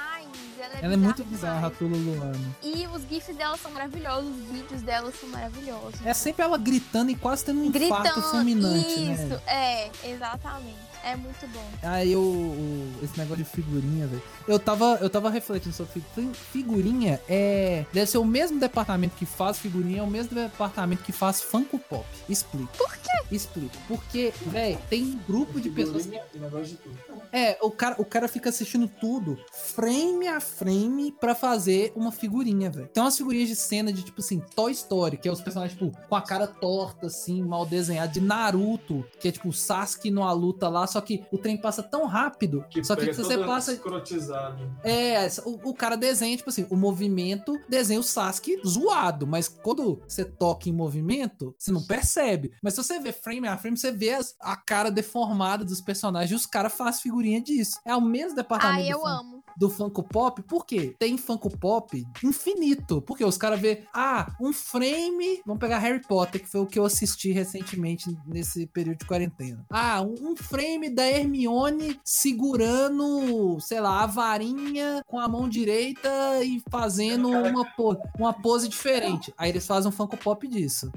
Speaker 4: ela é,
Speaker 1: Ela é muito bizarra, a
Speaker 4: bizarra demais.
Speaker 1: Tula Luana.
Speaker 4: E os gifs dela são maravilhosos, os vídeos dela são maravilhosos.
Speaker 1: É sempre ela gritando e quase tendo um infarto
Speaker 4: Gritando,
Speaker 1: fulminante,
Speaker 4: isso,
Speaker 1: né? Um
Speaker 4: é, exatamente. É muito bom.
Speaker 1: Aí eu, o- esse negócio de figurinha, velho. Eu tava, eu tava refletindo sobre fi- figurinha. É, deve ser o mesmo departamento que faz figurinha, é o mesmo departamento que faz Funko Pop. Explico. Por quê? Explico. Porque, velho, tem um grupo de pessoas
Speaker 3: Figurinha e negócio de tudo.
Speaker 1: É, o cara, o cara fica assistindo tudo, frame a frame, pra fazer uma figurinha, velho. Tem umas figurinhas de cena de, tipo assim, Toy Story, que é os personagens, tipo, com a cara torta, assim, mal desenhada, de Naruto, que é tipo o Sasuke numa luta lá, só que o trem passa tão rápido,
Speaker 3: Que
Speaker 1: só que
Speaker 3: pega
Speaker 1: se você
Speaker 3: todo
Speaker 1: passa.
Speaker 3: escrotizado.
Speaker 1: É, o, o cara desenha, tipo assim, o movimento desenha o Sasuke zoado, mas quando você toca em movimento, você não percebe. Mas se você vê frame a frame, você vê as- a cara deformada dos personagens e os caras fazem figurinha disso. É o mesmo
Speaker 4: Ah,
Speaker 1: departamento do,
Speaker 4: eu
Speaker 1: fun-
Speaker 4: amo.
Speaker 1: do Funko Pop, por quê? Tem Funko Pop infinito, porque os caras vê, ah, um frame, vamos pegar Harry Potter, que foi o que eu assisti recentemente nesse período de quarentena. Ah, um, um frame da Hermione segurando, sei lá, a varinha com a mão direita e fazendo uma, po- uma pose diferente. Aí eles fazem um Funko Pop disso.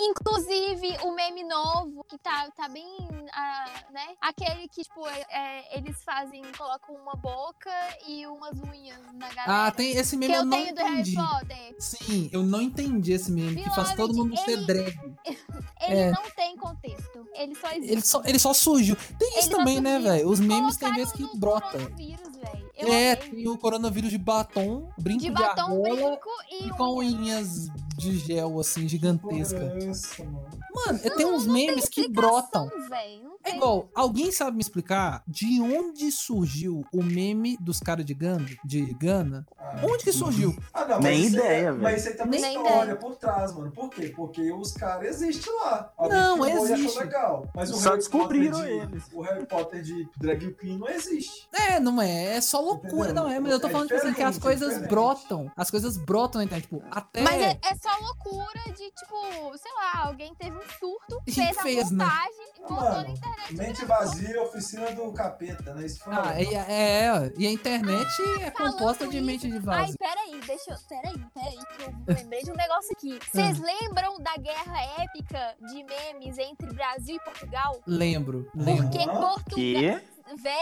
Speaker 4: Inclusive, o meme novo, que tá, tá bem, ah, né? Aquele que, tipo, é- é, eles fazem, colocam uma boca e umas unhas na galera.
Speaker 1: Ah, tem esse
Speaker 4: É, que
Speaker 1: meme eu
Speaker 4: eu
Speaker 1: não
Speaker 4: tenho do Harry
Speaker 1: entendi.
Speaker 4: Potter.
Speaker 1: Sim, eu não entendi esse meme, que faz
Speaker 4: Beloved,
Speaker 1: todo mundo ser
Speaker 4: ele-
Speaker 1: drag.
Speaker 4: Ele
Speaker 1: É.
Speaker 4: não tem contexto. Ele só existe.
Speaker 1: Ele só, ele só surgiu. Tem isso
Speaker 4: é. Ele só
Speaker 1: também, né,
Speaker 4: surgiu.
Speaker 1: velho? Os memes tem
Speaker 4: Colocaram
Speaker 1: vezes que
Speaker 4: no
Speaker 1: brota.
Speaker 4: coronavírus, velho. Eu
Speaker 1: É,
Speaker 4: amei.
Speaker 1: tem o coronavírus de batom, brinco de,
Speaker 4: De batom,
Speaker 1: argola
Speaker 4: branco e um
Speaker 1: e
Speaker 4: unha.
Speaker 1: com unhas de gel, assim, gigantesca.
Speaker 3: Nossa, mano.
Speaker 1: Mano, tem uns memes que brotam.
Speaker 4: Explicação, véi, não
Speaker 1: É
Speaker 4: tem.
Speaker 1: igual, alguém sabe me explicar de onde surgiu o meme dos caras de Gana? De Gana?
Speaker 3: Ah.
Speaker 1: Onde que surgiu?
Speaker 3: Ah, não,
Speaker 5: Nem
Speaker 3: mas isso
Speaker 5: ideia,
Speaker 3: é,
Speaker 5: velho.
Speaker 3: Mas isso aí tem uma
Speaker 4: Nem
Speaker 3: história
Speaker 4: ideia.
Speaker 3: por trás, mano. Por quê? Porque os caras existem lá. Alguém
Speaker 1: Não,
Speaker 3: filmou e achou
Speaker 1: existe.
Speaker 3: legal. Mas o
Speaker 5: Só
Speaker 3: Harry
Speaker 5: descobriram
Speaker 3: Potter de-
Speaker 5: eles.
Speaker 3: O Harry Potter de drag queen não existe.
Speaker 1: É, não é, é só loucura,
Speaker 3: Entendeu?
Speaker 1: não é, mas eu tô
Speaker 3: É
Speaker 1: falando tipo assim, que as
Speaker 3: diferente,
Speaker 1: coisas
Speaker 3: diferente.
Speaker 1: brotam, as coisas brotam na internet, tipo, até...
Speaker 4: Mas é, é só loucura de, tipo, sei lá, alguém teve um surto,
Speaker 1: E
Speaker 4: fez a
Speaker 1: fez, né?
Speaker 4: montagem, botou na
Speaker 3: Mano,
Speaker 4: internet.
Speaker 3: mente vazia, oficina do capeta, né? Isso foi
Speaker 1: Ah, é, é, é, e a internet é composta de
Speaker 4: Ah, isso,
Speaker 1: mente de
Speaker 4: Ai,
Speaker 1: vazio.
Speaker 4: peraí, deixa eu. Peraí, peraí, que eu lembrei de um negócio aqui.
Speaker 1: Ah.
Speaker 4: Vocês lembram da guerra épica de memes entre Brasil e Portugal?
Speaker 1: Lembro, lembro.
Speaker 4: Porque
Speaker 3: Aham.
Speaker 4: Portugal.
Speaker 5: Que?
Speaker 4: Véi,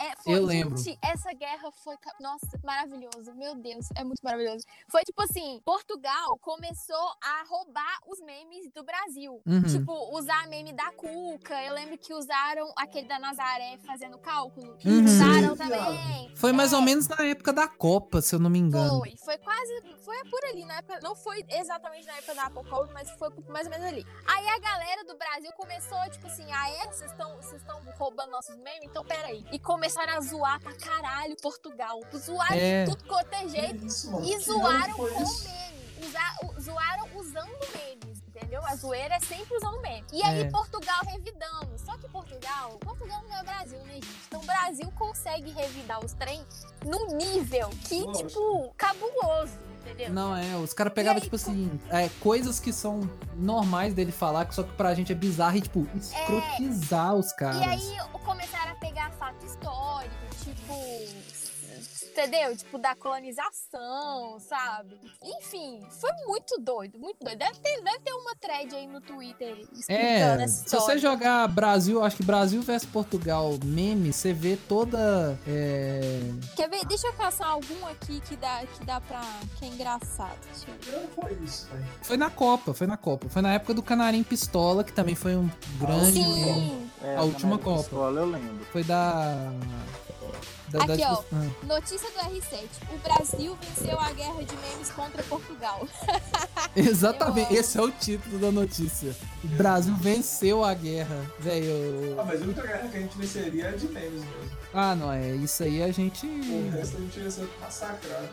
Speaker 4: é, foi,
Speaker 1: Eu lembro.
Speaker 4: gente, essa guerra foi, ca- nossa, maravilhoso, meu Deus, é muito maravilhoso. Foi tipo assim, Portugal começou a roubar os memes do Brasil.
Speaker 1: Uhum.
Speaker 4: Tipo, usar meme da Cuca, eu lembro que usaram aquele da Nazaré fazendo cálculo.
Speaker 1: Uhum.
Speaker 3: Sim,
Speaker 4: Usaram também.
Speaker 1: Foi mais
Speaker 4: É,
Speaker 1: ou menos na época da Copa, se eu não me engano.
Speaker 4: Foi, foi quase, foi por ali na época, não foi exatamente na época da Apocalipse, mas foi mais ou menos ali. Aí a galera do Brasil começou, tipo assim, ah é, vocês estão vocês estão roubando nossos memes? Então peraí. E começaram a zoar pra caralho Portugal, zoaram
Speaker 1: É.
Speaker 4: de tudo quanto é jeito
Speaker 3: Que isso, mano.
Speaker 4: e
Speaker 3: Que
Speaker 4: zoaram
Speaker 3: ano foi
Speaker 4: com
Speaker 3: isso?
Speaker 4: meme. Usa- u- zoaram usando memes, entendeu? A zoeira é sempre usando meme. E aí
Speaker 1: É.
Speaker 4: Portugal revidando. Só que Portugal, Portugal não é Brasil, né, gente? Então o Brasil consegue revidar os trem num nível que,
Speaker 3: Lógico.
Speaker 4: tipo, cabuloso, entendeu?
Speaker 1: Não, é, os caras pegaram,
Speaker 4: E aí,
Speaker 1: tipo assim, é, coisas que são normais dele falar, que só que pra gente é bizarro e, tipo, escrotizar os
Speaker 4: É, E
Speaker 1: caras.
Speaker 4: aí começaram a pegar fato histórico, tipo. Entendeu? Tipo, da colonização, sabe? Enfim, foi muito doido, muito doido. Deve ter, deve ter uma thread aí no Twitter
Speaker 1: É,
Speaker 4: explicando essa
Speaker 1: se você
Speaker 4: história.
Speaker 1: jogar Brasil, acho que Brasil versus Portugal meme, você vê toda. é,
Speaker 4: Quer ver? Deixa eu caçar algum aqui que dá, que dá pra. que é engraçado. Deixa eu ver.
Speaker 3: Não foi isso, velho.
Speaker 1: Foi na Copa, foi na Copa. Foi na época do Canarim Pistola, que também foi um grande meme.
Speaker 4: Sim!
Speaker 5: É,
Speaker 1: A última
Speaker 5: Canário
Speaker 1: Copa.
Speaker 5: Pistola, eu lembro.
Speaker 1: Foi da. da
Speaker 4: Aqui,
Speaker 1: da-
Speaker 4: ó.
Speaker 1: Ah.
Speaker 4: Notícia do R7. O Brasil venceu a guerra de memes contra Portugal.
Speaker 1: [laughs] Exatamente,
Speaker 4: Eu amo.
Speaker 1: esse é o título da notícia. O Brasil venceu a guerra,
Speaker 3: Ah,
Speaker 1: velho.
Speaker 3: mas a única guerra que a gente venceria é de memes mesmo.
Speaker 1: Ah, não, é isso aí a gente.
Speaker 3: O resto a gente ia ser massacrado.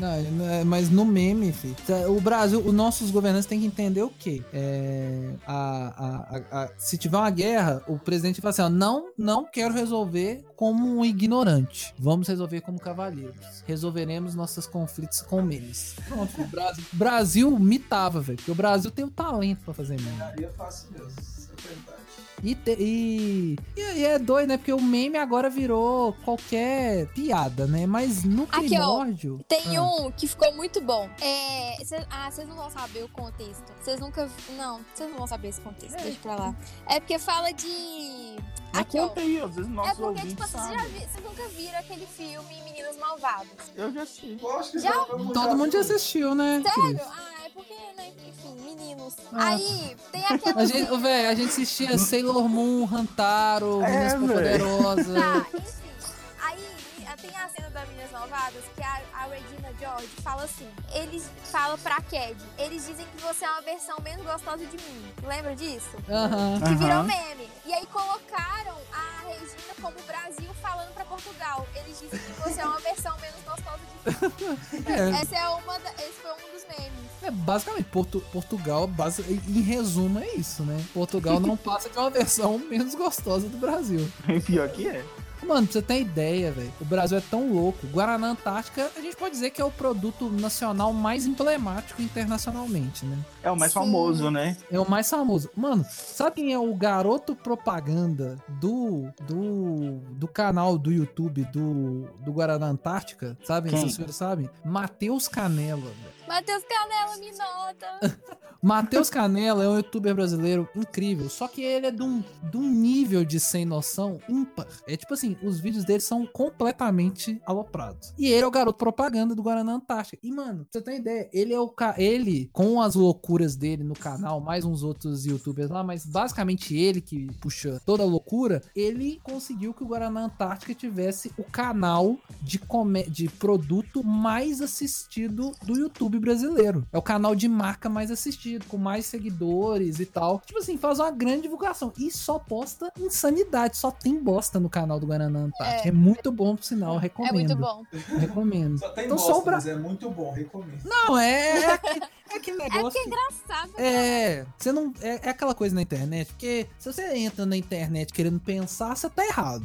Speaker 1: Não, não é- mas no meme, fi. Tá, O Brasil, os nossos governantes têm que entender o quê? É, a- a- a- a- se tiver uma guerra, o presidente fala assim: ó, não, não quero resolver como um ignorante. Vamos resolver como cavaleiros. Resolveremos nossos conflitos com memes. Pronto, o Brasil, Brasil mitava, velho. Porque o Brasil tem o talento pra fazer meme.
Speaker 3: Daria fácil mesmo, isso é verdade.
Speaker 1: E, te- e, e e é doido, né? Porque o meme agora virou qualquer piada, né? Mas no
Speaker 4: Aqui, ó.
Speaker 1: primórdio.
Speaker 4: Tem
Speaker 1: Ah.
Speaker 4: um que ficou muito bom. É. cê- ah, vocês não vão saber o contexto. Vocês nunca. Não, vocês não vão saber esse contexto. Deixa pra lá. É porque fala de.
Speaker 5: Mas
Speaker 4: Aqui, ó.
Speaker 5: conta [laughs] aí, às vezes
Speaker 4: É
Speaker 5: nossos
Speaker 4: porque,
Speaker 5: ouvintes
Speaker 4: tipo, vocês
Speaker 5: sabem.
Speaker 4: já vi- vocês nunca viram aquele filme Meninas Malvadas.
Speaker 5: Eu já assisti.
Speaker 3: Eu acho que
Speaker 4: Já-
Speaker 3: todo mundo
Speaker 1: Todo mundo já
Speaker 3: viu.
Speaker 1: assistiu, né?
Speaker 4: Sério?
Speaker 1: Cris?
Speaker 4: Ah, é porque, né, enfim, meninos.
Speaker 1: Ah.
Speaker 4: Aí, tem aquela.
Speaker 1: A gente, ô, véi, a gente assistia Sailor Moon, Hantaro,
Speaker 5: É,
Speaker 1: Meninas
Speaker 5: véi.
Speaker 1: Poderosas.
Speaker 4: Tá, enfim. Aí eh, tem a cena das Minas Malvadas que a, a Regina George fala assim: eles falam pra Cad, eles dizem que você é uma versão menos gostosa de mim. Lembra disso?
Speaker 1: Aham.
Speaker 4: Que virou
Speaker 5: Aham.
Speaker 4: meme. E aí colocaram a Regina como Brasil falando pra Portugal. Eles dizem que você é uma versão menos gostosa de mim.
Speaker 1: [laughs] É,
Speaker 4: Essa é uma da- esse foi um dos memes.
Speaker 1: é, basicamente, Portu- Portugal, basi- em resumo, é isso, né? Portugal não passa de uma versão [laughs] menos gostosa do Brasil.
Speaker 5: Pior que é.
Speaker 1: Mano, pra você ter ideia, velho, o Brasil é tão louco. Guaraná Antártica, a gente pode dizer que é o produto nacional mais emblemático internacionalmente, né?
Speaker 5: É o mais
Speaker 4: Sim.
Speaker 5: famoso, né?
Speaker 1: É o mais famoso. Mano, sabe quem é o garoto propaganda do do, do canal do YouTube do, do Guaraná Antártica? Sabem?
Speaker 5: Quem?
Speaker 1: Vocês senhores sabem? Matheus Canela, velho.
Speaker 4: Matheus Canela me nota.
Speaker 1: Matheus Canela é um youtuber brasileiro incrível, só que ele é de um, de um nível de sem noção ímpar. É tipo assim, os vídeos dele são completamente aloprados. E ele é o garoto propaganda do Guaraná Antártica. E, mano, pra você tem ideia, ele é o ca... ele, com as loucuras dele no canal, mais uns outros youtubers lá, mas basicamente ele que puxa toda a loucura, ele conseguiu que o Guaraná Antártica tivesse o canal de, come- de produto mais assistido do YouTube brasileiro. É o canal de marca mais assistido, com mais seguidores e tal. Tipo assim, faz uma grande divulgação. E só posta insanidade, só tem bosta no canal do Guaraná Antártica. É, muito bom, por sinal,
Speaker 4: É
Speaker 1: recomendo.
Speaker 4: muito bom.
Speaker 1: Recomendo.
Speaker 4: [laughs]
Speaker 3: Só tem
Speaker 1: Então
Speaker 3: bosta,
Speaker 1: só o Bra-
Speaker 3: mas é muito bom, recomendo.
Speaker 1: Não, é, é, aquele- é aquele
Speaker 4: É
Speaker 1: negócio.
Speaker 4: porque é engraçado.
Speaker 1: É, você não. É, é aquela coisa na internet, porque se você entra na internet querendo pensar, você tá errado.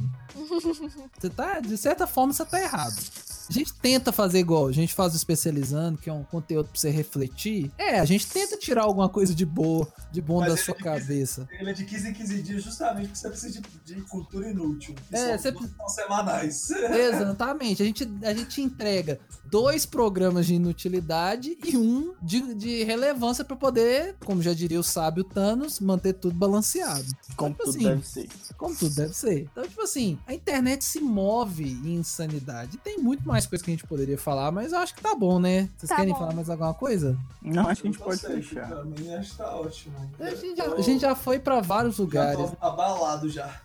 Speaker 1: Você tá, de certa forma, você tá errado. A gente tenta fazer igual, a gente faz o especializando, que é um conteúdo pra você refletir. É, a gente tenta tirar alguma coisa de boa, de bom da
Speaker 3: Mas é
Speaker 1: sua
Speaker 3: difícil. [laughs]
Speaker 1: cabeça.
Speaker 3: Ele é de 15 em 15 dias justamente porque você precisa de, de cultura inútil. Que
Speaker 1: É,
Speaker 3: são,
Speaker 1: você-
Speaker 3: são semanais.
Speaker 1: [laughs] Exatamente. A gente, a gente entrega dois programas de inutilidade e um de, de relevância pra poder, como já diria o sábio Thanos, manter tudo balanceado.
Speaker 5: Como
Speaker 1: Tipo
Speaker 5: tudo
Speaker 1: assim,
Speaker 5: deve ser.
Speaker 1: Como tudo deve ser. Então, tipo assim, a internet se move em insanidade. Tem muito mais coisa que a gente poderia falar, mas eu acho que tá bom, né? Vocês
Speaker 4: Tá
Speaker 1: querem
Speaker 4: bom.
Speaker 1: falar mais alguma coisa?
Speaker 5: Não, acho que a gente
Speaker 3: Eu
Speaker 5: pode
Speaker 3: sei,
Speaker 5: fechar.
Speaker 3: Pra mim, acho que tá ótimo.
Speaker 1: A gente já,
Speaker 3: Eu-
Speaker 1: a gente já foi pra vários
Speaker 3: já
Speaker 1: lugares.
Speaker 3: tô abalado já.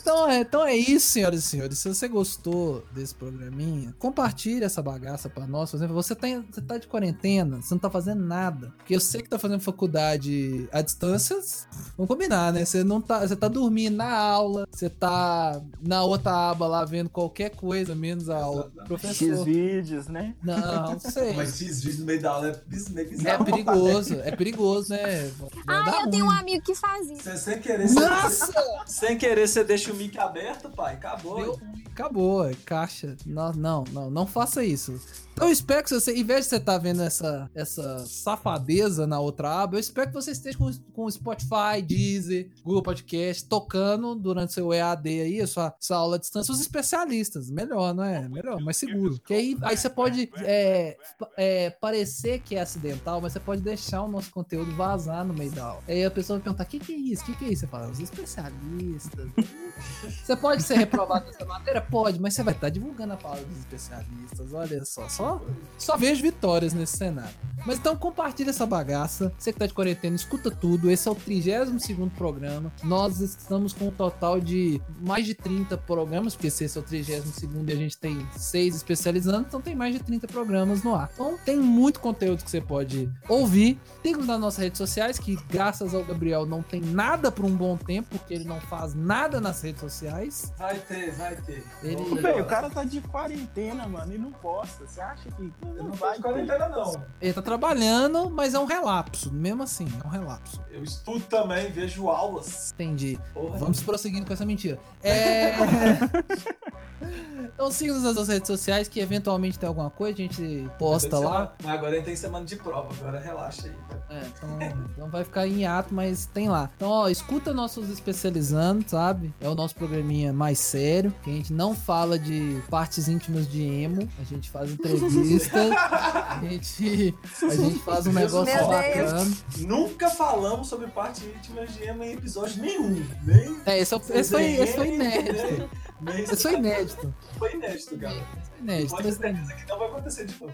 Speaker 1: Então é, então é isso, senhoras e senhores. Se você gostou desse programinha, compartilhe essa bagaça pra nós. Por exemplo, você tá, em- você tá de quarentena, você não tá fazendo nada. Porque eu sei que tá fazendo faculdade à distância, vamos combinar, né? Você não tá, você tá dormindo na aula, você tá na outra aba lá vendo qualquer coisa, menos a aula. do
Speaker 5: X
Speaker 1: Professor.
Speaker 5: vídeos, né?
Speaker 1: Não, não sei.
Speaker 3: Mas esses vídeos no meio da aula é bis- meio
Speaker 1: É
Speaker 3: bizarro.
Speaker 1: perigoso, é perigoso, né? Vai dar
Speaker 4: Ah, eu tenho um
Speaker 1: ruim.
Speaker 4: amigo que faz isso.
Speaker 3: Você sem querer, você-
Speaker 1: Nossa!
Speaker 2: Sem querer, querer, você deixa o mic aberto, pai. Acabou.
Speaker 1: Deu ruim, Acabou, é caixa. Não, não, não, não faça isso. Eu espero que você, em vez de você estar vendo essa, essa safadeza na outra aba, eu espero que você esteja com, com o Spotify, Deezer, Google Podcast, tocando durante seu EAD aí, a sua, sua aula à distância, os especialistas. Melhor, não é? Melhor, mais seguro. Que aí, aí você pode é, pa- é, parecer que é acidental, mas você pode deixar o nosso conteúdo vazar no meio da aula. Aí a pessoa vai perguntar: o que, que é isso? O que, que é isso? Você fala, os especialistas. Você pode ser reprovado nessa matéria? Pode, mas você vai estar divulgando a palavra dos especialistas. Olha só, só, só vejo vitórias nesse cenário. Mas então compartilha essa bagaça. Você que tá de quarentena, escuta tudo. Esse é o 32 programa. Nós estamos com um total de mais de 30 programas, porque se esse é o 32 e a gente tem seis especializando, então tem mais de 30 programas no ar. Então tem muito conteúdo que você pode ouvir. Tem nas nossas redes sociais, que graças ao Gabriel não tem nada por um bom tempo, porque ele não faz nada nas redes sociais.
Speaker 2: Vai ter, vai ter.
Speaker 1: Ele-
Speaker 2: Não,
Speaker 5: Véi, o cara tá de quarentena, mano, e não posta. Você acha que.
Speaker 2: Eu não
Speaker 5: vai
Speaker 2: faço quarentena, não.
Speaker 1: Ele tá trabalhando, mas é um relapso. Mesmo assim, é um relapso.
Speaker 2: Eu estudo também, vejo aulas.
Speaker 1: Entendi.
Speaker 2: Porra.
Speaker 1: Vamos prosseguindo com essa mentira. É. então siga-nos nas nossas redes sociais, que eventualmente tem alguma coisa, a gente posta
Speaker 2: Tem
Speaker 1: lá.
Speaker 2: semana- Mas agora ele tem semana de prova, agora relaxa aí. cara.
Speaker 1: É, então, então vai ficar em ato, mas tem lá. Então, ó, escuta nossos especializando, sabe? É o nosso programinha mais sério, que a gente não fala de partes íntimas de emo, a gente faz entrevista, a gente, a gente faz um negócio
Speaker 4: Meu Deus.
Speaker 1: bacana.
Speaker 2: Nunca falamos sobre parte íntima de Emma em episódio nenhum. Nem.
Speaker 1: É, esse, é o- esse foi, esse foi inédito.
Speaker 2: Nem, nem-
Speaker 1: Esse foi inédito.
Speaker 2: foi inédito, cara.
Speaker 1: Esse foi inédito.
Speaker 2: Pode ter
Speaker 1: Mas tem-
Speaker 2: certeza que não vai acontecer de novo.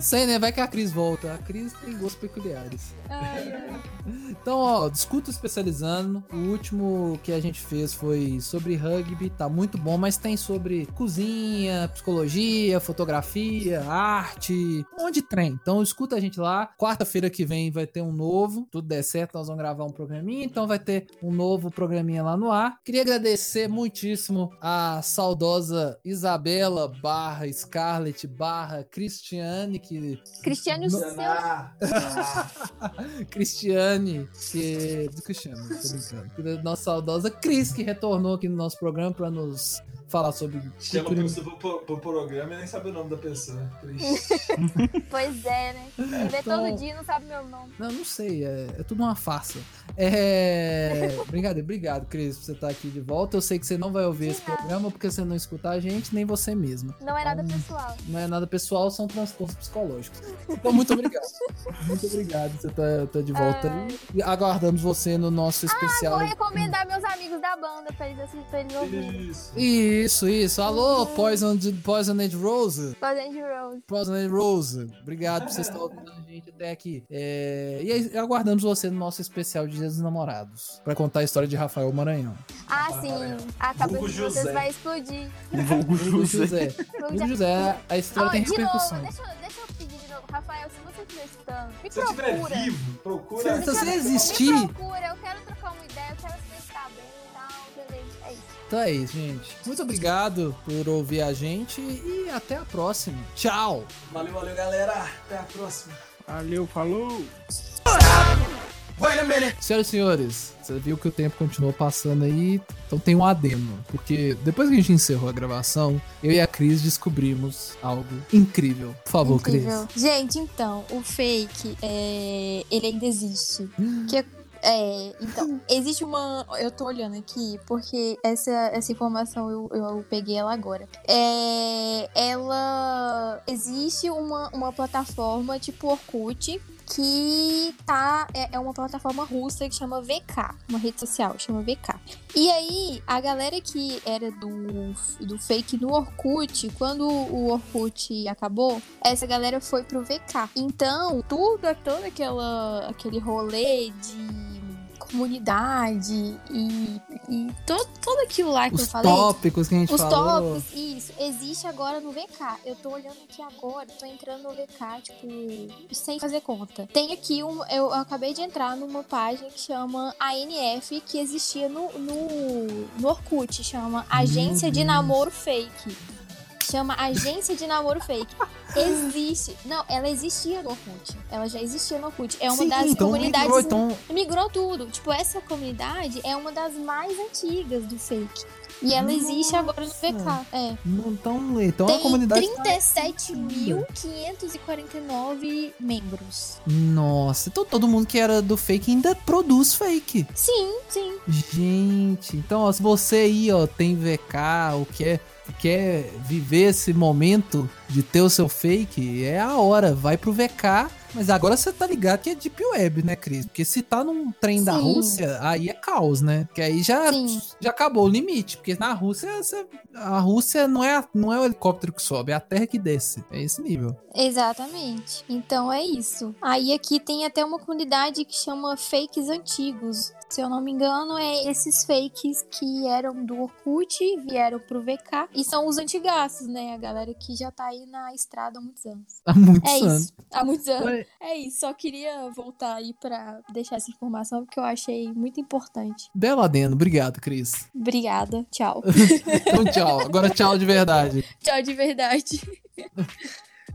Speaker 1: Sei, né? Vai que a Cris volta. A Cris tem gostos peculiares.
Speaker 4: Ai, ai.
Speaker 1: Então, ó, discuta o especializando. O último que a gente fez foi sobre rugby, tá muito bom, mas tem sobre cozinha, psicologia, fotografia, arte, um monte de trem. Então, escuta a gente lá. Quarta-feira que vem vai ter um novo. Tudo der certo, nós vamos gravar um programinha, então vai ter um novo programinha lá no ar. Queria agradecer muitíssimo a saudosa Isabela barra Scarlett barra Cristiane, que
Speaker 4: Cristiane, o seu
Speaker 2: Ah,
Speaker 1: [laughs]
Speaker 2: ah.
Speaker 1: Cristiane, que. é Do que chama? Tô brincando. Nossa saudosa Cris, que retornou aqui no nosso programa pra nos falar sobre.
Speaker 2: Chama a
Speaker 1: cultura-
Speaker 2: pessoa pro, pro programa e nem sabe o nome da pessoa.
Speaker 1: [laughs]
Speaker 2: Triste.
Speaker 4: Pois é, né? Me vê
Speaker 1: Então-
Speaker 4: todo dia e não sabe meu nome.
Speaker 1: Não, não sei, é, é tudo uma farsa. É. Obrigado, obrigado, Cris, por você estar aqui de volta. Eu sei que você não vai ouvir esse programa porque você não escutar a gente, nem você mesma.
Speaker 4: Não é nada pessoal.
Speaker 1: Não é nada pessoal, são transtornos psicológicos. Então, muito obrigado. muito obrigado, você tá, tá de volta aí. E aguardamos você no nosso especial.
Speaker 4: Vou recomendar meus amigos da banda pra eles, assistirem, pra eles ouvirem.
Speaker 2: Isso.
Speaker 1: Isso, isso. Alô, Poisoned, Poisoned Rose.
Speaker 4: Fazendo Rose.
Speaker 1: Poison Rose, obrigado por vocês estarem ouvindo a gente até aqui. É, E aí, aguardamos você no nosso especial de Dia dos Namorados, pra contar a história de Rafael Maranhão.
Speaker 4: Ah, sim. A cabeça
Speaker 2: Vulgo
Speaker 4: de
Speaker 2: José.
Speaker 4: vocês vai explodir.
Speaker 5: Vulgo
Speaker 1: Hugo
Speaker 5: José.
Speaker 1: José.
Speaker 4: Vulgo
Speaker 1: Hugo
Speaker 4: José.
Speaker 1: José, a história
Speaker 4: Ó,
Speaker 1: tem
Speaker 4: de novo, né?
Speaker 1: repercussão.
Speaker 4: deixa, eu- deixa eu pedir de novo. Rafael, se você estiver escutando, me
Speaker 2: Se eu estiver
Speaker 4: procura.
Speaker 2: vivo, procura.
Speaker 1: Se você
Speaker 4: Me
Speaker 1: existir,
Speaker 4: procura, eu quero trocar uma ideia, eu quero saber se tá bem e tal, beleza. É isso.
Speaker 1: então é isso, gente. Muito obrigado por ouvir a gente e até a próxima. Tchau!
Speaker 2: Valeu, valeu, galera. Até a próxima.
Speaker 5: Valeu, falou.
Speaker 1: Senhoras e senhores, você viu que o tempo continuou passando aí, então tem um ademo. Porque depois que a gente encerrou a gravação, eu e a Cris descobrimos algo incrível. Por favor, Cris.
Speaker 4: Gente, então, o fake, é, ele ainda existe. Que é, então, existe uma. Eu tô olhando aqui porque essa, essa informação eu, eu peguei ela agora. É, ela. Existe uma, uma plataforma tipo Orkut que tá. É, é uma plataforma russa que chama VK, uma rede social, chama VK. E aí, a galera que era do, do fake no Orkut, quando o Orkut acabou, essa galera foi pro VK. Então, tudo, todo aquela, aquele rolê de comunidade e, e to, tudo aquilo lá É que eu
Speaker 1: Os
Speaker 4: falei.
Speaker 1: tópicos que a gente
Speaker 4: Os
Speaker 1: falou.
Speaker 4: tops, isso, existe agora no VK. Eu tô olhando aqui agora, tô entrando no VK, tipo, sem fazer conta. Tem aqui um. Eu, eu acabei de entrar numa página que chama ANF, que existia no, no, no Orkut, chama Agência de
Speaker 1: Deus.
Speaker 4: Namoro Fake. Chama Agência de Namoro Fake. Existe. Não, ela existia no Orkut. Ela já existia no Orkut. É uma
Speaker 1: Sim,
Speaker 4: das
Speaker 1: então
Speaker 4: comunidades.
Speaker 1: migrou, então
Speaker 4: Migrou tudo. Tipo, essa comunidade é uma das mais antigas do fake. E ela existe agora no
Speaker 1: Nossa.
Speaker 4: VK. É.
Speaker 1: Não, Então, então é
Speaker 4: Tem
Speaker 1: uma comunidade.
Speaker 4: 37.549 membros.
Speaker 1: Nossa, então todo mundo que era do fake ainda produz fake.
Speaker 4: Sim, sim.
Speaker 1: Gente, então ó, se você aí, ó, tem VK ou quer, quer viver esse momento de ter o seu fake, é a hora. Vai pro VK. Mas agora você tá ligado que é Deep Web, né, Cris? Porque se tá num trem da
Speaker 4: Sim.
Speaker 1: Rússia, aí é caos, né? Porque aí já,
Speaker 4: Sim.
Speaker 1: já acabou o limite. Porque na Rússia, você- a Rússia não é, a- não é o helicóptero que sobe, é a terra que desce. É esse nível.
Speaker 4: Exatamente. Então é isso. Aí aqui tem até uma comunidade que chama Fakes Antigos. Se eu não me engano, é esses fakes que eram do Orkut, vieram pro VK. E são os antigaços, né? A galera que já tá aí na estrada há muitos anos.
Speaker 1: Há muitos
Speaker 4: É
Speaker 1: anos.
Speaker 4: isso. Há muitos anos.
Speaker 1: Ué.
Speaker 4: É isso. Só queria voltar aí pra deixar essa informação, porque eu achei muito importante.
Speaker 1: Bela Adeno, obrigado, Cris.
Speaker 4: Obrigada. Tchau.
Speaker 1: Então tchau. Agora tchau de verdade.
Speaker 4: tchau de verdade.